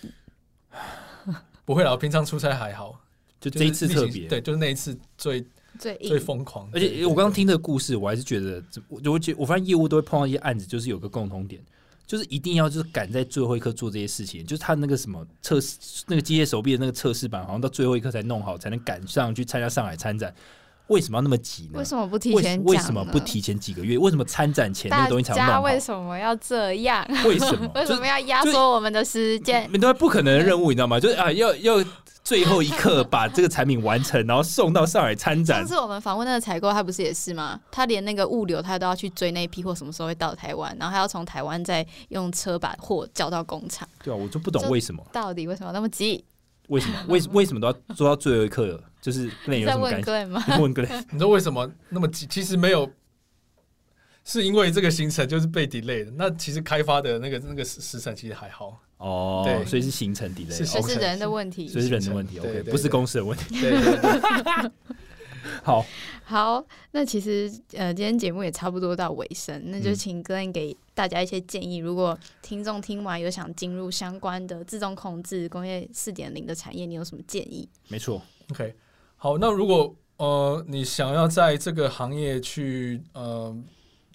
Speaker 3: 不会啦，我平常出差还好，
Speaker 2: 就
Speaker 3: 就
Speaker 2: 这一
Speaker 3: 是
Speaker 2: 次
Speaker 3: 疫
Speaker 2: 特
Speaker 3: 情
Speaker 2: 别，
Speaker 3: 对，就是那一次最
Speaker 1: 最硬
Speaker 3: 最疯狂。
Speaker 2: 而
Speaker 3: 对
Speaker 2: 且
Speaker 3: 对
Speaker 2: 我刚刚
Speaker 3: 对
Speaker 2: 听这个故事，我还是觉得，我我觉我发现业务都会碰到一些案子，就是有个共同点，就是一定要就是赶在最后一刻做这些事情，就是他那个什么测试那个机械手臂的那个测试版，好像到最后一刻才弄好，才能赶上去参加上海参展。为什么要那么急呢？
Speaker 1: 为什么不提
Speaker 2: 为
Speaker 1: 前讲？
Speaker 2: 为什么不？提前几个月？为什么参展前那
Speaker 1: 大
Speaker 2: 个东西才要
Speaker 1: 家
Speaker 2: 弄好？
Speaker 1: 为什么要这样？
Speaker 2: 为什么？ 嗯
Speaker 1: 为
Speaker 2: 就是
Speaker 1: 什么要压
Speaker 2: 就是
Speaker 1: 缩我们的时间？
Speaker 2: 那都不可能的任务，你知道吗？就是啊，要要最后一刻把这个产品完成，然后送到上海参
Speaker 1: 上
Speaker 2: 展。
Speaker 1: 次我们访问那个采购，他不是也是吗？他连那个物流他都要去追那一批货什么时候会到台湾，然后他要从台湾再用车把货叫到工厂。
Speaker 2: 对啊，我就不懂为什么，
Speaker 1: 到底为什么那么急？
Speaker 2: 为什么，为为什么都要做到最后一刻了？ 就是那有
Speaker 1: 在
Speaker 2: 什么
Speaker 1: 问
Speaker 2: 感觉？
Speaker 1: Glen 吗？
Speaker 2: 问个人，
Speaker 3: 你知道为什么那么急？其实没有，是因为这个行程就是被 delay 的。那其实开发的那个那个时时辰其实还好，
Speaker 2: 哦，
Speaker 3: 对
Speaker 2: 所以是行程 delay，
Speaker 3: 是
Speaker 1: 这
Speaker 2: OK，
Speaker 1: 是人的问
Speaker 2: 哦所
Speaker 1: 题。
Speaker 2: 以是人的问题
Speaker 3: 对
Speaker 2: ，OK，
Speaker 3: 对对
Speaker 2: 不是公司的问题。
Speaker 3: 对对对
Speaker 2: 好，
Speaker 1: 好，那其实呃，今天节目也差不多到尾声，那就
Speaker 2: 嗯
Speaker 1: 请哥恩给大家一些建议。如果听众听完有想进入相关的自动控制工业四点零的产业，你有什么建议？
Speaker 2: 没错，
Speaker 3: OK，好，那如果呃你想要在这个行业去呃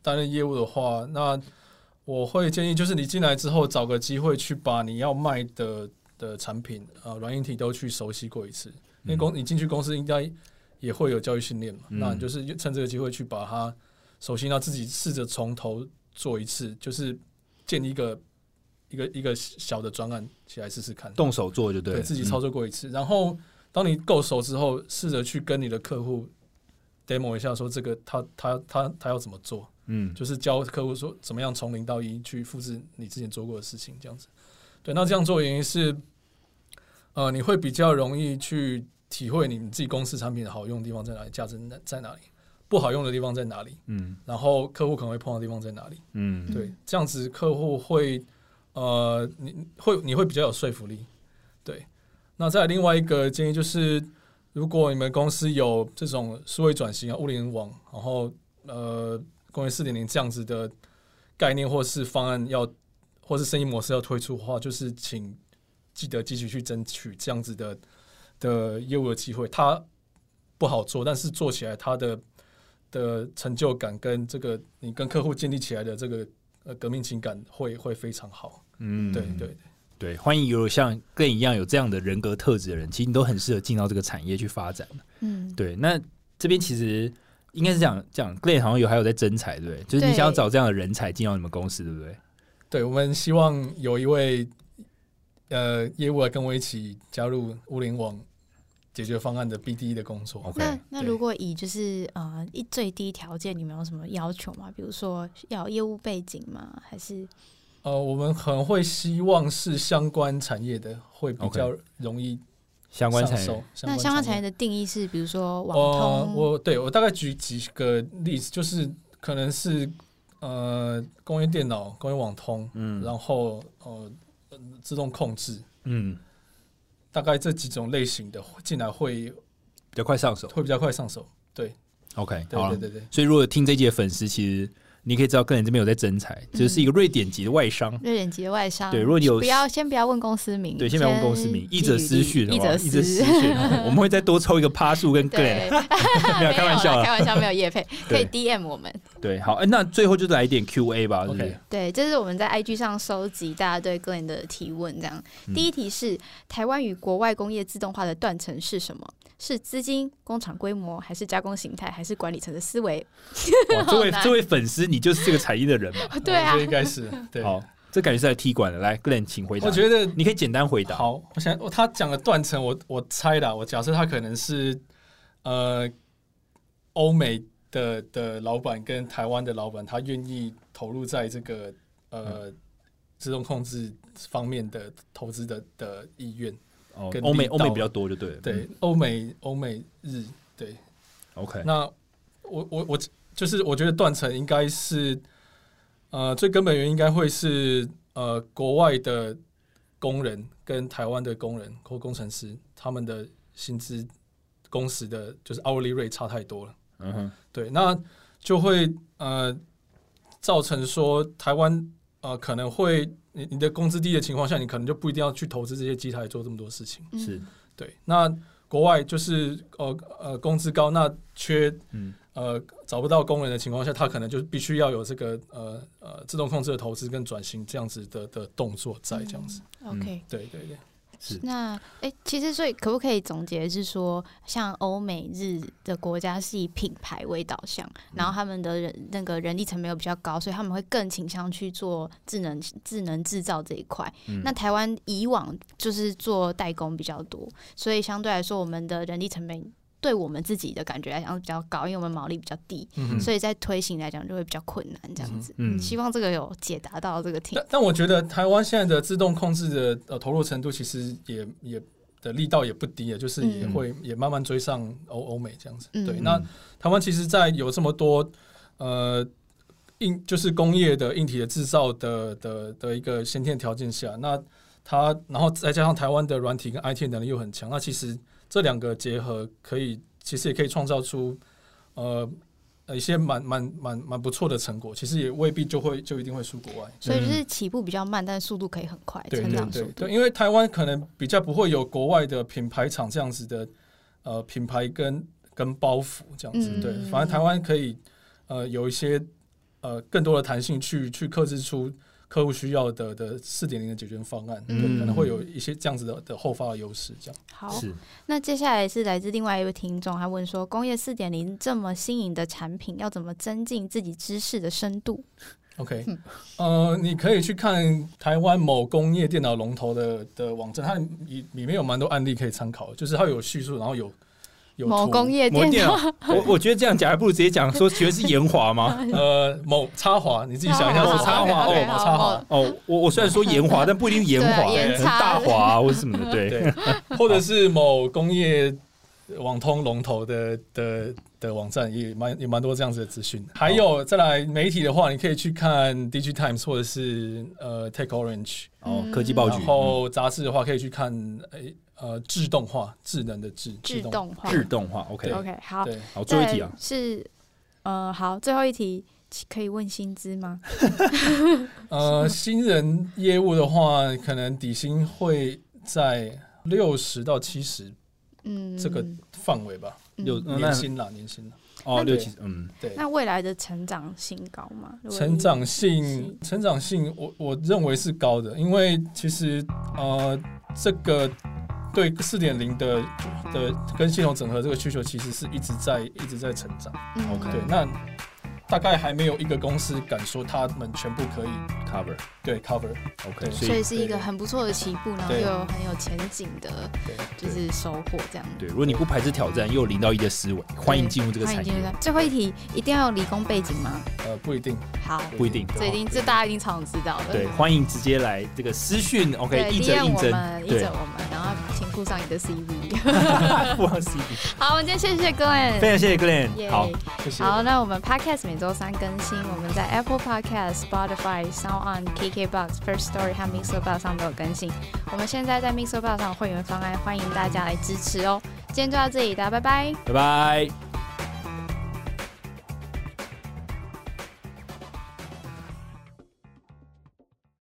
Speaker 3: 担任业务的话，那我会建议就是你进来之后找个机会去把你要卖的的产品呃软硬体都去熟悉过一次，因为公你进去公司应该也会有教育训练嘛，
Speaker 2: 嗯
Speaker 3: 那你就是趁这个机会去把它熟悉，那自己试着从头做一次，就是建立一个一个一个小的专案起来试试看。
Speaker 2: 动手做就对了，嗯
Speaker 3: 对自己操
Speaker 2: 作，
Speaker 3: 作过一次。然后当你够熟之后，试着去跟你的客户 demo 一下，说这个他他他他要怎么做，
Speaker 2: 嗯，
Speaker 3: 就是教客户说怎么样从零到一去复制你之前做过的事情，这样子。对，那这样做的原因是，呃，你会比较容易去体会你自己公司产品的好用的地方在哪里，价值在哪里，不好用的地方在哪里，
Speaker 2: 嗯
Speaker 3: 然后客户可能会碰到的地方在哪里。
Speaker 2: 嗯，
Speaker 3: 对
Speaker 1: 嗯，
Speaker 3: 这样子客户会呃，你你会你会比较有说服力。对，那再来另外一个建议就是，如果你们公司有这种数位转型啊、物联网，然后呃，工业四点零这样子的概念或是方案要，或是生意模式要推出的话，就是请记得积极去争取这样子的的业务的机会。它不好做，但是做起来它的的成就感跟这个你跟客户建立起来的这个呃革命情感会会非常好。
Speaker 2: 嗯
Speaker 3: 对对对，
Speaker 2: 对，欢迎有像跟你一样有这样的人格特质的人，其实你都很适合进到这个产业去发展。
Speaker 1: 嗯，
Speaker 2: 对，那这边其实应该是这样，这样 Glen 好像有还有在征才，对不对？就是你
Speaker 1: 对
Speaker 2: 想要找这样的人才进到你们公司，对不对？
Speaker 3: 对我们希望有一位呃业务来跟我一起加入物联网解决方案的 BD 的工作。
Speaker 2: OK
Speaker 1: 那那
Speaker 3: 对
Speaker 1: 如果以就是呃一最低条件，你们有什么要求吗？比如说要有业务背景吗？还是
Speaker 3: 呃，我们很会希望是相关产业的会比较容易
Speaker 2: 相关
Speaker 3: 上
Speaker 2: 产
Speaker 3: 手
Speaker 2: 业，。
Speaker 1: 那相关产业
Speaker 3: 业，
Speaker 1: 的定义是，比如说网
Speaker 3: 呃，
Speaker 1: 通，
Speaker 3: 我对我大概举几个例子，就是可能是呃工业电脑、工业网通，
Speaker 2: 嗯
Speaker 3: 然后呃呃自动控制，
Speaker 2: 嗯，
Speaker 3: 大概这几种类型的进来会
Speaker 2: 比较快上手。
Speaker 3: 会比较快上手。
Speaker 2: OK，
Speaker 3: 对
Speaker 2: 好啊
Speaker 3: 对
Speaker 2: 了。
Speaker 3: 对对，
Speaker 2: 所以如果听这一集的粉丝，其实你可以知道 Glen 这边有在征才，就是一个瑞典籍的外商。
Speaker 1: 瑞典籍的外商，
Speaker 2: 对，如果你有
Speaker 1: 不要先不要问公司名，
Speaker 2: 对，先不要用公司名，译者私讯，
Speaker 1: 译
Speaker 2: 好不好
Speaker 1: 者
Speaker 2: 译者 私讯，我们会再多抽一个趴数跟 Glen
Speaker 1: 对。，
Speaker 2: 没有开玩笑
Speaker 1: 啦
Speaker 2: 啦
Speaker 1: 开玩笑没有 叶配，可以
Speaker 2: 对
Speaker 1: DM 我们。
Speaker 2: 对，好，哎，那最后就来一点 Q&A 吧，是不是
Speaker 3: OK？
Speaker 1: 对，这是我们在 IG 上收集大家对 Glen 的提问。这样，
Speaker 2: 嗯
Speaker 1: 第一题是台湾与国外工业自动化的断层是什么？是资金、工厂规模，还是加工形态，还是管理层的思维？
Speaker 2: 哇，这位
Speaker 1: 好难
Speaker 2: 这位粉丝，你就是这个产业的人嘛？
Speaker 1: 对啊
Speaker 3: 我觉，得应该是对。
Speaker 2: 好，这感觉是来踢馆的。来，Glen，请回答。
Speaker 3: 我觉得
Speaker 2: 你可以简单回答。
Speaker 3: 好，我想哦他讲的断层，我我猜的，我假设他可能是呃欧美的的老板跟台湾的老板，他愿意投入在这个呃
Speaker 2: 嗯
Speaker 3: 自动控制方面的投资的的意愿。
Speaker 2: 哦
Speaker 3: 跟
Speaker 2: 欧美
Speaker 3: 力道
Speaker 2: 欧美比较多就对了。
Speaker 3: 对
Speaker 2: 嗯，
Speaker 3: 欧美欧美日对
Speaker 2: ，OK，
Speaker 3: 那我我我就是我觉得断层应该是，呃，最根本原因应该会是呃国外的工人跟台湾的工人或工程师他们的薪资工时的，就是 hourly rate 差太多了。
Speaker 2: 嗯哼，
Speaker 3: 对，那就会呃造成说台湾呃可能会你你的工资低的情况下，你可能就不一定要去投资这些机台做这么多事情。
Speaker 1: 嗯
Speaker 2: 是，
Speaker 3: 对，那国外就是呃呃工资高，那缺
Speaker 2: 嗯
Speaker 3: 呃找不到工人的情况下，他可能就必须要有这个呃呃自动控制的投资跟转型这样子的的动作在这样子。
Speaker 2: 嗯
Speaker 1: OK。
Speaker 3: 对对对，
Speaker 2: 是
Speaker 1: 那诶、其实所以可不可以总结是说，像欧美日的国家是以品牌为导向，然后他们的人那个人力成本又比较高，所以他们会更倾向去做智能智能制造这一块。
Speaker 2: 嗯
Speaker 1: 那台湾以往就是做代工比较多，所以相对来说我们的人力成本。对我们自己的感觉来讲比较高，因为我们毛利比较低，
Speaker 3: 嗯
Speaker 1: 所以在推行来讲就会比较困难。这样子，
Speaker 2: 嗯
Speaker 1: 嗯，希望这个有解答到这个题。
Speaker 3: 但但我觉得台湾现在的自动控制的呃投入程度，其实也也的力道也不低啊，就是也
Speaker 1: 嗯
Speaker 3: 会、也慢慢追上欧欧美这样子。
Speaker 1: 嗯
Speaker 3: 对，那
Speaker 2: 嗯
Speaker 3: 台湾其实，在有这么多呃硬就是工业的硬体的制造的的的一个先天条件下，那它然后再加上台湾的软体跟 IT 能力又很强，那其实这两个结合可以，其实也可以创造出呃呃一些蛮蛮蛮蛮不错的成果，其实也未必就会就一定会输国外。
Speaker 1: 所以就是起步比较慢，但速度可以很快，
Speaker 3: 嗯对
Speaker 1: 成
Speaker 3: 对
Speaker 1: 长速
Speaker 3: 对
Speaker 1: 度。
Speaker 3: 对，因为台湾可能比较不会有国外的品牌厂这样子的呃品牌跟跟包袱这样子，
Speaker 1: 嗯
Speaker 3: 对，反正台湾可以呃有一些呃更多的弹性去去克制出客户需要的的四点零的解决方案，对，
Speaker 2: 嗯
Speaker 3: 可能会有一些这样子的的后发的优势，这样。
Speaker 1: 好，
Speaker 2: 是
Speaker 1: 那接下来是来自另外一位听众，他问说：工业四点零这么新颖的产品，要怎么增进自己知识的深度？
Speaker 3: OK，呃，
Speaker 1: 嗯
Speaker 3: 你可以去看台湾某工业电脑龙头的的网站，它里里面有蛮多案例可以参考的，就是它有叙述，然后有有
Speaker 1: 某
Speaker 3: 图
Speaker 1: 工业
Speaker 2: 某
Speaker 1: 电
Speaker 2: 啊哎电脑
Speaker 1: 脑，，
Speaker 2: 我我觉得这样讲还不如直接讲说，学是延华吗？
Speaker 3: 呃，某插华，你自己想一下
Speaker 2: 某
Speaker 3: 是插华哦，
Speaker 1: OK，OK，
Speaker 3: 某
Speaker 1: 好
Speaker 3: 插
Speaker 1: 好
Speaker 3: 华，
Speaker 2: 哦，我我虽然说延 华，但不一定是延华，
Speaker 1: 对延
Speaker 2: 可能
Speaker 1: 差
Speaker 2: 大华啊或什么的， 对，
Speaker 3: 对，或者是某工业网通龙头的的的网站，也蛮也蛮多这样子的资讯。还有再来媒体的话，你可以去看 DG Times 或者是呃 Take Orange，
Speaker 2: 哦，科技暴
Speaker 1: 嗯
Speaker 3: 然
Speaker 2: 局，
Speaker 3: 后杂志的话可以去看诶呃智动化，智能的智，
Speaker 1: 自动化。
Speaker 2: 自嗯动化，OK，
Speaker 3: 对
Speaker 1: OK，好，
Speaker 3: 对，
Speaker 2: 好，最
Speaker 1: 再
Speaker 2: 后一
Speaker 1: 来
Speaker 2: 题啊，
Speaker 1: 是呃，好，最后一题可以问薪资吗？
Speaker 3: 呃，新人业务的话，可能底薪会在六十到七十
Speaker 1: 嗯，
Speaker 3: 这个范围吧，
Speaker 1: 嗯
Speaker 2: 有嗯那
Speaker 3: 年薪啦，年薪啦，
Speaker 2: 哦，
Speaker 1: 那
Speaker 2: 六
Speaker 3: 对
Speaker 2: 七，嗯，
Speaker 3: 对。
Speaker 1: 那未来的成长性高吗？如果
Speaker 3: 成
Speaker 1: 以
Speaker 3: 长性，成长性我，我认为是高的，因为其实呃，这个对四点零的的跟系统整合这个需求，其实是一直在一直在成长。
Speaker 1: 嗯
Speaker 2: OK
Speaker 3: 对，那大概还没有一个公司敢说他们全部可以
Speaker 2: cover，OK，
Speaker 3: 对 cover。对
Speaker 2: 所
Speaker 1: 所
Speaker 2: 以
Speaker 1: 以是一个很不错的起步，然后
Speaker 3: 对
Speaker 1: 又很有前景的，
Speaker 3: 对，
Speaker 1: 就是收获这样。
Speaker 2: 对，如果你不排斥挑战，又有零到一的思维，欢迎进入这个
Speaker 1: 欢迎
Speaker 2: 产
Speaker 1: 进入
Speaker 2: 业，
Speaker 1: 到最后一题一定要有理工背景吗？
Speaker 3: 呃，不一定，
Speaker 1: 好，
Speaker 2: 不一定，
Speaker 1: 这一定这大家一定常知道的。
Speaker 2: 对，欢迎直接来这个私讯，OK，
Speaker 1: 对，
Speaker 2: 应
Speaker 1: 体
Speaker 2: 征
Speaker 1: 验
Speaker 2: 应
Speaker 1: 我
Speaker 2: 征
Speaker 1: 们，应
Speaker 2: 对
Speaker 1: 征，我们，然后请附上你的 CV。
Speaker 2: 不忘 CD，
Speaker 1: 好，我们今天谢谢各
Speaker 2: 非
Speaker 1: 位。
Speaker 2: 常谢谢 Glenn，
Speaker 1: 耶
Speaker 2: 好，
Speaker 3: 谢谢。
Speaker 1: 好，那我们 Podcast 每周三更新，我们在 Apple Podcast、Spotify、Sound On、KKBox、First Story 和 Mixer Box 上都有更新。我们现在在 Mixer Box 上有会员方案，欢迎大家来支持哦。今天就到这里，大家拜拜。
Speaker 2: 拜拜。